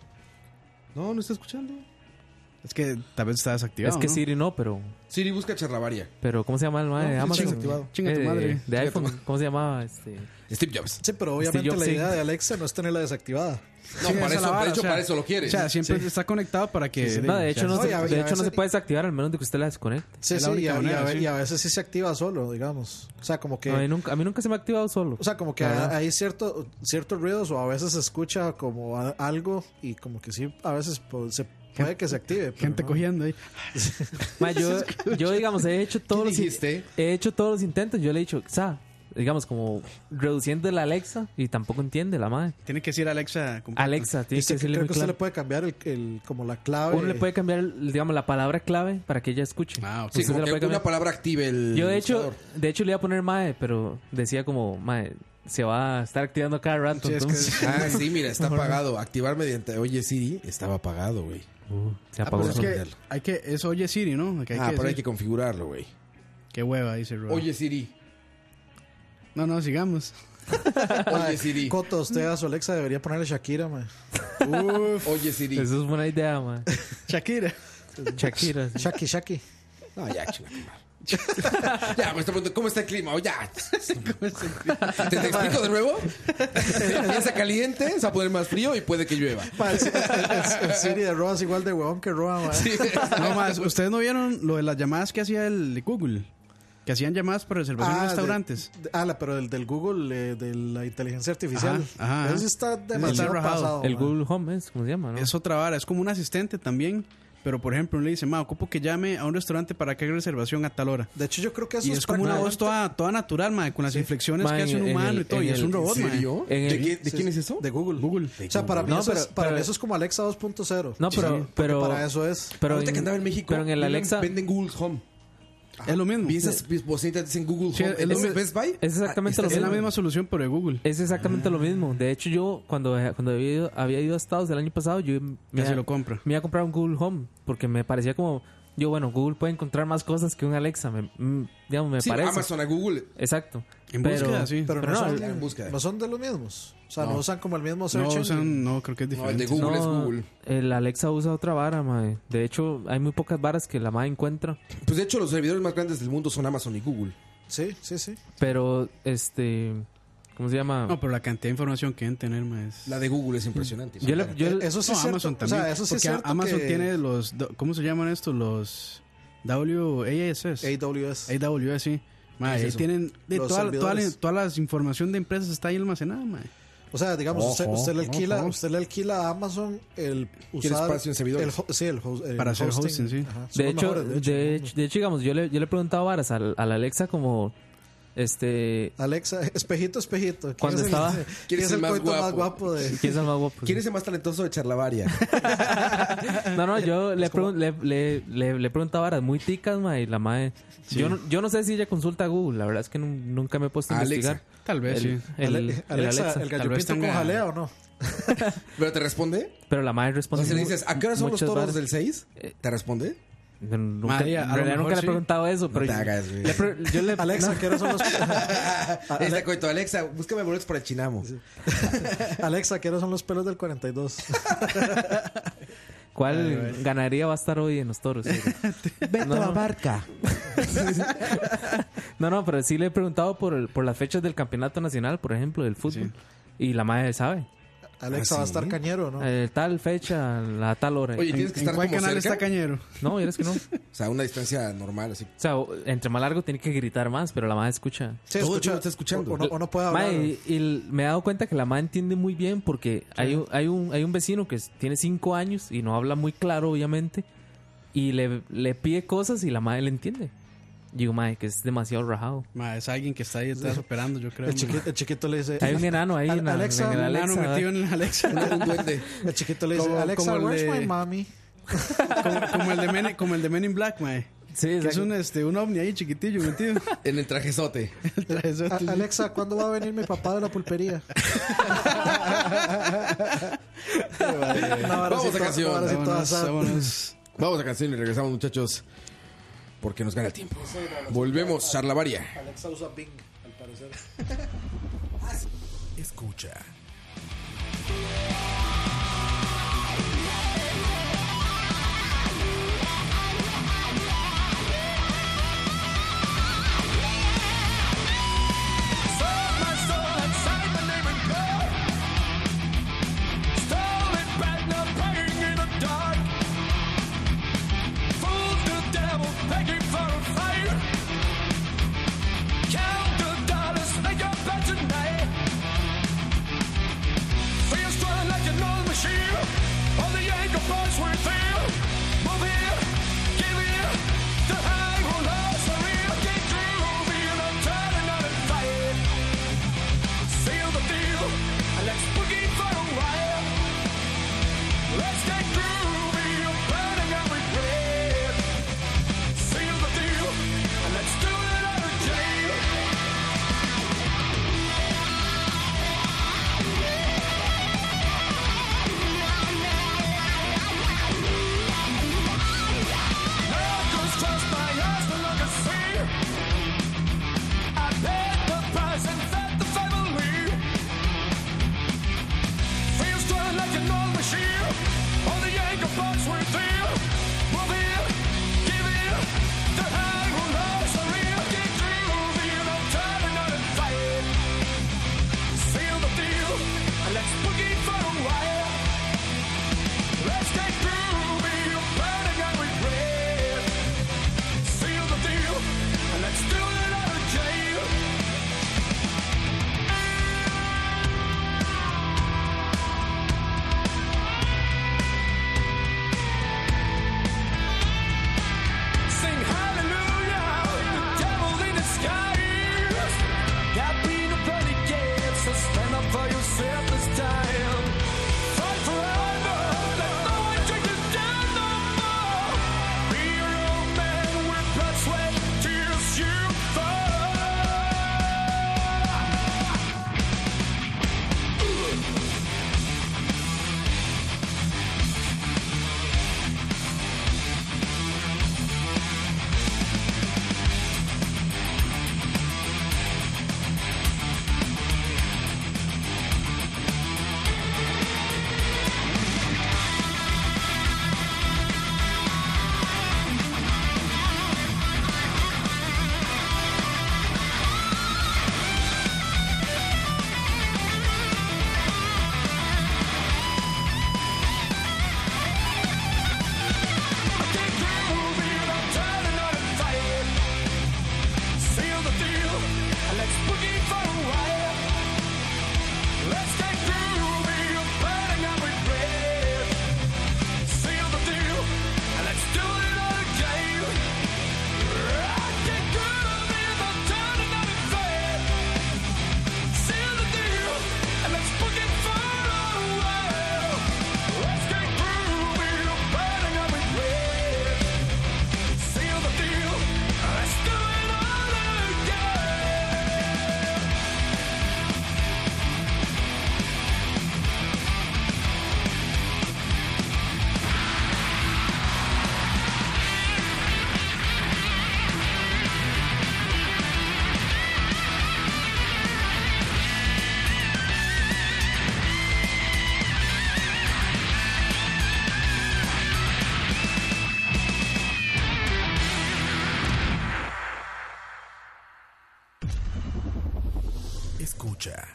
No, no está escuchando.
Es que tal vez está desactivado.
es que
¿no?
Siri no, pero...
Siri busca charlavaria.
Pero, ¿cómo se llama el
No,
madre?
sí,
Amazon.
chinga- desactivado.
Eh,
chinga tu
de- De
madre. Chinga tu
iPhone. ¿Cómo se llamaba? Este...
Steve Jobs.
Sí, pero obviamente
Steve Jobs,
la
sí.
idea de Alexa no es tenerla desactivada.
No,
Sí, esa
para
es la
eso,
vara,
de hecho,
o sea,
para eso lo quieres.
O sea, siempre está conectado para que.
No, de hecho, no,
No, y
se,
a- y a
de hecho no
veces-
se puede desactivar al menos de que usted la desconecte.
Sí, sí, y a, y a- y a veces sí se activa solo, digamos. O sea, como que...
A mí, nunca, a mí nunca se me ha activado solo.
O sea, como que a- hay cierto, ciertos ruidos o a veces se escucha como a- algo y como que sí, a veces pues, se puede que se active.
Gente cogiendo ahí.
Ma, yo, yo, digamos, he hecho todos los
dijiste?
he hecho todos los intentos. Yo le he dicho, "Sa", digamos, como reduciendo la Alexa y tampoco entiende la madre.
Tiene que decir Alexa. completo.
Alexa, tiene que
Dice que
decirle
Este creo
muy
que usted
claro.
le puede cambiar el, el- como la clave.
Uno le puede cambiar, el- digamos, la palabra clave para que ella escuche.
Ah,
Sí,
Usted se
como
la
que
puede
una
cambiar.
palabra active el.
Yo de hecho,
buscador.
de hecho le iba a poner mae, pero decía como mae, se va a estar activando cada rato.
Sí, es que-
entonces.
Ah, sí, mira, está
Mejor no.
apagado. Activar mediante. Oye, Siri, estaba apagado, güey.
se
Ah, pero es que hay que. Es Oye Siri, ¿no? Que hay
ah,
que
pero hay
decir.
que configurarlo, güey.
Qué hueva, dice Rob.
Oye, Siri.
No, no, sigamos.
Oye, Siri.
Coto, usted a su Alexa debería ponerle Shakira, man.
Oye, Siri.
Eso es buena idea, mae.
Shakira.
Shakira. sí.
Shaki, Shaki.
No, ya, chinga tu madre. Ya, me está preguntando, ¿cómo está el clima? Oh, ya. ¿Te, te explico de nuevo? Empieza caliente, se va a poner más frío y puede que llueva.
Pa, el, el- el Siri de Roa es igual de huevón que Roa, man.
No más, ustedes no vieron lo de las llamadas que hacía el Google. Que hacían llamadas para reservación en
de-
restaurantes.
Ah, de- ah, la- pero el del Google, eh, de la inteligencia artificial.
Ajá, ajá.
Eso está demasiado
rajado.
pasado.
El
man.
Google Home es, ¿cómo se llama?
Es otra vara, es como un asistente también. Pero por ejemplo, uno le dice, ma, ocupo que llame a un restaurante para que haga reservación a tal hora.
De hecho, yo creo que eso
Y es como una voz toda, toda natural, ma, con las inflexiones
Ma,
que
en
hace un
el- en
humano
el-
y todo.
en
Y es
el-
un robot,
¿en
ma.
serio? En el- ¿De qué- de
Sí,
quién es
sí.
eso?
De Google. Google. O sea, para mí,
No,
eso,
pero-
es, para
pero-
mí eso es como Alexa 2.0.
No, pero-
porque
pero-
para eso es.
pero
Ahorita
en-
que andaba en México.
pero en el
venden-
Alexa-
Venden Google Home.
Es lo mismo.
Vi esas bocinitas dicen Google
Sí,
Home.
es lo
¿Es
mismo.
Best Buy?
Es exactamente
Ah,
lo mismo.
está-
Es la misma solución, pero de Google.
Es exactamente lo mismo. De hecho, yo cuando, cuando había, ido, había ido a Estados el año pasado, yo me
Casi
iba-
lo compro.
Me iba a comprar un Google Home porque me parecía como yo, bueno, Google puede encontrar más cosas que un Alexa, me, mm, digamos, me
Sí,
parece.
Amazon a Google.
Exacto.
En
Pero-
búsqueda, sí.
Pero,
pero
no,
no,
son,
en
no son de los mismos. O sea, no,
No.
usan como el mismo search.
No,
engine.
usan- no, creo que es diferente.
No, El Alexa usa otra vara, mae. De hecho, hay muy pocas varas que la mae encuentra.
Pues de hecho, los servidores más grandes del mundo son Amazon y Google.
Sí, sí, sí.
Pero, este. ¿Cómo se llama?
No, pero la cantidad de información que deben tener, pues. ma, es...
La de Google es impresionante.
Yo le-
Eh,
eh,
yo- Eso sí
No,
es cierto.
Amazon
O sea,
también.
eso sí es
porque
cierto
Amazon
que-
tiene los... do- ¿Cómo se llaman estos? Los... WASS.
AWS.
AWS, sí. Ma,
¿Qué es
ahí
eso?
tienen... De
Los
toda, toda la,
servidores.
toda la información de empresas está ahí almacenada, ma.
O sea, digamos, usted,
Ojo,
usted le alquila,
ojo.
usted le alquila a Amazon el usar
espacio en servidores?
el ho- sí, el ho- el
Para hacer hosting, sí.
Ajá, son
De
los
hecho,
mejores,
de, hecho, de hecho, digamos, yo le, yo le he preguntado varas al, al Alexa como. Este.
Ah.
Alexa, espejito, espejito. ¿Quién
Cuando
es el,
estaba-
¿Quién es el, coito más guapo de.?
¿Quién es el más guapo?
¿Quién es el más talentoso de Charlavaria?
No, no, yo le, pregun- le, le, le, le he preguntado varas muy ticas, ma, y la mae.
Sí.
Yo, no, yo no sé si ella consulta a Google, la verdad es que nun- nunca me he puesto a
Alexa.
investigar.
Tal vez,
El-
sí.
el-
Ale-
el
Alexa,
Alexa. Tal vez
el gallopito con
tenga-
jalea.
o no?
¿Pero te responde?
Pero la mae responde.
O sea, le
mu-
dices, ¿a qué hora son los
muchas
toros
varas.
del 6? ¿Te responde?
No, Nunca, en realidad nunca le he preguntado eso, pero
te hagas,
yo,
güey.
le pre- yo le- no.
Este coito, Alexa, búscame boletos para Chinamo.
Alexa, ¿qué son los pelos del 42?
¿Cuál ganaría va a estar hoy en los toros?
Vete
No,
a la
no.
barca.
No, no, pero sí le he preguntado por, el- por las fechas del campeonato nacional, por ejemplo, del fútbol. Y la madre sabe.
Alexa, ¿va a estar cañero o no?
Eh, tal fecha, la tal hora.
Oye, tienes que estar como cerca?
No, eres que no. O
sea, una distancia normal, así.
sea, o- entre más largo tiene que gritar más, pero la madre escucha.
Sí, Todo escucha. el mundo está escuchando. O- o no- o no puede hablar.
Mae, y, y me he dado cuenta que la madre entiende muy bien porque hay, un- hay, un, hay un vecino que es- tiene cinco años y no habla muy claro, obviamente. Y le, le pide cosas y la madre le entiende. Digo, madre, que es demasiado rajado.
Ma, es alguien que está ahí atrás operando, yo creo.
El
ma.
chiquito, el chiquito le dice.
Hay un enano ahí
Al-
en la-
Alexa,
en el
un enano
Alexa,
metido
¿verdad?
en el Alexa.
Un duende.
El chiquito le dice,
Como-
Alexa,
como el
where's
de-
my mommy?
Como el de Men, como el de Men in Black, mae.
Sí,
es un, este, un ovni ahí chiquitillo, metido.
En el trajezote.
El trajezote,
A-
sí.
Alexa, ¿cuándo va a venir mi papá de la pulpería?
Vamos a canción.
Vámonos, vámonos.
Vamos a canción y regresamos, muchachos. Porque nos gana el tiempo. Volvemos, Charlavaria.
Alexa usa Bing, al parecer.
Escucha.
Sold my soul outside my neighbor's door. Stole it back, now begging in the dark. Fooled the devil, begging for a fire. Count the dollars, make a bet tonight. Feels running like an old machine. All the anchor boys were there. Move in, give in. The high will last a real. Get through, over here, I'm turning on a fire. Seal the deal, and let's boogie for a while. Let's get groovy, I'm burning out with red. Seal the deal, and let's do it out of jail.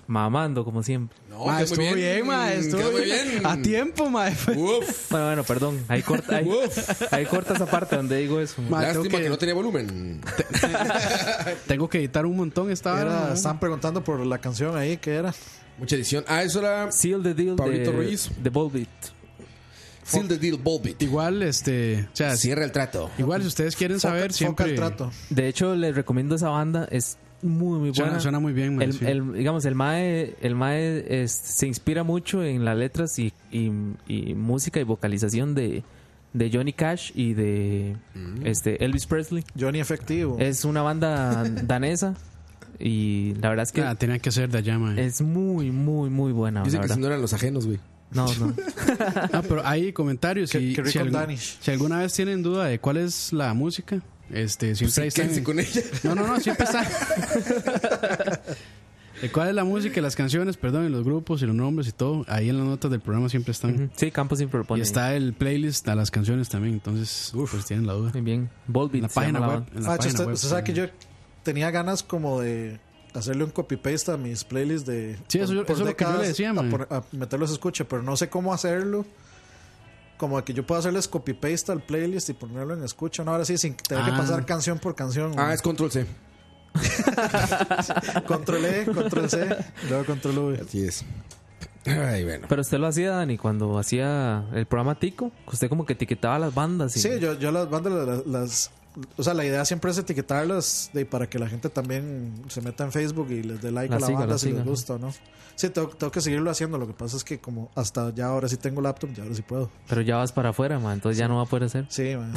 Mamando, como siempre.
Ma, estuvo bien, ma, estuvo
quedó muy
bien. Uh,
bien.
A tiempo, ma.
Bueno, bueno, perdón. Ahí corta, ahí, ahí corta esa parte donde digo eso.
Ma, tengo Lástima que- que no
tenía volumen.
Tengo que editar un montón esta
Era-
hora.
Están preguntando por la canción ahí, ¿qué era?
Mucha edición. Ah, eso era.
Seal the Deal
Pablito
de-
Ruiz.
De Volbeat.
Seal the Deal, Volbeat.
Igual, este. O sea,
Cierra el trato.
Igual, si ustedes quieren saber, siempre.
De hecho, les recomiendo esa banda. Es muy, muy
Suena-
buena.
suena muy bien, man,
El-
sí.
el- digamos, el Mae, el mae es- se inspira mucho en las letras y, y- y música y vocalización de, de Johnny Cash y de
Mm.
este Elvis Presley.
Johnny Efectivo.
Es una banda danesa y la verdad es que Eh.
Ah, tenía que ser de allá, ma.
es muy, muy, muy buena.
Dicen
la
que
verdad.
si no
eran los ajenos, güey.
No, no.
Ah, pero hay comentarios. Si,
qué rico
si, algún-
Danish.
si alguna vez tienen duda de cuál es la música, este, siempre ahí están.
quédense con ella.
No, no, no, siempre está. de cuál es la música, y las canciones, perdón, y los grupos y los nombres y todo. Ahí en las notas del programa siempre están.
Sí, Campos siempre lo pone.
Y está el playlist a las canciones también. Entonces, pues tienen la duda.
Muy bien. Volbeat
En la
se
página
llama la
web.
banda.
En la
Ah,
página
usted,
web.
usted sabe que yo tenía ganas como de hacerle un copy-paste a mis playlists de...
Sí, eso yo- eso es lo que yo le
décadas,
decía,
a,
man.
por- a meterlos a escucha, pero no sé cómo hacerlo. Como que yo pueda hacerles copy-paste al playlist y ponerlo en escucha. No, ahora sí, sin tener que
Ah.
pasar canción por canción.
Ah, es control C.
Control E, Control C, luego Control V.
Así es. Ay, bueno.
Pero usted lo hacía, Dani, cuando hacía el programa Tico. que Usted como que etiquetaba las bandas. Y...
Sí, yo, yo las bandas las, las- O sea, la idea siempre es etiquetarlas de, para que la gente también se meta en Facebook y les dé like
La
a la
siga,
banda
la
si
siga.
les gusta o no. Sí, tengo, tengo que seguirlo haciendo. Lo que pasa es que como hasta ya ahora sí tengo laptop, ya ahora sí puedo.
Pero ya vas para afuera, man. Entonces ya no va a poder hacer.
Sí, man.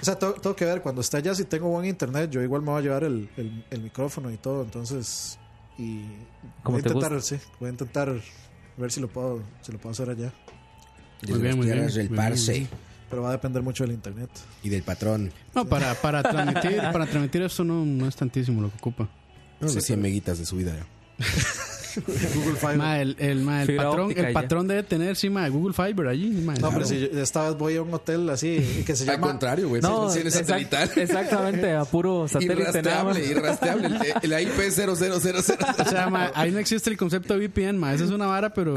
o sea, tengo, tengo que ver. Cuando esté allá, si tengo buen internet, yo igual me voy a llevar el, el- el micrófono y todo. Entonces... Y
Como
voy a
te
intentar,
gusta.
sí, voy a intentar ver si lo puedo, si lo puedo hacer allá.
Muy bien, muy bien. Del
muy
parse
bien. Pero va a depender mucho del internet.
y del patrón.
No, para, para, transmitir, para transmitir esto no, no es tantísimo lo que ocupa.
No, sí, 100 meguitas de su vida.
Google Fiber.
Ma, el, el, ma, el
Fibra
patrón,
óptica
el
ya.
patrón debe tener encima de Google Fiber allí. ma.
No, pero
Claro.
si yo- esta vez voy a un hotel así que se
Al
llama.
contrario, güey. No, funciona
exact-
satelital.
exactamente, a puro satélite nada más.
Irrastreable, irrastreable. El, el IP 0000.
O sea, ma, ahí no existe el concepto de VPN, ma. Esa es una vara, pero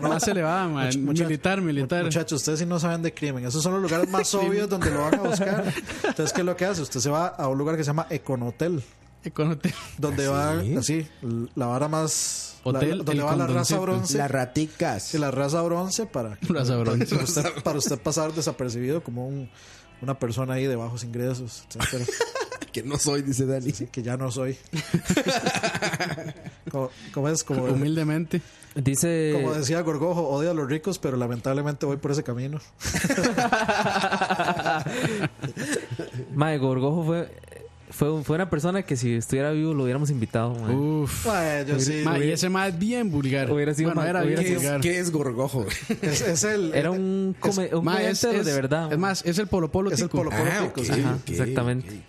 más elevada, ma.
Much- mucha-
militar, militar.
Muchachos, ustedes sí no saben de crimen. Esos son los lugares más obvios donde lo van a buscar. Entonces, ¿qué es lo que hace? Usted se va a un lugar que se llama Econotel.
Econotel.
Donde va, así, la vara más. la-
Hotel, el
donde va la raza
condoncito.
bronce.
Las
raticas.
Sí, la raza bronce para.
Raza bronce.
Para usted, para usted pasar desapercibido como un- una persona ahí de bajos ingresos, etcétera.
que no soy, dice Dani.
que ya no soy. como, como es, como.
Humildemente.
Dice.
Eh,
Como decía Gorgojo, odio a los ricos, pero lamentablemente voy por ese camino.
Mae, Gorgojo fue, fue, un- fue una persona que si estuviera vivo lo hubiéramos invitado, mae.
Uf.
Mae, yo sí.
Ma, y
Hubiera-
ese ma es bien vulgar.
Hubiera sido
bueno,
ma-
era
hubiera
bien
sido-
vulgar.
¿Qué es gorgojo?
Es, es el.
Era un, come- un
Ma,
comediante
es-
de
es-
verdad.
Es más, es el Polo Polo
Es el
Tico.
Polo Polo Ah, Tico, ok, sí.
Ajá,
ok,
exactamente.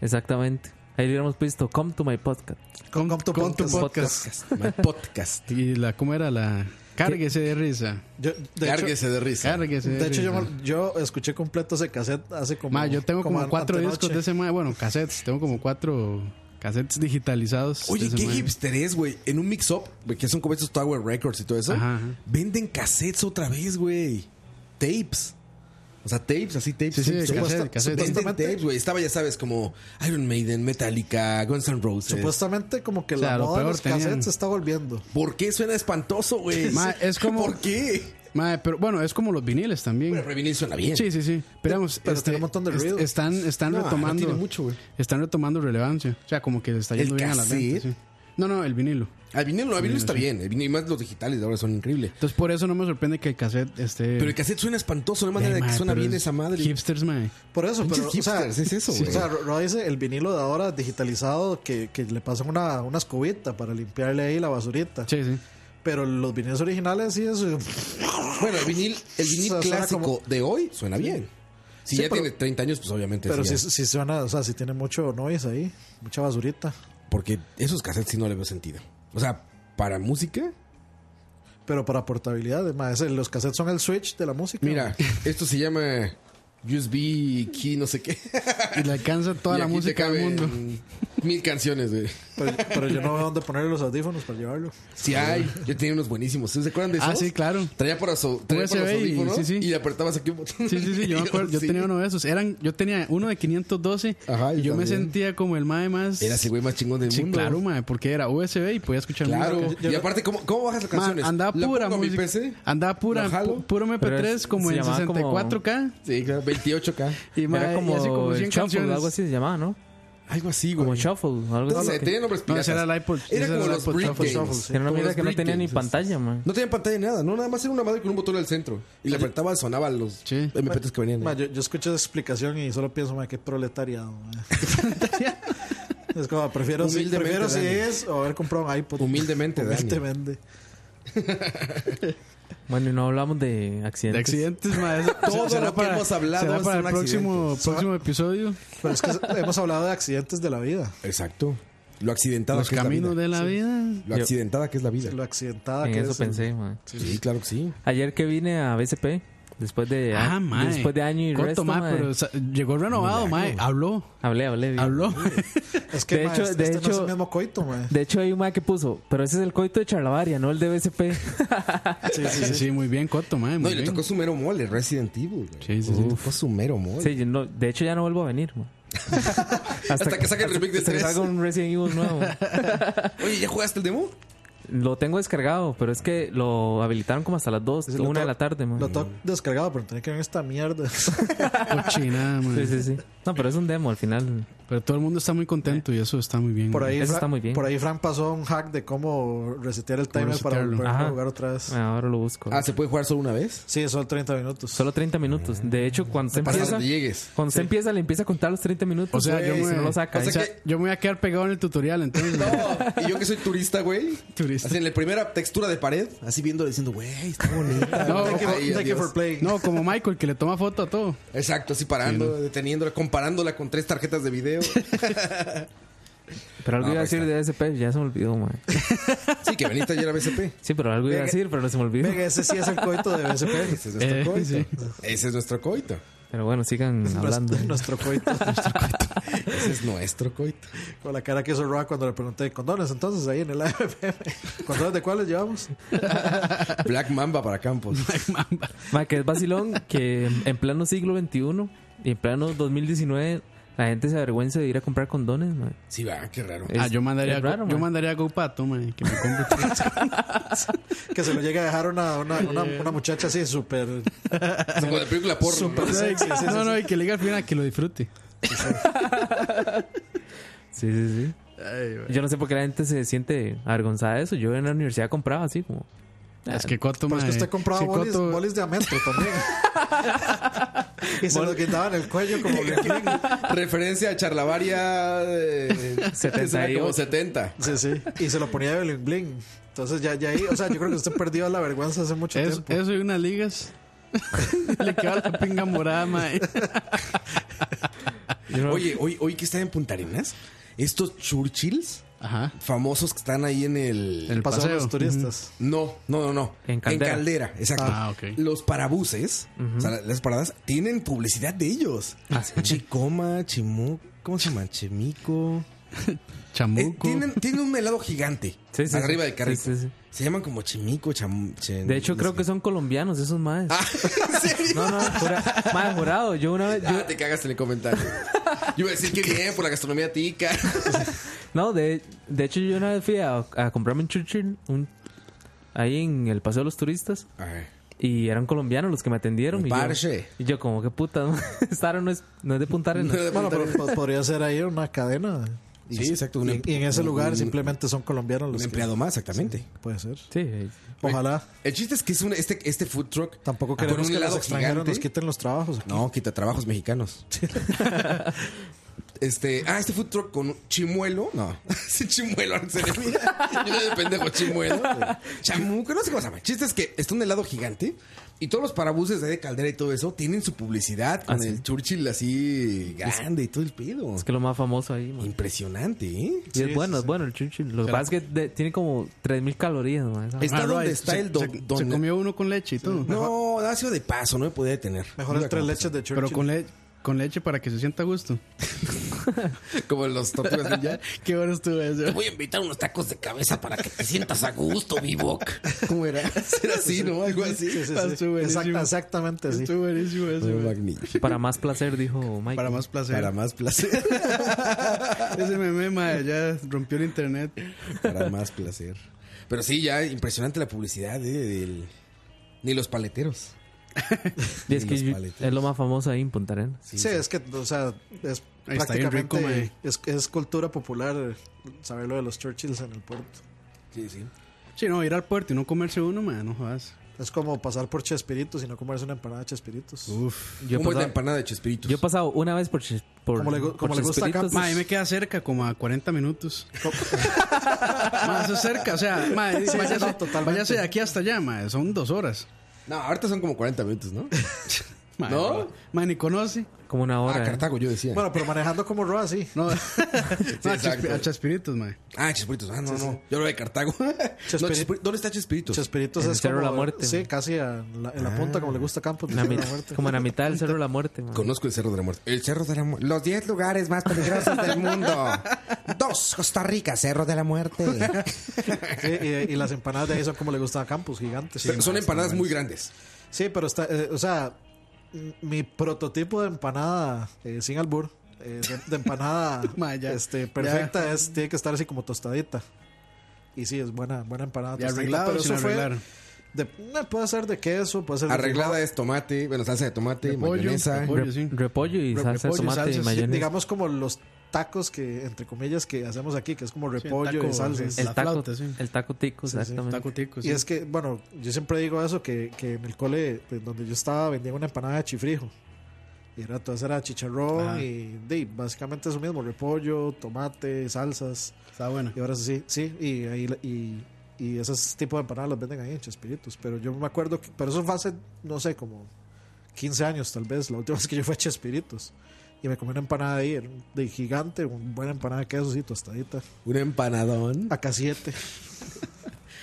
Exactamente. Ahí hubiéramos puesto Come to my podcast.
Con, con tu
Con tu podcast.
podcast.
Y la, ¿cómo era la? Cárguese de risa.
Yo, de
Cárguese
hecho,
de risa.
Cárguese
de hecho, yo,
risa.
me- yo escuché completo ese cassette hace como.
Ma, yo tengo como,
an-
cuatro
antenoche.
discos de ese ma. Bueno, cassettes. Tengo como cuatro cassettes digitalizados. de
Oye,
ese
qué
ma.
hipster es, güey. En un mix-up, güey, que son como estos Tower Records y todo eso,
Ajá, ajá.
venden cassettes otra vez, güey. Tapes. O sea, tapes, así tapes.
Sí, sí,
tapes.
cassette,
Supuesta-
cassette.
Venden
Supuestamente-
tapes, güey. Estaba, ya sabes, como Iron Maiden, Metallica, Guns N' Roses.
Supuestamente, como que
O sea,
la
lo
moda de
peor
los cassettes
tenían.
se está volviendo.
¿Por qué suena espantoso, güey?
Ma, es como-
¿Por qué?
Madre, pero bueno, es como los viniles también.
Pero vinil suena bien.
Sí, sí, sí. Pero, digamos,
Pero
este,
tiene un montón de
est-
ruido.
están, están
No, no
retomando.
tiene mucho, güey.
Están retomando relevancia. O sea, como que le está yendo
¿El
bien a la mente.
cassette?
sí. No, no, el vinilo.
Al vinilo, no, al vinilo
Vinilo,
está
sí.
bien. El vinilo, y más los digitales de ahora son increíbles.
Entonces, por eso no me sorprende que el cassette esté.
Pero el cassette suena espantoso, no hay
Eh,
manera de que
madre,
suena
pero
bien
es
esa madre.
Hipsters, madre.
Por eso,
Pinches
pero. O sea,
hipsters, es eso,
sí,
güey.
O sea, Ro- Ro dice el vinilo de ahora digitalizado que, que le pasan una, una escobita para limpiarle ahí la basurita.
Sí, sí.
Pero los vinilos originales, sí, es.
Bueno, el vinil, el vinil
O sea, suena
clásico
como-
de hoy suena
Sí.
bien. Si
Sí,
ya
pero-
tiene 30 años, pues obviamente.
Pero
sí
si,
ya.
si suena, o sea, si tiene mucho noise ahí, mucha basurita.
Porque esos cassettes sí no le veo sentido. O sea, para música.
Pero para portabilidad, además, ese- los cassettes son el switch de la música.
Mira, esto se llama USB Key, no sé qué.
Y le alcanza toda
Y
la
aquí te
música del mundo.
caben mil canciones, güey.
Pero, pero yo no veo dónde ponerle los audífonos para llevarlo.
Sí hay, yo tenía unos buenísimos. ¿Ustedes ¿Se acuerdan de esos?
Ah, sí, claro.
Traía para, so- traía para los
USB y-
audífonos
sí, sí.
y le apretabas aquí un botón.
Sí, sí, sí, yo me acuerdo. Yo
Sí.
tenía uno de esos. Eran, yo tenía uno de 512
Ajá,
y
yo
yo me
también.
sentía como el mae más.
Eras el güey más chingón del
Sí,
mundo.
claro, mae, porque era USB y podía escuchar
Claro.
música.
y aparte, ¿cómo, cómo bajas las
Ma,
canciones?
andaba
¿La
pura
pongo a mi
música.
PC?
Andaba pura,
¿La jalo?
pu- puro
Pero
MP3
es-
como
se
en
llamaba como-
64K.
Sí, claro, 28K.
Y, ma,
Era como,
y así como 100
el Shuffle,
canciones.
algo así se llamaba, ¿no?
Algo así,
güey. Como Shuffle, algo
Entonces,
así.
tenía nombres piratas.
era
Era como los Brick
Pues,
Games.
Era una
Como
mierda
los
que no
Brick
tenía ni
Games.
pantalla, man.
No tenía pantalla ni nada, no, nada más era una madre con un botón al centro. Y le apretaba, sonaba los MP3 que venían.
Ma, yo, yo escucho esa explicación y solo pienso, ma, qué proletariado. ma. es como, prefiero si,
Humildemente,
prefiero si
Dani.
es o haber comprado un iPod.
Humildemente, Dani.
Humildemente.
Bueno, y no hablamos de accidentes.
De accidentes, mae. Eso-
Todo
será
lo que hemos hablado
será
es
para
un
el próximo,
accidente.
próximo episodio.
Pero es que hemos hablado de accidentes de la vida.
Exacto. Lo accidentada
Los
que es la
caminos
vida.
de la vida.
Lo accidentada que es la vida.
Lo accidentada
En
que
eso
es.
pensé, man.
Sí, claro que sí.
Ayer que vine a BCP, después de,
Ah,
a-
mae.
después de año y
Corto,
resto,
mae,
mae,
pero sa- llegó renovado, mae. Habló.
Hablé, hablé. bien.
Habló.
Es que,
De
ma,
hecho-
este,
de
este no es
hecho-
el mismo coito, ma.
De hecho, hay un mae que puso, pero ese es el coito de Charlavaria, no el de BCP.
Sí, sí, sí, sí, muy bien, Coto, mae.
No,
Muy
y le
bien.
tocó su mero mole, Resident Evil. güey.
Sí, sí,
Le
sí.
tocó su mero mole.
Sí, yo no- de hecho ya no vuelvo a venir, man.
Hasta que saque el remake del
hasta que
3.
salga un Resident Evil nuevo.
Oye, ¿ya jugaste el demo?
Lo tengo descargado, pero es que lo habilitaron como hasta las 2,
Sí, lo
1 de
tengo-
la tarde, man.
Lo tengo descargado, pero tenía que ver esta mierda.
Cochina, mae.
Sí, sí, sí. No, pero es un demo al final.
Pero todo el mundo está muy contento y eso está muy bien.
Eh, Por
mae.
ahí,
Eso
Fra-
está muy bien.
por ahí Frank pasó un hack de cómo resetear el timer para
resetearlo.
volver a
Ajá.
jugar otra vez.
eh, Ahora lo busco.
Ah, ¿se puede jugar solo una vez?
Sí, son 30 minutos.
Solo 30 minutos. De hecho, cuando se
Para
empieza,
donde llegues.
cuando se empieza, le empieza a contar los 30 minutos.
O sea,
y
yo
si
me-
no lo saca.
o
ahí-
sea
O sea,
que-
yo me voy a quedar pegado en el tutorial, entonces.
No, y yo que soy turista, güey.
Turista.
Así en la primera textura de pared, así viendo, diciendo, güey, está bonita.
No,
Ay,
Thank you for- thank you
adiós.
for playing.
No, como Michael que le toma foto a todo.
Exacto, así parando, deteniéndola, comparándola con tres tarjetas de video.
Pero algo
No,
iba a
pues,
decir de SP, ya se me olvidó, man.
Sí, que veniste ayer a BCP.
Sí, pero algo iba a
Venga.
decir, pero se me olvidó.
Venga, ese sí es el coito de BSP.
Ese es nuestro
Eh,
coito.
sí.
Ese es nuestro coito.
Pero bueno, sigan hablando.
Nuestro coito.
Ese es nuestro coito.
Con la cara que hizo Roa cuando le pregunté, ¿condones entonces ahí en el AFM? ¿Condones de cuáles llevamos?
Black Mamba para Campos.
Ma, que es vacilón que en pleno siglo XXI y en pleno 2019 la gente se avergüenza de ir a comprar condones, ma.
Sí, va, qué raro.
Es-
ah, yo mandaría,
es raro,
a Go-
man.
yo mandaría a GoPato, man, que me compre tres.
Que se lo llega a dejar una, una, una,
Eh.
una muchacha así súper...
Como de película porno.
Súper
¿no?
sexy. sí, sí,
No,
sí.
no, y que le diga al final que lo disfrute.
Sí, sí, sí. Yo no sé por qué la gente se siente avergonzada de eso. Yo en la universidad compraba así como...
Es que Coto,
Pero
man.
es que usted compraba
sí,
bolis,
Coto-
bolis de ametro también. y se lo quitaba en el cuello como Bling Bling.
Referencia a Charlavaria. eh, que será
78.
como 70.
Sí, sí. Y se lo ponía de bling bling. Entonces ya, ya ahí, o sea, yo creo que usted perdió la vergüenza hace mucho
es-
tiempo.
Eso y unas ligas. le queda la pinga morada, man.
Yo no-
Oye, hoy, hoy que están en Punta Arenas, estos Churchills
Ajá.
famosos que están ahí en el.
El
Pasó a
paseo.
los turistas.
No, no, no, no.
En Caldera.
exacto.
Ah, ok.
Los parabuses, o sea, las paradas, tienen publicidad de ellos. Chicoma, Chimú, ¿cómo se llama? Chemico. Eh,
Chamuco.
tienen, tienen un helado gigante
Sí, sí,
arriba
sí.
del carrito.
Sí, sí, sí.
Se llaman como Chimico, Cham... Chen-
De hecho,
no
creo
sé
que son colombianos esos maes.
qué. ¿En serio?
No, no, jura- mae, jurado. Yo una vez... yo-
Ah, te cagaste en el comentario. Yo iba a decir que bien por la gastronomía tica.
No, de, de hecho yo una vez fui a, a comprarme un Churchill un, ahí en el Paseo de los Turistas y eran colombianos los que me atendieron.
Muy
y, yo-
parche.
y Yo, como que puta, ¿no? esta hora no es, no es de Punta Arenas.
Bueno, pero po- podría ser ahí una cadena. Y-
Sí, exacto, un
Y,
em-
y en ese
un-
lugar
un-
simplemente son colombianos
Un
los que-
empleado más, exactamente.
Puede ser.
Sí,
Ojalá.
El chiste es que es un, este, este food truck.
Tampoco
con
queremos
un
que los
helado
extranjeros
gigante.
nos quiten los trabajos. aquí.
No, quita trabajos mexicanos. este, ah, este food truck con chimuelo. No, sí, chimuelo, en serio. Mira, Yo de pendejo, chimuelo. Chamuco, no sé cómo se llama. El chiste es que está un helado gigante y todos los parabuses de Caldera y todo eso tienen su publicidad con
Ah, sí.
el Churchill así grande y todo el pedo.
es que lo más famoso ahí. mae.
Impresionante, ¿eh?
Y es bueno, es bueno el Churchill. Lo que
Será-
pasa es que de- tiene como 3000 calorías. mae, esa
Está
Ah,
donde
right.
está
Se-
el don.
se,
don-
se comió uno con leche y todo.
no, ha sido de paso, no me podía detener.
Mejor el tres leches de Churchill.
Pero con, le- con leche para que se sienta a gusto.
Como los tortugas ninja.
Qué bueno estuvo
Te
eso.
voy a invitar unos tacos de cabeza para que te sientas a gusto, Bibok.
¿Cómo era? Era así, ¿no? Algo así.
Sí, sí, sí.
Ah, estuvo buenísimo.
Exacta- exactamente así.
Estuvo buenísimo eso.
Fue
güey.
magnífico.
Para más placer, dijo Mike.
Para más placer.
Para más placer.
Ese meme, mae, ya rompió el internet.
Para más placer. Pero sí, ya impresionante la publicidad eh, del- Ni los paleteros.
Y es
Ni
que
los
yo-
paleteros.
es lo más famoso ahí en Punta Arenas.
Sí, es que, o sea, es
Ahí está bien rico,
prácticamente
mae.
es, es cultura popular eh, saber lo de los Churchills en el puerto.
Sí, sí.
Sí, no, ir al puerto y no comerse uno, mae, no jodas.
Es como pasar por Chespiritos y no comerse una empanada de Chespiritos.
Uf,
Yo he ¿Cómo es la pasado-
empanada de Chespiritos?
Yo he pasado una vez por... Ches- por
Como le gu-
por
como le gusta acá,
Chespiritos.
Mae, me queda cerca como a 40 minutos. mae, eso es cerca, o sea, mae,
Sí, sí,
váyase,
no, totalmente.
váyase de aquí hasta allá, mae, son dos horas.
No, ahorita son como 40 minutos, ¿no? Ah,
Mae,
¿No?
Mae, ni conoce.
Como una ¿eh?
Ah, Cartago, yo decía.
Bueno, pero manejando como Roa, sí.
No,
Sí,
No, a,
exacto.
Chespi- a Chespiritos, mae.
Ah, Chespiritos. Ah, no,
Sí, sí.
no. Yo lo de Cartago. No, Chespiri- ¿Dónde está Chespiritos?
Chespiritos
En el
es
Cerro de
como,
la Muerte.
Sí, casi a la- en la punta, como le gusta a Campos. del
Una
Cerro de
mit-
la Muerte.
como en la mitad del Cerro de la Muerte. man.
Conozco el Cerro de la Muerte. El Cerro de la Muerte. Los 10 lugares más peligrosos del mundo. Dos, Costa Rica, Cerro de la Muerte.
Sí, y, y las empanadas de ahí son como le gusta a Campos, gigantes.
Pero son empanadas muy grandes.
Sí, pero está, eh, o sea, m- mi prototipo de empanada eh, sin albur, eh, de, de empanada
Ma, ya,
este,
ya.
perfecta, es, tiene que estar así como tostadita. Y sí, es buena, buena empanada.
¿Y
tostadita,
arreglado o sin arreglar?
de- no, puede ser de queso, puede ser de
Arreglada
frijol.
es tomate, bueno, salsa de tomate,
De pollo,
mayonesa.
de
Re- Repollo y
Re-
salsa de
repollo,
tomate
salsas,
y
sí,
mayonesa.
digamos como los tacos que, entre comillas, que hacemos aquí, que es como repollo
taco,
y salsas.
sí,
el,
la
taco,
flauta, sí.
el taco tico,
Sí, sí.
exactamente.
Taco tico, Pues sí.
Y es que, bueno, yo siempre digo eso, que, que en el cole de donde yo estaba vendían una empanada de chifrijo. Y era todo, era chicharrón
Ah.
y de, básicamente eso mismo, repollo, tomate, salsas.
Está bueno.
Y ahora sí, sí, y ahí la- y, y esos tipos de empanadas las venden ahí en Chespiritos. Pero yo me acuerdo, que, pero eso fue hace, no sé, como 15 años tal vez, la última vez que yo fui a Chespiritos. Y me comí una empanada ahí, era un- de gigante, una buena empanada de queso, sí, tostadita.
Un empanadón.
Acá siete.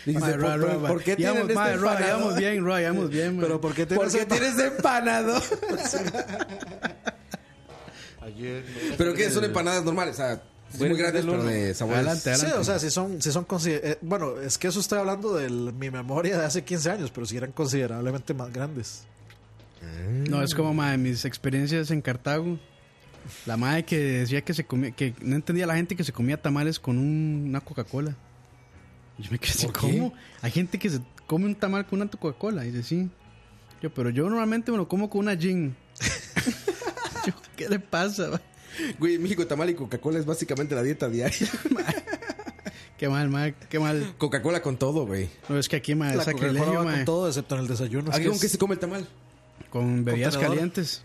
Mae, Roa, Roa, mae. Llevamos- mae, Roa, llevamos bien, Roa, llevamos bien, mae.
este Pero ¿por qué
este ¿Por
tienes
qué
empa-
tienes empanado?
Ayer.
¿Pero qué? Son empanadas normales, o sea, muy grandes, pero de sabores.
Adelante,
Sí,
adelante.
o sea, si son, si son consider- eh, bueno, es que eso estoy hablando de l- mi memoria de hace 15 años, pero si eran considerablemente más grandes.
No, es como mae, mis experiencias en Cartago. La madre que decía que se comía, que no entendía la gente que se comía tamales con un- una Coca-Cola. Y Yo me quedé así,
¿Por qué?
¿cómo? Hay gente que se come un tamal con una Coca-Cola. Y dice, sí. Yo, pero yo normalmente me lo como con una gin. yo, ¿qué le pasa? mae?
Güey, en México tamal y Coca-Cola es básicamente la dieta diaria.
Qué mal, madre, qué mal.
Coca-Cola con todo, güey.
No, es que aquí, madre,
La Coca-Cola
sacrilegio,
va con
mae.
todo, excepto en el desayuno. es
¿Alguien
que
con qué
es-
se come el tamal?
Con bebidas
tenedor.
calientes.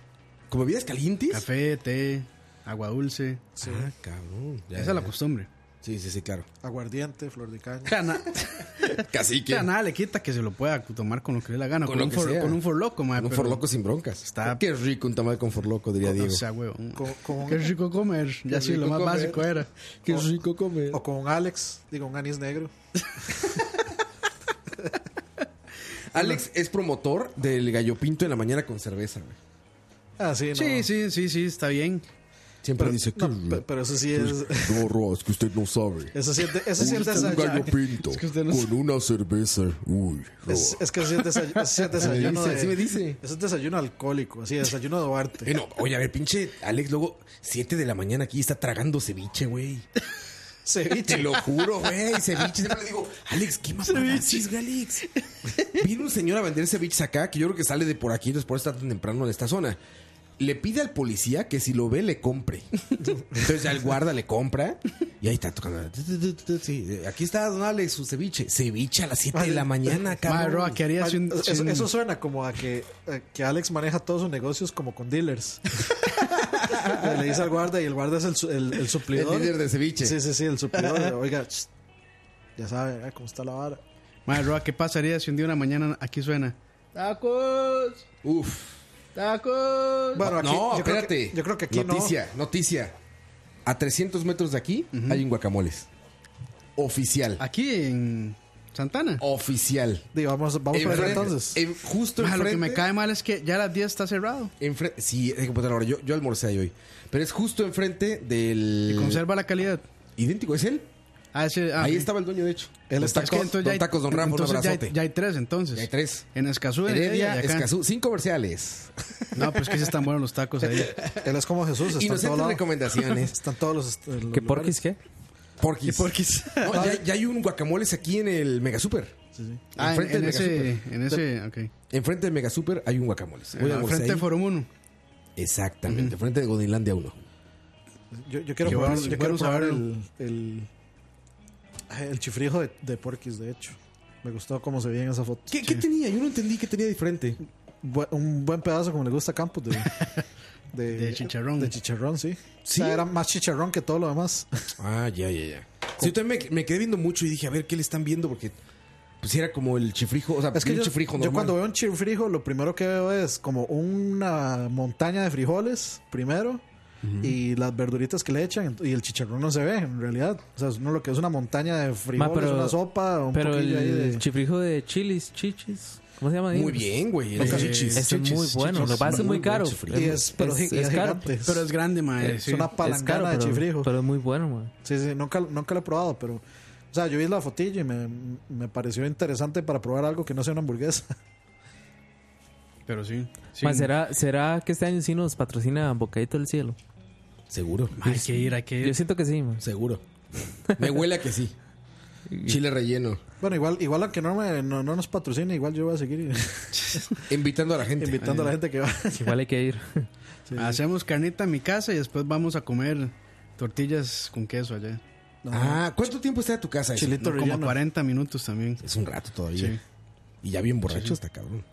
¿Con bebidas calientes?
Café, té, agua dulce.
Ah, cabrón. Ya,
Esa es la
ya.
costumbre.
Sí, sí, sí, claro.
Aguardiente, flor de caña.
O sea, na- O
Cacique.
sea, nada le quita que se lo pueda tomar con lo que le dé la gana.
Con
Con,
lo
un,
que
for,
sea.
con un forloco, mae.
Un
pero-
forloco sin broncas.
Está-
Qué rico un tamal con forloco, diría
O
Diego.
sea, huevón.
Con- con-
Qué rico comer. Ya
Qué
sí, lo
rico
más
comer.
básico era.
Qué rico comer.
O con un Alex, digo, un anís negro.
Alex es promotor del gallo pinto en la mañana con cerveza, güey.
Ah, sí, no.
Sí, sí, sí, sí, está bien.
Siempre
Pero,
dice que...
no, pe- pero eso sí es...
No, Roa, es que usted no sabe.
Eso sí es, de- eso sí
este
es
Un gallo
desayuno.
pinto
que usted no
con una cerveza. Uy, Roa.
Es, es que eso sí es desay- eso sí es desayuno.
dice,
de-
sí me dice.
Eso es desayuno alcohólico, así, desayuno de Duarte.
Eh, no, oye, a ver, pinche Alex, luego 7 de la mañana aquí está tragando ceviche, güey. Te
Ceviche.
lo juro, güey, ceviche. Siempre le digo, Alex, ¿qué más ceviches, Alex? Vino un señor a vender ceviches acá, que yo creo que sale de por aquí, entonces por eso está tan temprano en esta zona. Le pide al policía que si lo ve, le compre. Entonces ya el guarda le compra y ahí está tocando. Sí, aquí está don Alex, su ceviche. Ceviche a las 7 de la mañana,
Mae,
cabrón.
Roa, ¿qué harías si un.
Eso-
si un-
eso suena como a que, a que Alex maneja todos sus negocios como con dealers. le, le dice al guarda y el guarda es el, su- el, el suplidor.
El líder de ceviche.
Sí, sí, sí, el suplidor. Oiga, ch, ya sabe ah, cómo está la vara.
Mae, Roa, ¿qué pasaría si un día una mañana aquí suena? ¡Tacos!
Uf.
¡Tacos!
Bueno, aquí-
no,
yo creo
espérate.
que- yo creo que aquí no.
noticia, noticia. A 300 metros de aquí hay un guacamoles. Oficial.
Aquí en. Santana.
Oficial.
vamos vamos
para allá entonces. en- justo
Lo que
enfrente-
me cae mal es que ya a las 10 está cerrado.
Enfre- sí, eh, pues, hay que poner ahora. Yo, yo almorcé ahí hoy. Pero es justo enfrente del.
Y conserva la calidad. Ah,
Idéntico, es él. ahí estaba el dueño, de hecho.
Él
Los
está
tacos, los tacos, don Rambo, un
entonces ya hay-
abrazote.
Ya hay tres, entonces.
Ya hay tres.
En Escazú, en
Heredia,
Heredia, y acá.
Escazú, sin comerciales.
No, pues que sí están buenos los tacos ahí.
Él es como Jesús. Está en
Inocentes
todo lado.
recomendaciones.
Están todos los. este, los
¿Qué
lugares.
porquis qué? Porquis. No, ya, ya hay un guacamoles aquí en el Mega Super.
Ah, en,
Enfrente
en
del Mega
ese,
Super.
en ese, ok.
Enfrente del Mega Super hay un guacamoles. Voy a
Ah,
almorzar
frente de
ahí.
Forum 1.
Exactamente, frente de Godinlandia 1.
Yo, yo quiero
Qué
probar,
bueno,
yo
bueno
quiero probar
saberlo.
el, el, el chifrijo de, de Porquis, de hecho. Me gustó cómo se veía en esa foto.
¿Qué, qué tenía? Yo no entendí qué tenía diferente.
Bu- un buen pedazo, como le gusta a Campos, de, de,
De chicharrón.
De chicharrón, sí.
Sí.
O sea, era más chicharrón que todo lo demás.
Ah, ya, ya, ya. Sí, yo también me, me quedé viendo mucho y dije, a ver, ¿qué le están viendo? Porque pues era como el chifrijo, o sea,
Es que
un
yo,
chifrijo
yo
normal.
cuando veo un chifrijo, lo primero que veo es como una montaña de frijoles, primero, y las verduritas que le echan, y el chicharrón no se ve, en realidad. O sea, es uno lo que es una montaña de frijoles,
Ma, pero-
una sopa, un
pero el
poquillo ahí de...
chifrijo de chilis, chichis. ¿Cómo se llama? ahí?
Muy bien, güey, el
Ese-
cachichis.
ese es muy
Chichis,
bueno.
chichis.
Lo que pasa es muy
Muy buen
caro.
chifrijo.
Y es- pero es- es gigante.
Pero es grande, mae.
Es una palangana de
pero-
chifrijo.
Pero es muy bueno, man.
Sí, sí, nunca, nunca lo he probado, pero... O sea, yo vi la fotillo y me, me pareció interesante para probar algo que no sea una hamburguesa.
Pero sí. sí.
Ma, ¿será, ¿Será que este año sí nos patrocina Bocadito del Cielo?
Seguro.
Hay que ir, hay que ir.
Yo siento que sí, man.
Seguro. Me huele a que sí. Chile relleno.
Bueno, igual, igual aunque no, me, no, no nos patrocine, igual yo voy a seguir
Invitando a la gente.
invitando a la gente que va.
Igual hay que ir.
Hacemos carnita en mi casa y después vamos a comer tortillas con queso allá.
Ah, ¿cuánto tiempo está de tu casa? eso?
pues, Chilito
Como
relleno.
40 minutos también.
Es un rato todavía.
Sí.
Y ya bien borracho
Sí.
está, cabrón.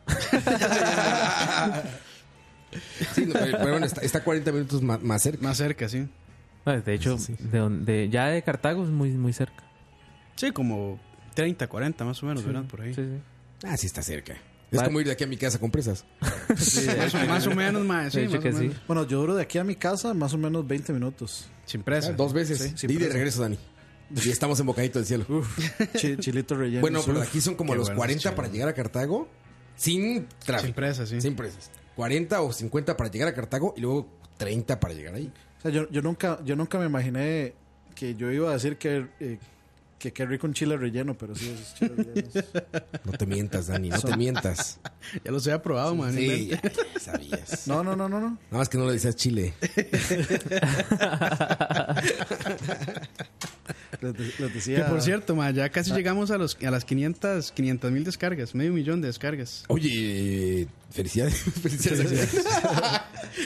sí, no, pero pero bueno, está, está 40 minutos ma- más, cerca.
Más cerca, sí.
Ma, De hecho, de donde- ya de Cartago es muy, muy cerca.
Sí, como 30, 40 más o menos,
Sí.
¿verdad? Por ahí.
Sí, sí.
Ah, sí está cerca. Es
Vale.
como ir de aquí a mi casa con presas.
más, o, más o menos, mae. Sí,
De hecho
más
que
o
sí.
menos.
Bueno, yo duro de aquí a mi casa más o menos 20 minutos.
Sin presa.
Dos veces.
Sí, sin
y de
presa.
regreso, Dani. Y estamos en Bocadito del Cielo.
Chi- chilito relleno.
bueno, pero de
Uf.
aquí son como
Qué
los
bueno,
40
chévere.
para llegar a Cartago sin
Sin
tráfico.
presa, sí.
Sin presas. 40 o 50 para llegar a Cartago y luego 30 para llegar ahí.
O sea, yo, yo nunca, yo nunca me imaginé que yo iba a decir que... eh, que qué rico un chile relleno, pero sí, esos chiles rellenos.
No te mientas, Dani, no te mientas.
Ya los había probado, mae. no
Sí,
inventes.
ya, ya sabías.
No, no, no, no, no.
Nada más que no le decías chile.
Les, de- les
Que
decía...
por cierto, mae, ya casi llegamos a, los, a las 500 mil descargas, medio millón de descargas.
Oye, felicidades. Felicidades.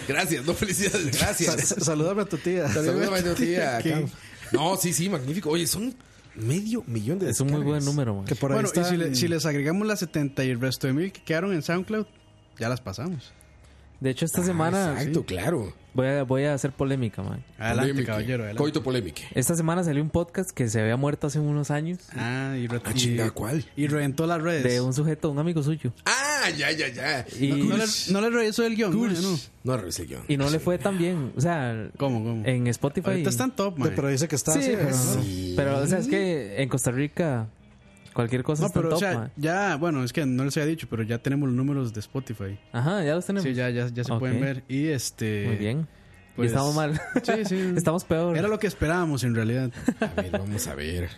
gracias, no felicidades,
sa-
gracias.
sa- salúdame a tu tía.
Saludos a tu tía.
que-
Cam. No, sí, sí, magnífico. Oye, son medio millón de
Es un muy buen
descargas.
número, man.
Que por ahí
Bueno, y
está
si, le-
el-
si les agregamos las 70 y el resto de mil que quedaron en SoundCloud, ya las pasamos.
De hecho, esta
Ah,
semana
Exacto, claro.
voy a, voy a hacer polémica, man.
Adelante,
Polémica.
caballero, adelante.
Coito polémica.
Esta semana salió un podcast que se había muerto hace unos años
Ah, y, re-
Ah,
y-
chinga, ¿cuál?
y reventó las redes.
de un sujeto, un amigo suyo.
Ah, ya, ya, ya.
Y
No, le, no le revisó el guión. mae, no.
No revisé el guión.
Y no le fue tan bien. O sea,
¿Cómo, cómo?
en Spotify.
Ahorita están top, mae.
Pero dice que está
Sí,
así,
pues,
¿no?
pero o sea, es que en Costa Rica cualquier cosa
No,
está en
pero
top,
o sea,
ma.
ya, bueno, es que no les había dicho, pero ya tenemos los números de Spotify.
Ajá, ya los tenemos.
Sí, ya, ya, ya se
Ok.
pueden ver. Y este.
Muy bien. Y
pues-
estamos mal.
Sí, sí.
estamos peor.
Era lo que esperábamos en realidad.
A ver, vamos a ver.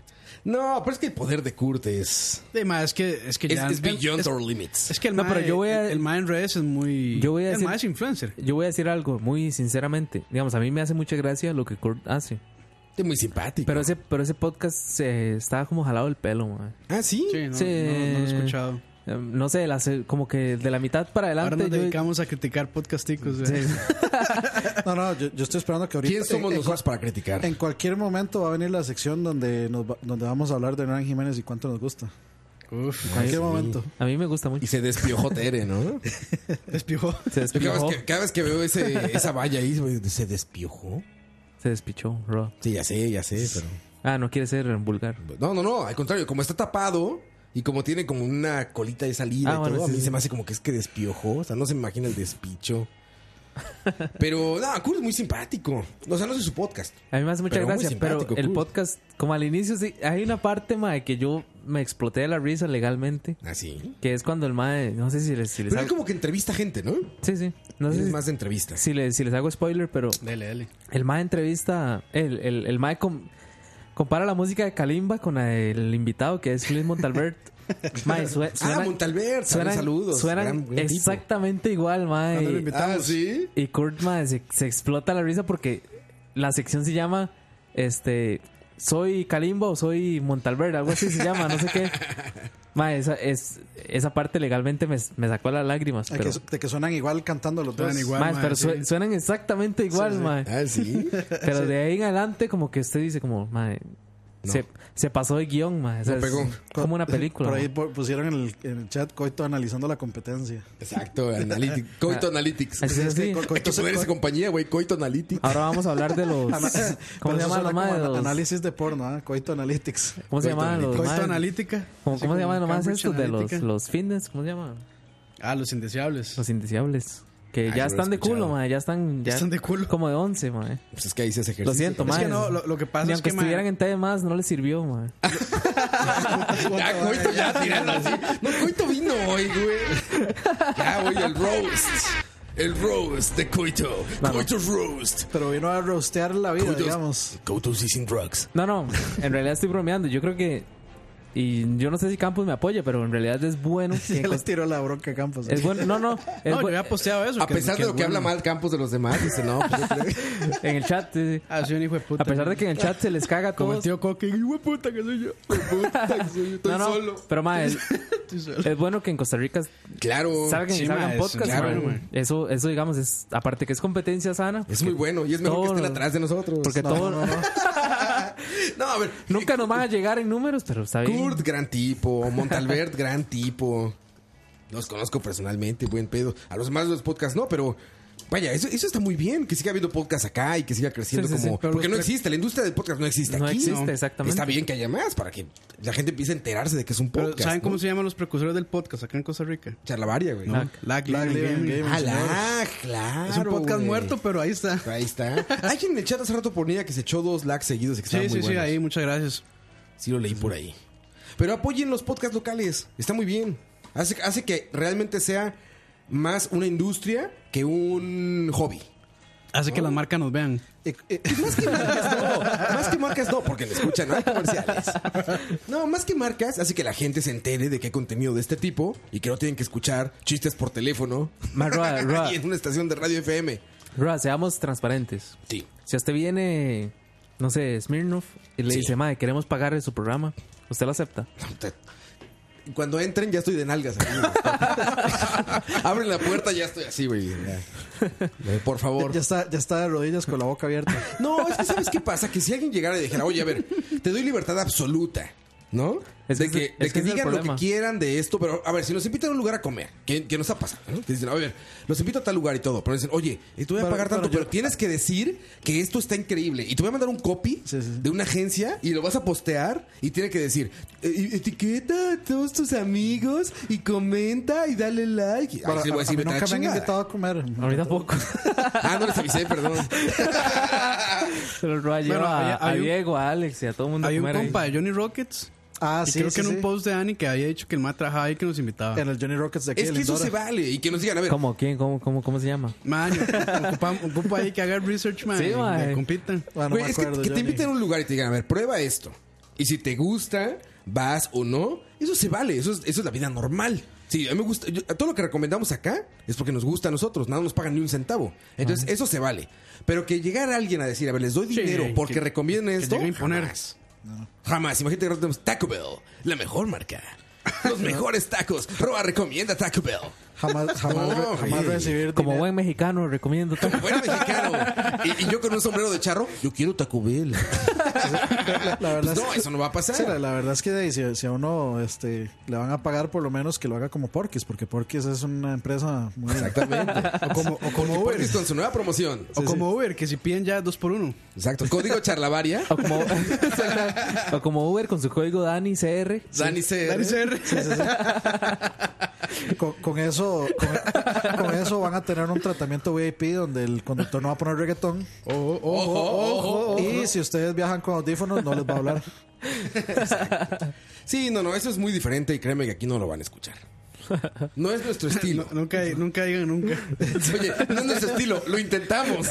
No, pero es que el poder de Kurt es.
Sí, ma, es que, es que
Es,
ya.
es beyond
es-
our limits.
es que el
No,
ma-
pero yo voy a-
el, el ma en redes es muy.
Yo voy a
el
decir-
ma es influencer.
Yo voy a decir algo muy sinceramente. Digamos, a mí me hace mucha gracia lo que Kurt hace.
Es muy simpático.
Pero ese, pero ese podcast se estaba como jalado el pelo, ma.
ah, sí.
Sí, no,
Sí.
no- no lo he escuchado.
Eh, No sé, las- como que de la mitad para
Ahora nos
adelante. yo-
dedicamos a criticar podcasticos.
Sí.
¿verdad?
No, no, yo, yo estoy esperando que ahorita...
¿Quién somos
Eh,
en- en-
nosotros para criticar?
En cualquier momento va a venir la sección donde nos va- donde vamos a hablar de Hernán Jiménez y cuánto nos gusta.
Uf,
En cualquier momento.
A mí me gusta mucho.
Y se despiojó Tere, ¿no?
despijó.
Se
Yo cada,
despichó.
vez que, cada vez que veo ese- esa valla ahí, se despiojó.
Se despichó, bro.
Sí, ya sé, ya sé, pero.
Ah, no quiere ser vulgar.
No, no, no, al contrario, como está tapado y como tiene como una colita de salida
Ah,
y
bueno,
todo,
sí,
a mí
sí.
se me hace como que es que despiojó, o sea, no se me imagina el despicho. Pero, no, Kurt es muy simpático. O sea, no sé su podcast.
A mí me hace mucha
Pero muy
gracia, pero
simpático,
el
cool.
podcast, como al inicio, sí, hay una parte, mae, que yo me exploté de la risa legalmente.
Así.
Que es cuando el mae, no sé si les, si les
¿Ah, Pero él
hago,
como que entrevista gente, ¿no?
Sí, sí. No sé
Pues es
si,
más de entrevista.
si les, si les hago spoiler, pero
Dele, dele.
el mae entrevista, el, el, el mae com- compara la música de Kalimba con la del invitado que es Luis Montalbert. mae, sue-
ah,
suena-
Montalbert,
suenan,
saludos.
suenan
Gran- gran tipo.
exactamente igual, mae.
Cuando lo invitamos. Ah, ¿sí?
Y Kurt, mae, se, se explota la risa porque la sección se llama, este, soy Kalimba o soy Montalbert, algo así se llama, no sé qué. Mae, esa, es, esa parte legalmente me, me sacó las lágrimas.
Ay,
Pero,
que, su- de que suenan igual cantando los
Suenan
dos.
igual, Mae, mae, pero sí. sue- suenan exactamente igual, mae.
Ah, sí.
pero de ahí en adelante como que usted dice como, mae, se, se pasó de guión, mae. O sea,
No
es
pegó.
Como una película.
Por ahí
mae.
pu- pusieron en el, en el chat Coito analizando la competencia.
Exacto, analítico. Coito
Ah,
Analytics.
así es,
Es que
sí.
co-
Hay que
coito se-
poner esa compañía, güey. Coito Analytics.
Ahora vamos a hablar de los... ¿Cómo
Ana- Pero
se
eso
llama la
suena
mae?
como
Los-
Análisis de porno, ¿eh? Coito Analytics.
¿Cómo se llaman los
Coito
maes?
analítica.
¿Cómo, cómo
Así
se
como
llaman nomás
Cambridge
estos de los,
Analytica.
los fitness? ¿Cómo se llaman?
Ah, los indeseables.
Los indeseables. Que
Ah, yo
ya
lo he
están de culo,
escuchado.
mae. Ya están, Pues, ya
están de culo.
Como de 11, mae.
Pues es que ahí se hace ejercicio.
Lo siento,
Es
mae.
que no, lo, lo que pasa
Ni
es
aunque
que mae,
estuvieran en TV más, no les sirvió, mae.
Ya, Coito, ya tirando así. No, Coito vino hoy, güey. Ya, güey, el roast. El roast de Coito. Coito roast.
Pero vino a rostear la vida, digamos.
Coito using drugs.
No, no. En realidad estoy bromeando. Yo creo que... Y yo no sé si Campos me apoya, pero en realidad es bueno que...
Se
en
le
Costa-
tiró la bronca a Campos.
Es bueno... No, no. es
No, yo
bu-
había posteado eso.
A pesar de lo que habla mal Campos de los demás, dice, no, pues yo creo-
En el chat... sí, sí.
Ah, soy un hijo de puta.
A pesar de que en el chat se les caga a
Como el
todos...
tío Coque, hijo de puta que soy yo.
No, no. Pero, mae, es, es bueno que en Costa Rica
Claro.
salgan,
Sí,
salgan
mae, es-
podcasts,
claro,
mae.
mae.
Eso, eso, digamos, es... Aparte que es competencia sana.
Es muy bueno y es mejor que
Todo-
estén atrás de nosotros.
Porque
no,
todo-
no, no, no. No, a ver.
Nunca nos van a llegar en números, pero está bien.
Kurt, gran tipo. Montalbert, gran tipo. Los conozco personalmente, buen pedo. A los demás de los podcasts no, pero vaya, eso, eso está muy bien. Que siga habiendo podcasts acá y que siga creciendo
Sí, sí, sí,
como.
pero
porque
los
no
pre-
existe, la industria del podcast no existe
No
aquí.
existe, exactamente.
Está bien que haya más para que la gente empiece a enterarse de que es un
Pero,
podcast.
¿Saben
¿no?
cómo se llaman los precursores del podcast acá en Costa Rica?
Charlavaria, güey.
Ah,
No. Lag,
Lag,
Lag,
Living
Gaming.
Gaming.
Ah, la, claro.
Es un podcast
güey.
muerto, pero ahí está.
Ahí está. Alguien en el chat hace rato ponía que se echó dos lags seguidos y que estaban
Sí,
muy
sí, sí,
buenos.
ahí, muchas gracias.
Sí lo leí por ahí. Pero apoyen los podcasts locales. Está muy bien. Hace, hace que realmente sea más una industria que un hobby.
Hace que las marcas nos vean.
Eh, eh,
Más que marcas, no. Más que marcas, no, porque me escuchan, no hay comerciales. No, más que marcas, hace que la gente se entere de que hay contenido de este tipo y que no tienen que escuchar chistes por teléfono.
Más roa, roa.
Y en una estación de radio FM.
Roa, seamos transparentes.
Sí.
Si a usted viene, no sé, Smirnoff y le
Sí.
dice, madre, queremos pagarle su programa, ¿usted lo acepta?
Cuando entren ya estoy de nalgas. aquí, güey. Abren la puerta ya estoy así, güey. Por favor.
ya, está, ya está de rodillas con la boca abierta.
No, es que ¿sabes qué pasa? Que si alguien llegara y dijera, oye, a ver, te doy libertad absoluta, ¿no?
Es
de
que
que,
ese-
de
es
que
que ese es el
digan lo que
problema.
quieran de esto, pero a ver, si nos invitan a un lugar a comer, que, que nos ha pasado, ¿no? Que dicen, a ver, los invito a tal lugar y todo, pero dicen, oye, y te voy a
Pero-
pagar tanto,
pero yo-
pero tienes que decir que esto está increíble y te voy a mandar un copy
Sí, sí, sí.
de una agencia y lo vas a postear y tiene que decir, "Eh, etiqueta a todos tus amigos y comenta y dale like. Y ahí
Para-
sí le voy a
a- a
decir,
mí
"Vete a la
nunca me han
chingada".
invitado a comer.
A mí tampoco.
Ah, no les avisé, perdón.
Pero Roa lleva
había-
a, a
hay un-
Diego, a Alex y a todo el mundo. a
Hay un
comer ahí.
compa de Johnny Rockets.
Ah,
y
sí,
creo
sí,
que en un
sí.
post de Annie que había dicho que el más trabajaba ahí que nos invitaba.
En el Johnny Rockets de aquí.
Es
de
que eso
Lindora.
se vale y que nos digan, a ver,
¿Cómo? ¿Quién? ¿Cómo, cómo, cómo se llama?
Man, ocupa, ocupa ahí que haga research, man.
Sí,
y
man.
le compitan.
Ah, no
Güey,
me
es que,
acuerdo,
que te
Johnny.
inviten a un lugar y te digan, a ver, prueba esto. Y si te gusta, vas o no, eso se vale, eso es, eso es la vida normal. Sí, a mí me gusta, yo- todo lo que recomendamos acá es porque nos gusta a nosotros, nada nos pagan ni un centavo. Entonces, eso se vale. Pero que llegar alguien a decir, a ver, les doy dinero porque recomienden esto,
llegue a imponer.
jamás. Jamás, imagínate que tenemos Taco Bell, la mejor marca. Los mejores tacos. Roa recomienda Taco Bell.
Jamás, jamás,
No,
re- jamás
güey.
recibir
Como
dinero.
buen mexicano, recomiendo. todo.
Buen mexicano. Y, y yo con un sombrero de charro, yo quiero Taco Bell.
La, la verdad
Pues
es
no,
que-
eso no va a pasar.
Sí, la, la verdad es que de ahí, si, si a uno este, le van a pagar, por lo menos que lo haga como Porky's, porque Porky's es una empresa muy.
Exactamente.
O como, o
Porque
como Uber.
Porky's con su nueva promoción.
O como Uber, que si piden ya dos por uno.
Exacto. Código charlavaria.
O como, o como Uber con su código Dani CR.
Dani C.
Dani CR.
Con, con eso con, con eso van a tener un tratamiento VIP donde el conductor no va a poner reggaetón.
ojo, ojo, ojo.
Y si ustedes viajan con audífonos, no les va a hablar.
Sí, no, no, eso es muy diferente y créeme que aquí no lo van a escuchar. No es nuestro estilo.
nunca, nunca digan nunca.
Oye, no es nuestro estilo, lo intentamos.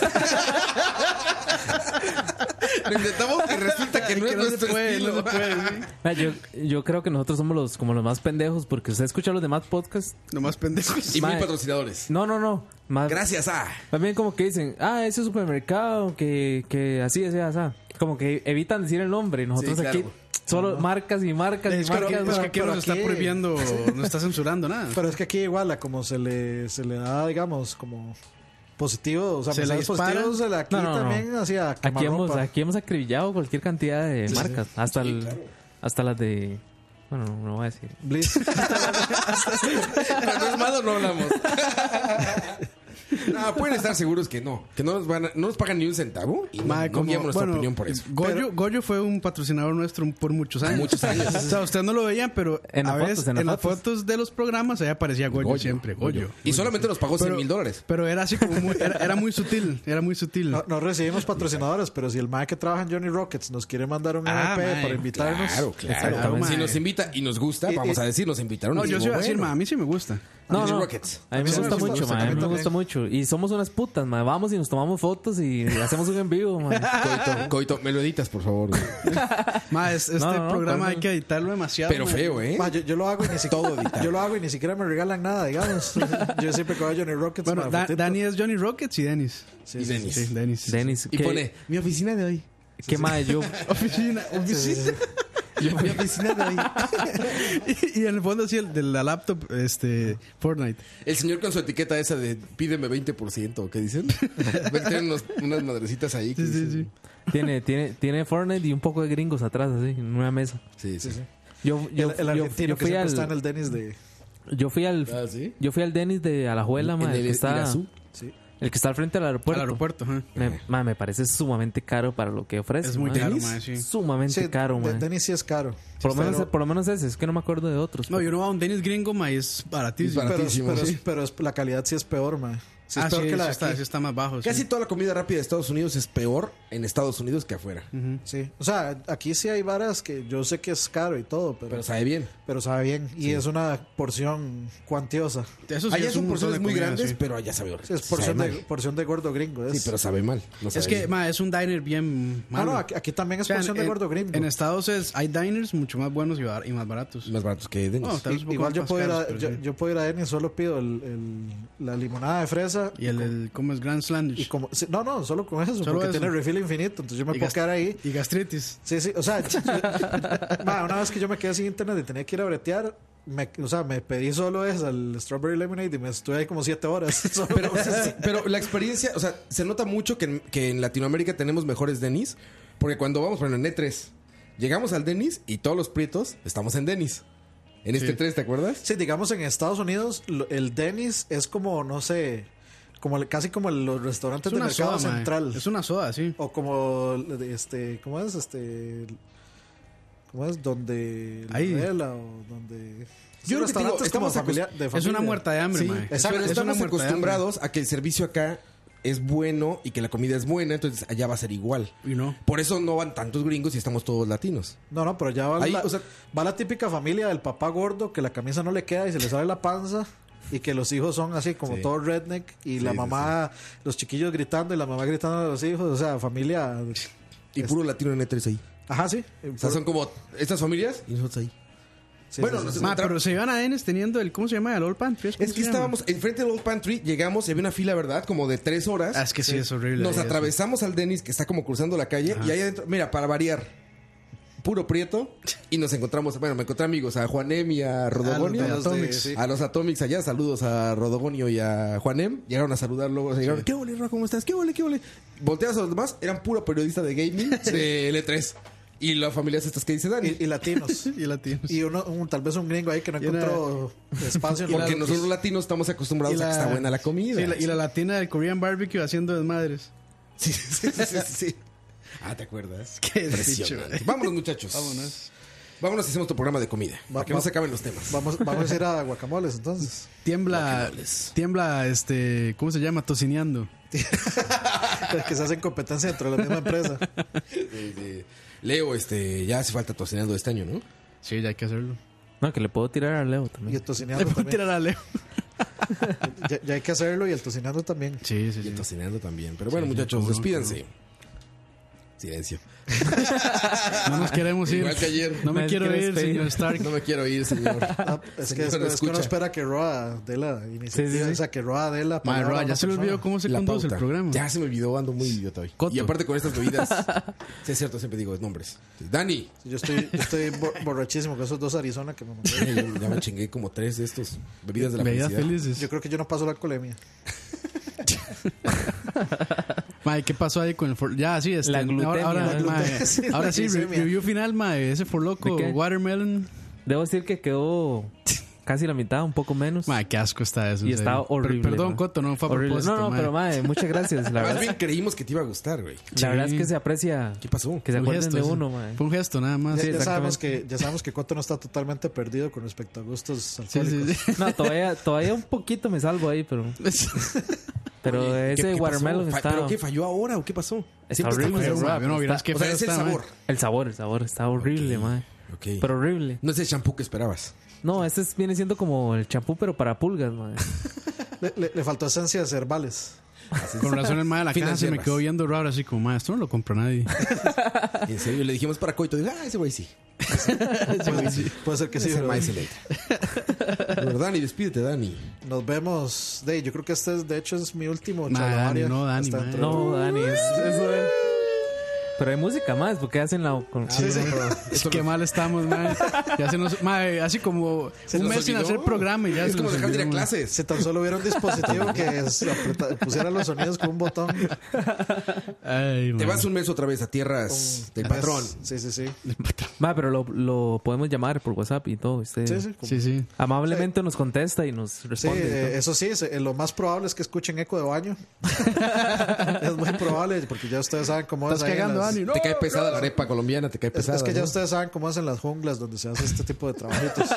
Lo intentamos y resulta que no es
no se
nuestro
puede,
estilo.
no se puede,
Ma, Ah, yo, yo creo que nosotros somos los como los más pendejos porque usted escucha los demás podcasts.
Los más pendejos.
Y mil patrocinadores.
No, no, no.
Gracias a.
También como que dicen, ah, ese supermercado, que, que así, así, así. Como que evitan decir el nombre. Nosotros
Sí, claro.
aquí solo marcas y marcas y
Es que,
marcas.
es que aquí
Pero
nos está
aquí-
prohibiendo, nos está censurando nada.
Pero es que aquí igual, a como se le, se le da, digamos, como positivo, o sea,
Se
se
le dispara.
positivo, se le aquí
No, no, no.
también hacía
Aquí hemos,
quemarropa.
aquí hemos acribillado cualquier cantidad de
Sí,
marcas.
sí.
Hasta, el- hasta las de. Bueno, no, no voy a decir.
Bliss.
Cuando es malo no hablamos. No, pueden estar seguros que no, que no nos van a- no nos pagan ni un centavo y no,
Mae,
no
como-
guiamos nuestra
bueno,
opinión por eso.
Goyo, Goyo fue un patrocinador nuestro por muchos años.
Muchos años.
o sea, ustedes no lo veían, pero
En
a
las
veces
fotos, en
en,
las
las fotos de los programas ahí aparecía Goyo,
Goyo,
siempre. Goyo.
Goyo. Y solamente nos pagó 100 mil dólares.
Pero era así como muy, era, era muy sutil, era muy sutil.
No, no recibimos patrocinadores, pero si el MAE que trabaja en Johnny Rockets nos quiere mandar un
Ah,
MP
mae.
para invitarnos.
Claro, claro. si nos invita y nos gusta,
Y-
vamos
y-
a decir, nos invitaron.
No,
y
yo sí
estuvo
iba a decir,
bueno.
ma, a mí sí me gusta.
No, no.
Rockets.
A mí me
Sí,
gusta
me gusta,
mucho, ma,
a
A
mí
mí me
también.
gusta mucho. Y somos unas putas, ma. Vamos y nos tomamos fotos y hacemos un en vivo, ma.
Coito,
Ah.
coito, me lo editas, por favor. güey.
Ma, es- este
No, no, no,
programa
perdón.
hay que editarlo demasiado.
Pero
ma.
feo, ¿eh?
Ma, yo, yo lo hago y ni siquiera, yo lo hago y ni siquiera me regalan nada, digamos. Yo siempre cojo a Johnny Rockets.
Bueno,
mae,
Da-
fotito.
Dani es Johnny Rockets y Dennis.
Y sí, Dennis. sí.
Sí, Dennis.
Dennis.
Y
¿qué-
pone,
Mi oficina de hoy.
¿Qué más? Yo,
Oficina, oficina. Mi oficina de hoy. y, y en el fondo así el de la laptop, este, Fortnite.
el señor con su etiqueta esa de pídeme 20%, ¿qué dicen? Ven que tienen unos- unas madrecitas ahí. que dicen,
tiene, tiene, tiene Fortnite y un poco de gringos atrás, así, en una mesa.
Sí, sí, sí.
Yo, yo,
El, el
yo-
argentino
yo
que
fui
siempre
al,
está en el Dennis de...
yo fui al,
Ah, ¿sí?
yo fui al Denis de Alajuela,
En
ma, el,
el
que está,
Irazú.
Sí.
el que está al frente del aeropuerto.
Al aeropuerto, Eh. ajá.
Me, ma, me parece sumamente caro para lo que ofrece.
Es muy
ma.
caro, ma, sí.
Sumamente
Sí,
caro,
de-
ma.
Dennis sí es caro.
Por lo, menos,
Pero-
por lo menos ese, es que no me acuerdo de otros.
No, yo no voy a un Dennis gringo, ma, y es baratísimo.
pero, pero,
sí.
pero es- la calidad sí es peor, man. Sí es
Ah, sí,
peor que la
sí
de
está,
aquí.
sí está más bajo. sí.
Casi toda la comida rápida de Estados Unidos es peor en Estados Unidos que afuera.
Sí. O sea, aquí sí hay varas que yo sé que es caro y todo, pero,
Pero sabe bien.
pero sabe bien. Y es una porción cuantiosa.
Eso sí
allá
es
son
un montón de
porciones muy
comida,
grandes,
sí.
pero allá sabe horrible.
Sí, es
Sí,
porción,
sabe
de,
mal.
porción de gordo gringo. es.
Sí, pero sabe mal. no
Es
sabe
que,
bien.
ma, es un diner bien
Ah,
malo.
no, aquí, aquí también
O
es
sea,
porción
en-
de gordo gringo.
En Estados es- hay diners mucho más buenos y, bar- y más baratos.
Más baratos que Dennis.
No, tal vez un poco
Igual yo
más
puedo, ir
caros,
a,
pero
yo,
sí.
yo puedo ir a Dennis, solo pido el- el- la limonada de fresa.
Y el, el- ¿cómo es? Grand Slanders.
Y como, sí, no, no, solo con eso,
Solo
porque
eso.
tiene refill infinito. Entonces yo me
Y
puedo
gast-
quedar ahí.
Y gastritis.
Sí, sí, o sea, yo- ma, una vez que yo me quedé sin internet y tenía que ir a bretear, me, o sea, me pedí solo esa, el Strawberry Lemonade, y me estuve ahí como siete horas. Solo
Pero,
con
o sea,
esa.
sí, pero la experiencia, o sea, se nota mucho que en, que en Latinoamérica tenemos mejores Denis, porque cuando vamos, por ejemplo, en E3, llegamos al Denis y todos los prietos estamos en Denis. En este 3, ¿te acuerdas?
Sí, digamos en Estados Unidos, lo- el Dennis es como, no sé, como el- casi como el- los restaurantes
Es
de
una
mercado
soda, ma.
central. Oh.
Es una soda, sí.
O como, este, ¿cómo es? Este, ¿cómo es? Donde la
Ahí.
vela o donde...
Yo
un
creo que te digo,
restaurante es como
estamos acos-
familiar- de
Es una
familia.
muerta de hambre,
Sí,
mae.
exacto.
pero
Es una
estamos
muerta de
acostumbrados a que el servicio acá es bueno y que la comida es buena, entonces allá va a ser igual.
Y no.
Por eso no van tantos gringos y estamos todos latinos.
No, no, pero ya va,
Ahí,
la,
o sea-
va la típica familia del papá gordo que la camisa no le queda y se le sale la panza y que los hijos son así como
Sí.
todo redneck y la
sí,
mamá, los chiquillos gritando y la mamá gritando a los hijos, o sea, familia...
Y puro
Este-
latino en E3 ahí.
Ajá, sí.
O sea, son como estas familias y nosotros ahí.
Sí,
bueno,
sí,
nos
sí.
Ma,
encontramos-
pero se iban a Dennis teniendo el, ¿cómo se llama? El Old Pantry. ¿es? ¿Cómo
Es
se
que
llama?
estábamos enfrente del Old Pantry, llegamos y había una fila, ¿verdad? Como de tres horas.
Ah, es que sí, es horrible.
Nos
ahí, eso.
atravesamos al Denis que está como cruzando la calle y ahí adentro, mira, para variar, puro prieto y nos encontramos, bueno, me encontré amigos a Juanem y a Rodogonio.
A
A
los
los,
Atomics, sí.
Atomics allá, saludos a Rodogonio y a Juanem. Llegaron a saludar luego, se llegaron, ¿qué ole, Ra, ¿Cómo estás? ¿Qué ole, qué ole? Volteas a los demás, eran puro periodista de gaming de L3. Y las familias estas que dice Dani.
Y, y latinos.
Y latinos.
y uno, un- tal vez un gringo ahí que no
Pues, Y una-
encontró espacio. en la-
Porque nosotros latinos estamos acostumbrados
y
a que
la-
está buena la comida.
Sí, la- y la latina del Korean Barbecue haciendo desmadres.
Sí, sí, sí, sí, sí. Ah, ¿te acuerdas?
Qué
Impresionante.
bicho,
Vámonos, muchachos.
Vámonos.
Vámonos y hacemos tu programa de comida.
Va-
para que no
va-
se acaben los temas.
Vamos, vamos a ir a guacamoles entonces.
Tiembla, tiembla, este, ¿cómo se llama? Tocineando.
que se hacen competencia dentro de la misma empresa.
Sí, sí. Leo, este, ya hace falta tocinando este año, ¿no?
Sí, ya hay que hacerlo.
No, que le puedo tirar a Leo también.
Y el tocinando Le puedo también. tirar
a Leo.
ya, ya hay que hacerlo y el tocinando también.
Sí, sí,
Y el tocinando también. Pero bueno, muchachos, despídanse. Silencio.
No nos queremos ir.
Igual que ayer.
No me quiero ir, señor Stark.
No me quiero ir, señor.
Ah, Es
Señor,
que, es, es que
escucha.
uno espera que Roa dé la iniciativa. O sea, que Roa dé la palabra a una persona.
La pauta. Ya se me olvidó, ando muy idiota hoy. Y aparte con estas bebidas. sí, es cierto, siempre digo nombres. Dani.
Yo estoy, yo estoy bo- borrachísimo con esos dos Arizona que me mandó.
Yo ya me chingué como tres de estos bebidas de la
Bebidas
felicidad.
felices.
Yo creo que yo no paso la alcoholemia.
Mae, ¿qué pasó ahí con el for- Ya, sí, este,
La
ahora,
glutenia,
ahora,
la
mae,
glutenia, sí,
ahora
la
sí, re-
glicemia.
review final, mae, ese for loco,
¿De qué?
watermelon.
Debo decir que quedó casi la mitad, un poco menos.
Mae, qué asco está eso.
Y
en serio.
está horrible.
Per- perdón,
mae.
Coto, no fue a
Horrible.
propósito.
No, no, pero mae, muchas gracias. La
Más
verdad,
bien creímos que te iba a gustar, güey.
la verdad es que se aprecia.
¿Qué pasó?
Que se
Fue un
acuerden
gesto,
de
sí.
uno, mae.
Fue un gesto nada más.
Ya,
Sí,
ya sabemos
exactamente.
que, ya sabemos que Coto no está totalmente perdido con respecto a gustos alcohólicos.
No, todavía, todavía un poquito me salvo ahí, pero. Pero
¿Qué-
ese
qué pasó?
watermelon
Fa-
está.
¿Pero qué falló ahora o qué pasó?
Está
Siempre
horrible,
con eso,
güey.
güey.
No, vieras qué
o sea,
feo
es el
está,
sabor.
El sabor, el sabor está horrible, mae.
Ok.
Pero horrible.
No es el champú que esperabas.
No, este es- viene siendo como el champú, pero para pulgas, mae.
Le, le- le faltó esencia de cervales.
Con razón, el mae de la
Finas
caja se me
hierbas.
quedó viendo raro, así como, mae, esto no lo compra nadie.
En serio, le dijimos para Coito. Digo, ah, ese güey sí.
Puede, puede ser que sí.
Ese
pero-
maíz se le entra. Bueno, Dani, despídete, Dani.
Nos vemos. De, yo creo que este, es- de hecho, es mi último
Nah,
charlavaria.
Dani, no, Dani,
Hasta
man.
dentro de-
No, Dani, es- eso es. Pero hay música más, porque hacen la. Con...
Sí, sí. Es que mal estamos, mae. Ya se nos, mae, así como un
nos
mes sin
olvidó.
hacer programa y ya
Es
se
como
nos
dejar de ir a
olvidó, mae.
clases.
Si tan solo hubiera un dispositivo que es- apreta- pusiera los sonidos con un botón.
Ay,
Te
mae.
vas un mes otra vez a
Oh,
tierras del
Es-
patrón.
pues, Sí, sí, sí.
Ma, pero lo, lo podemos llamar por WhatsApp y todo. Usted
Sí, sí.
Sí, sí.
amablemente nos contesta y nos
Sí,
responde. y
eh,
todo.
eso sí, es- eh, lo más probable es que escuchen eco de baño. es muy probable, porque ya ustedes saben cómo es.
Estás
ahí en
cagando,
las-
Dani. No,
Te cae pesada la arepa colombiana, te cae
Es,
pesada.
es que ya
¿no?
ustedes saben cómo hacen las junglas donde se hace este tipo de trabajitos.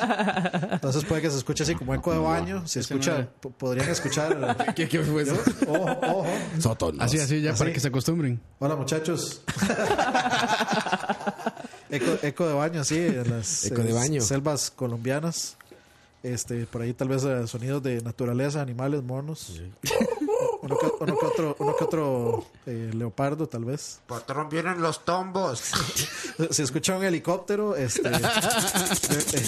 Entonces puede que se escuche así como eco de baño. Se
no
escucha,
era.
po- podrían escuchar.
¿Qué, qué fue eso?
Ojo, ojo.
Sotonos.
Así, así, ya para
Así.
que se acostumbren.
Hola muchachos. eco, eco de baño, sí, en las
Eco de
eh,
baño.
selvas colombianas. Este, por ahí tal vez eh, sonidos de naturaleza, animales, monos. Uno, que, uno que otro, uno que otro eh, leopardo, tal vez.
Patrón, vienen los tombos.
Se escucha un helicóptero, este. eh, de- eh,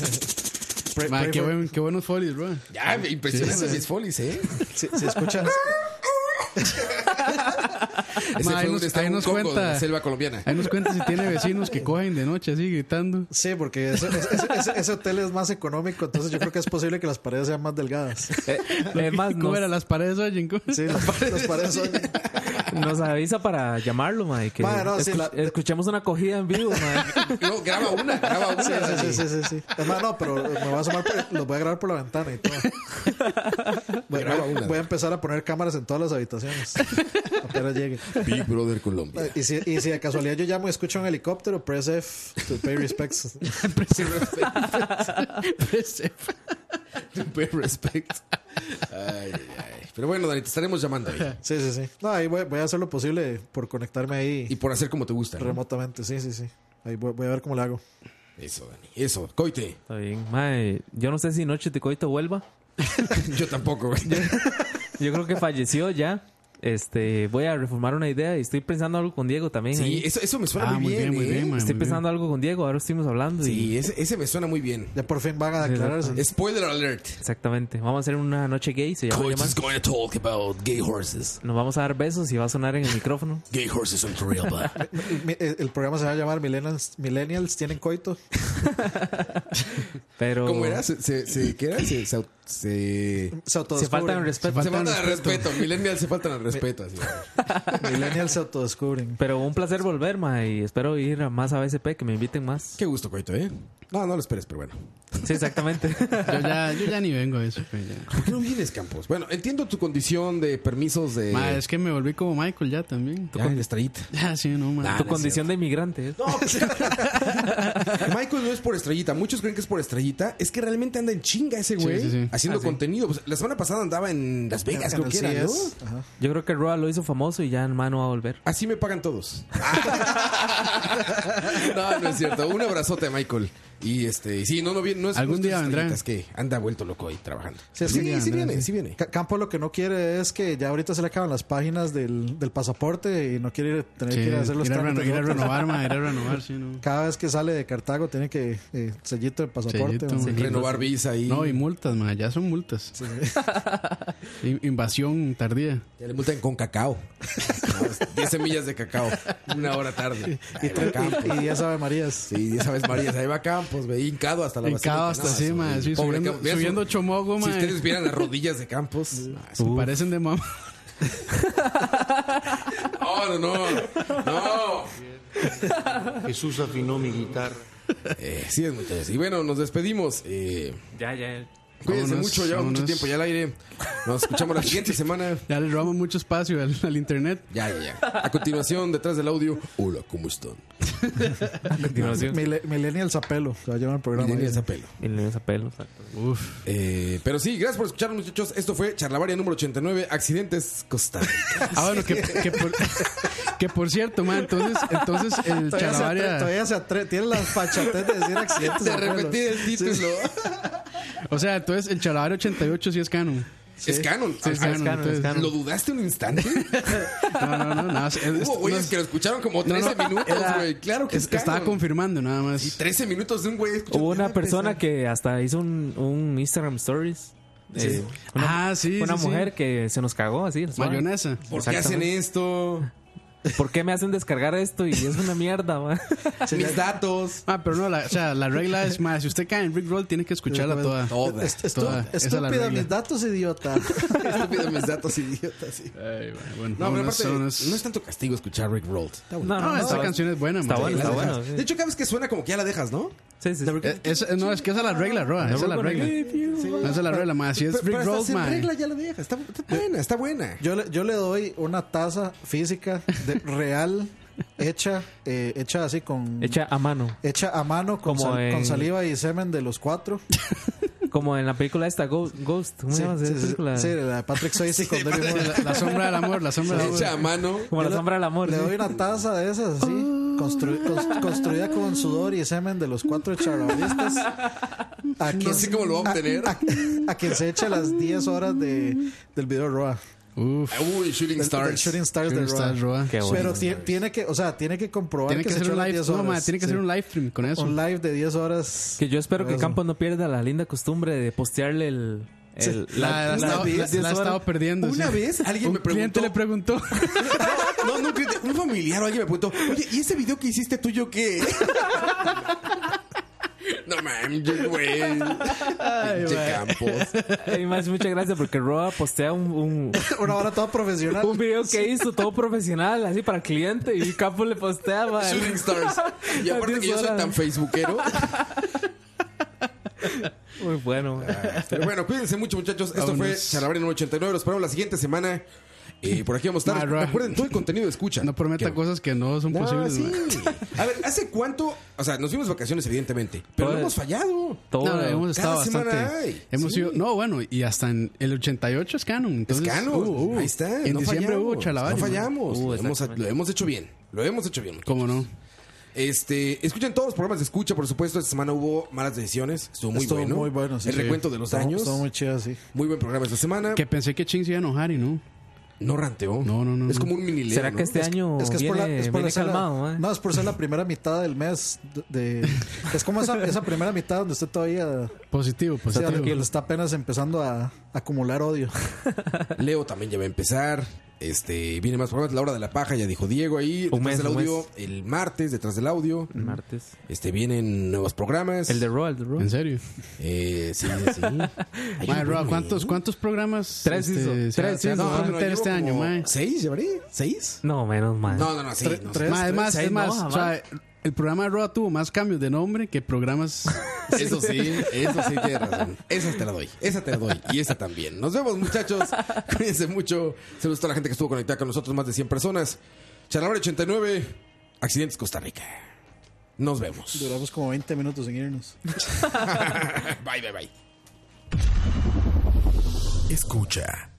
pray-
Mae,
pray
qué,
for-
buen- qué buenos folies, bro.
Ya, me impresionan
Sí, sí.
mis folies, ¿eh?
se, se escucha.
Ese
Ah, Ma, ahí
fue un,
nos-
está
ahí
un
nos
coco de la
cuenta.
selva colombiana.
Ahí nos cuenta si tiene vecinos que cogen de noche así gritando.
Sí, porque ese, ese- ese- ese hotel es más económico, entonces yo creo que es posible que las paredes sean más delgadas.
Eh, es
Ah,
más,
¿Cómo era?
nos,
Las paredes oyen. ¿cómo?
Sí, las, las paredes son.
nos avisa para llamarlo, ma, y que
Ma, no, sí,
escu-
la-
escuchemos una acogida en vivo, ma.
No, graba una, graba una.
Sí, sí, sí, sí, sí, sí. Es más, no, pero me voy a asomar, por- los voy a grabar por la ventana y todo. Voy,
Graba
voy-
una.
voy a empezar a poner cámaras en todas las habitaciones. Apenas llegue.
Big Brother Colombia.
Y si, y si de casualidad yo llamo y escucho un helicóptero, press F to pay respects.
Pay respect. Ay, ay. Pero bueno, Dani, te estaremos llamando ahí.
Sí, sí, sí. No, ahí voy, voy a hacer lo posible por conectarme ahí
Y por hacer como te gusta. ¿no?
remotamente. Sí, sí, sí. Ahí voy, voy a ver cómo le hago.
Eso, Dani. Eso. Coite.
Está bien, ma, eh, Yo no sé si Noche de Coito vuelva.
Yo tampoco, güey.
Yo creo que falleció ya. Este, voy a reformar una idea y estoy pensando algo con Diego también.
Sí,
ahí.
eso, eso me suena
Ah,
muy
muy
bien.
bien, muy
¿eh?
bien, man.
Estoy
muy
pensando algo con Diego, ahora estuvimos hablando y
Sí, ese, ese me suena muy bien.
Ya por fin van a declararse.
Spoiler alert.
exactamente. Vamos a hacer una noche gay, se llama
Coach
llamar.
is going to talk about gay horses.
Nos vamos a dar besos y va a sonar en el micrófono.
Gay horses aren't real, but
Mi- eh, El programa se va a llamar Millennials, Millennials tienen coito.
Pero
¿Cómo era? ¿Se, se, se- qué era? Se, se, se-
Se
se
autodescubren.
faltan el
se
respeto.
faltan al respeto. Millennials se faltan al respeto. Así.
Millennials se autodescubren.
Pero un placer volver, ma, y espero ir a más a BSP, que me inviten más.
Qué gusto, Coito, ¿eh? No, no lo esperes, pero bueno.
Sí, exactamente.
Yo ya, yo ya ni vengo a eso. pues, ya.
¿Por qué no vienes, Campos? Bueno, entiendo tu condición de permisos de.
Ma, es que me volví como Michael ya también.
Ya, el estrellita.
Ya, Ah, sí, no, ma.
Nah,
tu
no es
condición de inmigrante. ¿eh?
Michael no es por estrellita. Muchos creen que es por estrellita. Es que realmente anda en chinga ese
Sí,
güey.
sí, sí.
Haciendo
Ah, sí.
contenido. Pues, la semana pasada andaba en Las Vegas,
En
creo
el
que era, ¿no?
CES. Ajá.
Yo creo que Roa lo hizo famoso y ya en mano va a volver.
Así me pagan todos. No, no es cierto. Un abrazote a Michael. Y este, y sí, no, no, viene- no es
Algún
no es
día vendrá.
estrellitas que anda vuelto loco ahí trabajando. Sí,
Sí, sí,
sí,
vendrá, vendrá,
viene,
sí.
sí viene.
Ca- Campo lo que no quiere es que ya ahorita se le acaban las páginas del, del pasaporte y no quiere ir- tener
Sí,
que ir a hacer los
ir a
trámites
reno- ir a
de otros.
renovar, ma, ir a renovar, sí, no.
Cada vez que sale de Cartago tiene que eh, sellito de pasaporte.
Sellito,
¿no?
sellito.
Renovar visa ahí.
No, y multas, ma, ya son multas. In- Invasión tardía.
Ya le multan con cacao. 10 semillas de cacao. Una hora tarde. Ahí va Campos.
Y ya sabe Marías.
Sí, ya sabes, Marías. Ahí va Campos, ve, hincado hasta la
Hincado hasta
basílica. No,
así,
es
ma,
horrible.
sí,
Pobre
subiendo-
Campos, vean
subiendo eh.
su-
chomogo,
Si
ma.
ustedes vieran las rodillas de Campos. ah, es-
Se parecen de mamá.
No, no, no. No.
Jesús afinó mi guitarra.
Eh, sí, es muchachos. Y bueno, nos despedimos. Eh,
Ya, ya.
cuídense
Vámonos,
mucho, llevamos mucho
vámonos.
tiempo ya al aire. Nos escuchamos la siguiente semana.
Ya le robamos mucho espacio al, al internet.
Ya, ya, ya. A continuación, detrás del audio. Hola, ¿cómo están?
Mile- Millennial Zapelo, se va a llevar el programa.
Millennial
ahí.
Zapelo.
Millennial Zapelo.
Uf.
Eh, pero sí, gracias por escucharnos, muchachos. Esto fue Charlavaria número 89, Accidentes Costa Rica.
Ah, bueno, que, que por, que por cierto, ma, entonces, entonces el
Todavía se, atre-
Charlavaria.
todavía se atre- tiene la fachatez de decir
Ah,
accidentes.
De
Zapelo.
repetir el
Sí.
título.
O sea, entonces el Charlavaria 88 sí es canon.
Es canon.
Sí, es
Ah,
canon, entonces.
¿Lo dudaste un instante?
No, no, no. nada, es- es-
Hubo güeyes
no,
que lo escucharon como
no, no,
13 minutos,
era-
güey. Claro que
es-
es,
Estaba
canon.
confirmando nada más.
Y 13 minutos de un güey escuchando.
Hubo una
Ya
persona
empezó.
que hasta hizo un, un Instagram Stories.
Sí.
Eh, una,
ah, sí.
una
sí, sí.
mujer que se nos cagó así. las manos.
Mayonesa.
¿Por qué hacen
Exactamente.
esto?
¿Por qué me hacen descargar esto? Y es una mierda, man.
Mis datos.
Ah, pero no, la, o sea, la regla es más. Si usted cae en Rick Roll, tiene que escucharla toda.
Toda.
Est- estu-
Toda, esa es la
Estúpida,
regla.
mis datos, idiota.
Estúpido mis datos idiotas. sí.
Ay, Eh, bueno,
No, pero
vámonos,
aparte,
vámonos.
no es tanto castigo escuchar Rick Roll. Está bueno.
No, esta canción es buena,
Está
man.
buena,
Sí,
está
la
buena.
dejas.
De hecho, cada vez que suena como que ya la dejas, ¿no?
Sí, sí.
Eh, esa- no, es que esa es la regla, Roa. Esa es la regla. No, Esa es la regla, más. Si es
pero
Rick
hasta
Roll,
sin
man.
regla ya la dejas. Está, está buena, está buena.
Yo le, yo le doy una taza física de- real, hecha, eh, hecha así con.
Hecha a mano.
hecha a mano con,
Como
sal-
en-
con saliva y semen de los cuatro.
Como en la película esta, Ghost. Ghost ¿Cómo
Sí,
se llama esa
sí, sí,
película?
sí, la de Patrick Swayze con Demi Moore.
La, la sombra del amor, la sombra del amor.
Hecha a mano.
Como la
Yo le-
sombra del amor.
Le
sí.
doy una taza de esas así,
Oh.
constru- cons- construida con sudor y semen de los cuatro charabistas. A quien,
No sé cómo lo va a obtener.
a, a quien se eche las 10 horas de, del video Roa.
Uf.
Uy, Shooting
Del- del
Stars.
Shooting Stars de
Shooting
Roa.
Stars, Roa.
Qué bueno.
Pero ti- tiene que, o sea, tiene que comprobar
Tiene
que,
que
se
hacer
echó
un
las
live.
10
No,
horas.
ma, tiene que
Sí.
hacer un live stream con eso.
Un live de 10 horas.
Que yo espero que
Eso.
Campos no pierda la linda costumbre de postearle el. el-
La, la, ha
las
estado- la- la ha
10 horas.
estado perdiendo.
Una vez alguien
Un
me preguntó-
cliente le preguntó.
No, no, que- un familiar o alguien me preguntó, oye, ¿y ese video que hiciste tuyo qué? No mames, güey. Pinche Campos.
Ay, más, muchas gracias porque Roa postea un, un,
Una hora toda profesional.
un video que hizo todo profesional, así para cliente. Y Campos le postea, man.
Shooting Stars. Y aparte que yo soy tan facebookero.
Muy bueno.
Pero bueno, cuídense mucho, muchachos. Esto
Vámonos.
fue Charabria 989. Los esperamos la siguiente semana. Eh, por aquí vamos a estar.
Marra.
Recuerden, todo el contenido escucha.
No prometa cosas que no son posibles.
sí.
ma.
A ver, ¿hace cuánto? O sea, nos fuimos de vacaciones, evidentemente.
Pues.
Pero no
Todo-
hemos fallado.
Todo.
No, no, hemos estado
Cada semana
bastante.
hay.
Hemos
Sí.
sido, no, bueno, y hasta en el 88 es canon. Entonces,
es canon.
hubo, hubo.
Ahí está.
Uh, En
no
diciembre uh,
fallamos,
hubo chalabaria.
No fallamos.
Uh,
lo, hemos,
exactamente.
lo hemos hecho bien. Lo hemos hecho bien. muchachos.
¿Cómo no?
Este, escuchen todos los programas de escucha, por supuesto. Esta semana hubo malas decisiones. Estuvo muy
Estuvo
bueno.
muy bueno, sí.
El
Sí.
recuento de los
Estuvo-
daños.
Estuvo muy chido, sí.
Muy buen programa esta semana.
Que pensé que Ching se iba a enojar y no.
No ranteó.
No, no, no,
Es
no.
como un mini Leo,
¿Será
¿no?
que este año
Es que es
viene,
por la, es por
viene
ser la-
calmado, ¿eh? man?
no, es por ser la primera mitad del mes. De, de- es como esa, esa primera mitad donde usted todavía
Positivo,
o sea,
positivo.
donde Pues está apenas empezando a, acumular odio.
Leo también ya va a empezar. Este, viene más programas. La hora de la paja, ya dijo Diego ahí. Detrás
Un mes,
del
un
audio,
mes.
el martes, detrás del audio.
El martes.
Este, vienen nuevos programas.
El de Roa, el de Roa.
En serio.
Eh, sí, sí. Hay
Mae,
un
Roa,
buen,
¿cuántos,
¿eh?
¿cuántos programas este,
Tres hizo,
se-
tres
se- se
hizo.
van a
No, no,
meter
llevo
este año,
como
mae?
¿Seis, llevaré? ¿Seis?
No, menos mal.
No, no, no, sí. no,
Mae, es más,
seis,
es más,
no,
o sea, El programa de Roa tuvo más cambios de nombre que programas.
Eso sí, eso sí tienes razón. Esa te la doy, esa te la doy y esa también. Nos vemos, muchachos. Cuídense mucho. Saludos a toda la gente que estuvo conectada con nosotros, más de 100 personas. Charlabar 89, Accidentes Costa Rica. Nos vemos.
Duramos como 20 minutos en irnos.
bye, bye, bye.
Escucha.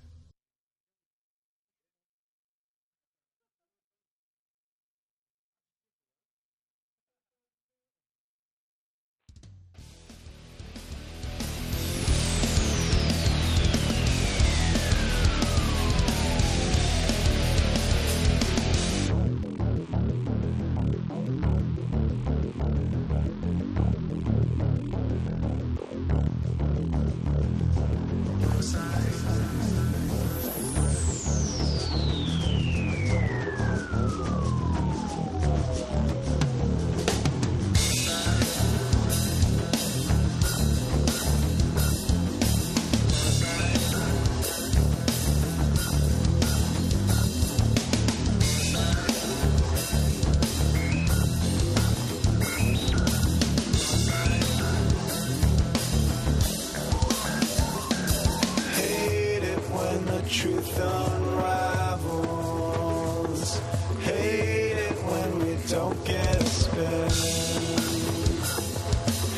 Hate it when the truth unravels. Hate it when we don't get a spin.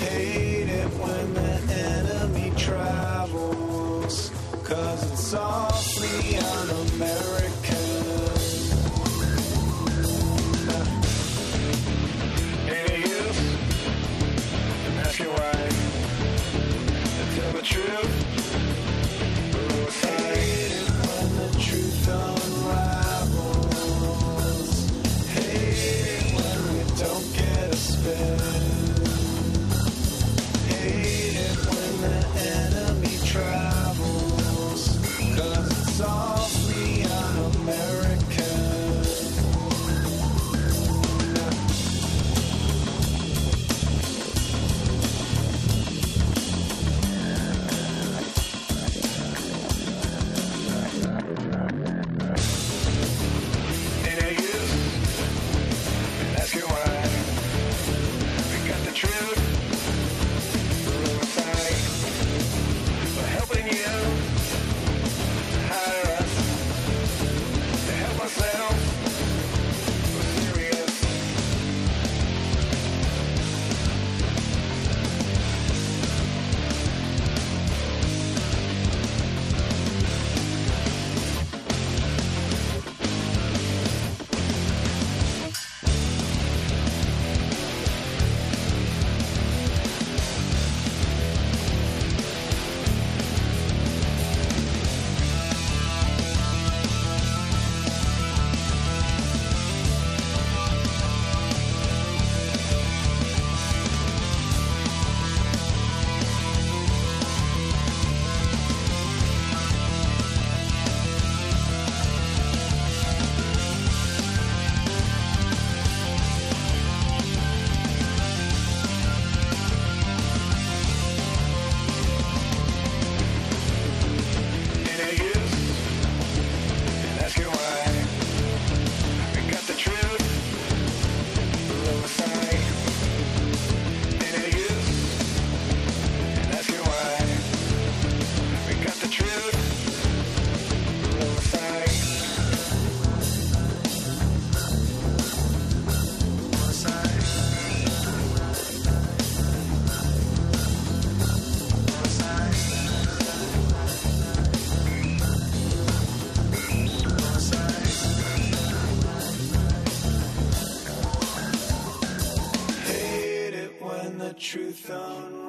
Hate it when the enemy travels. Cause it's softly un American. Hey, you. Ask your wife. Tell the truth. Hate it when the truth unravels.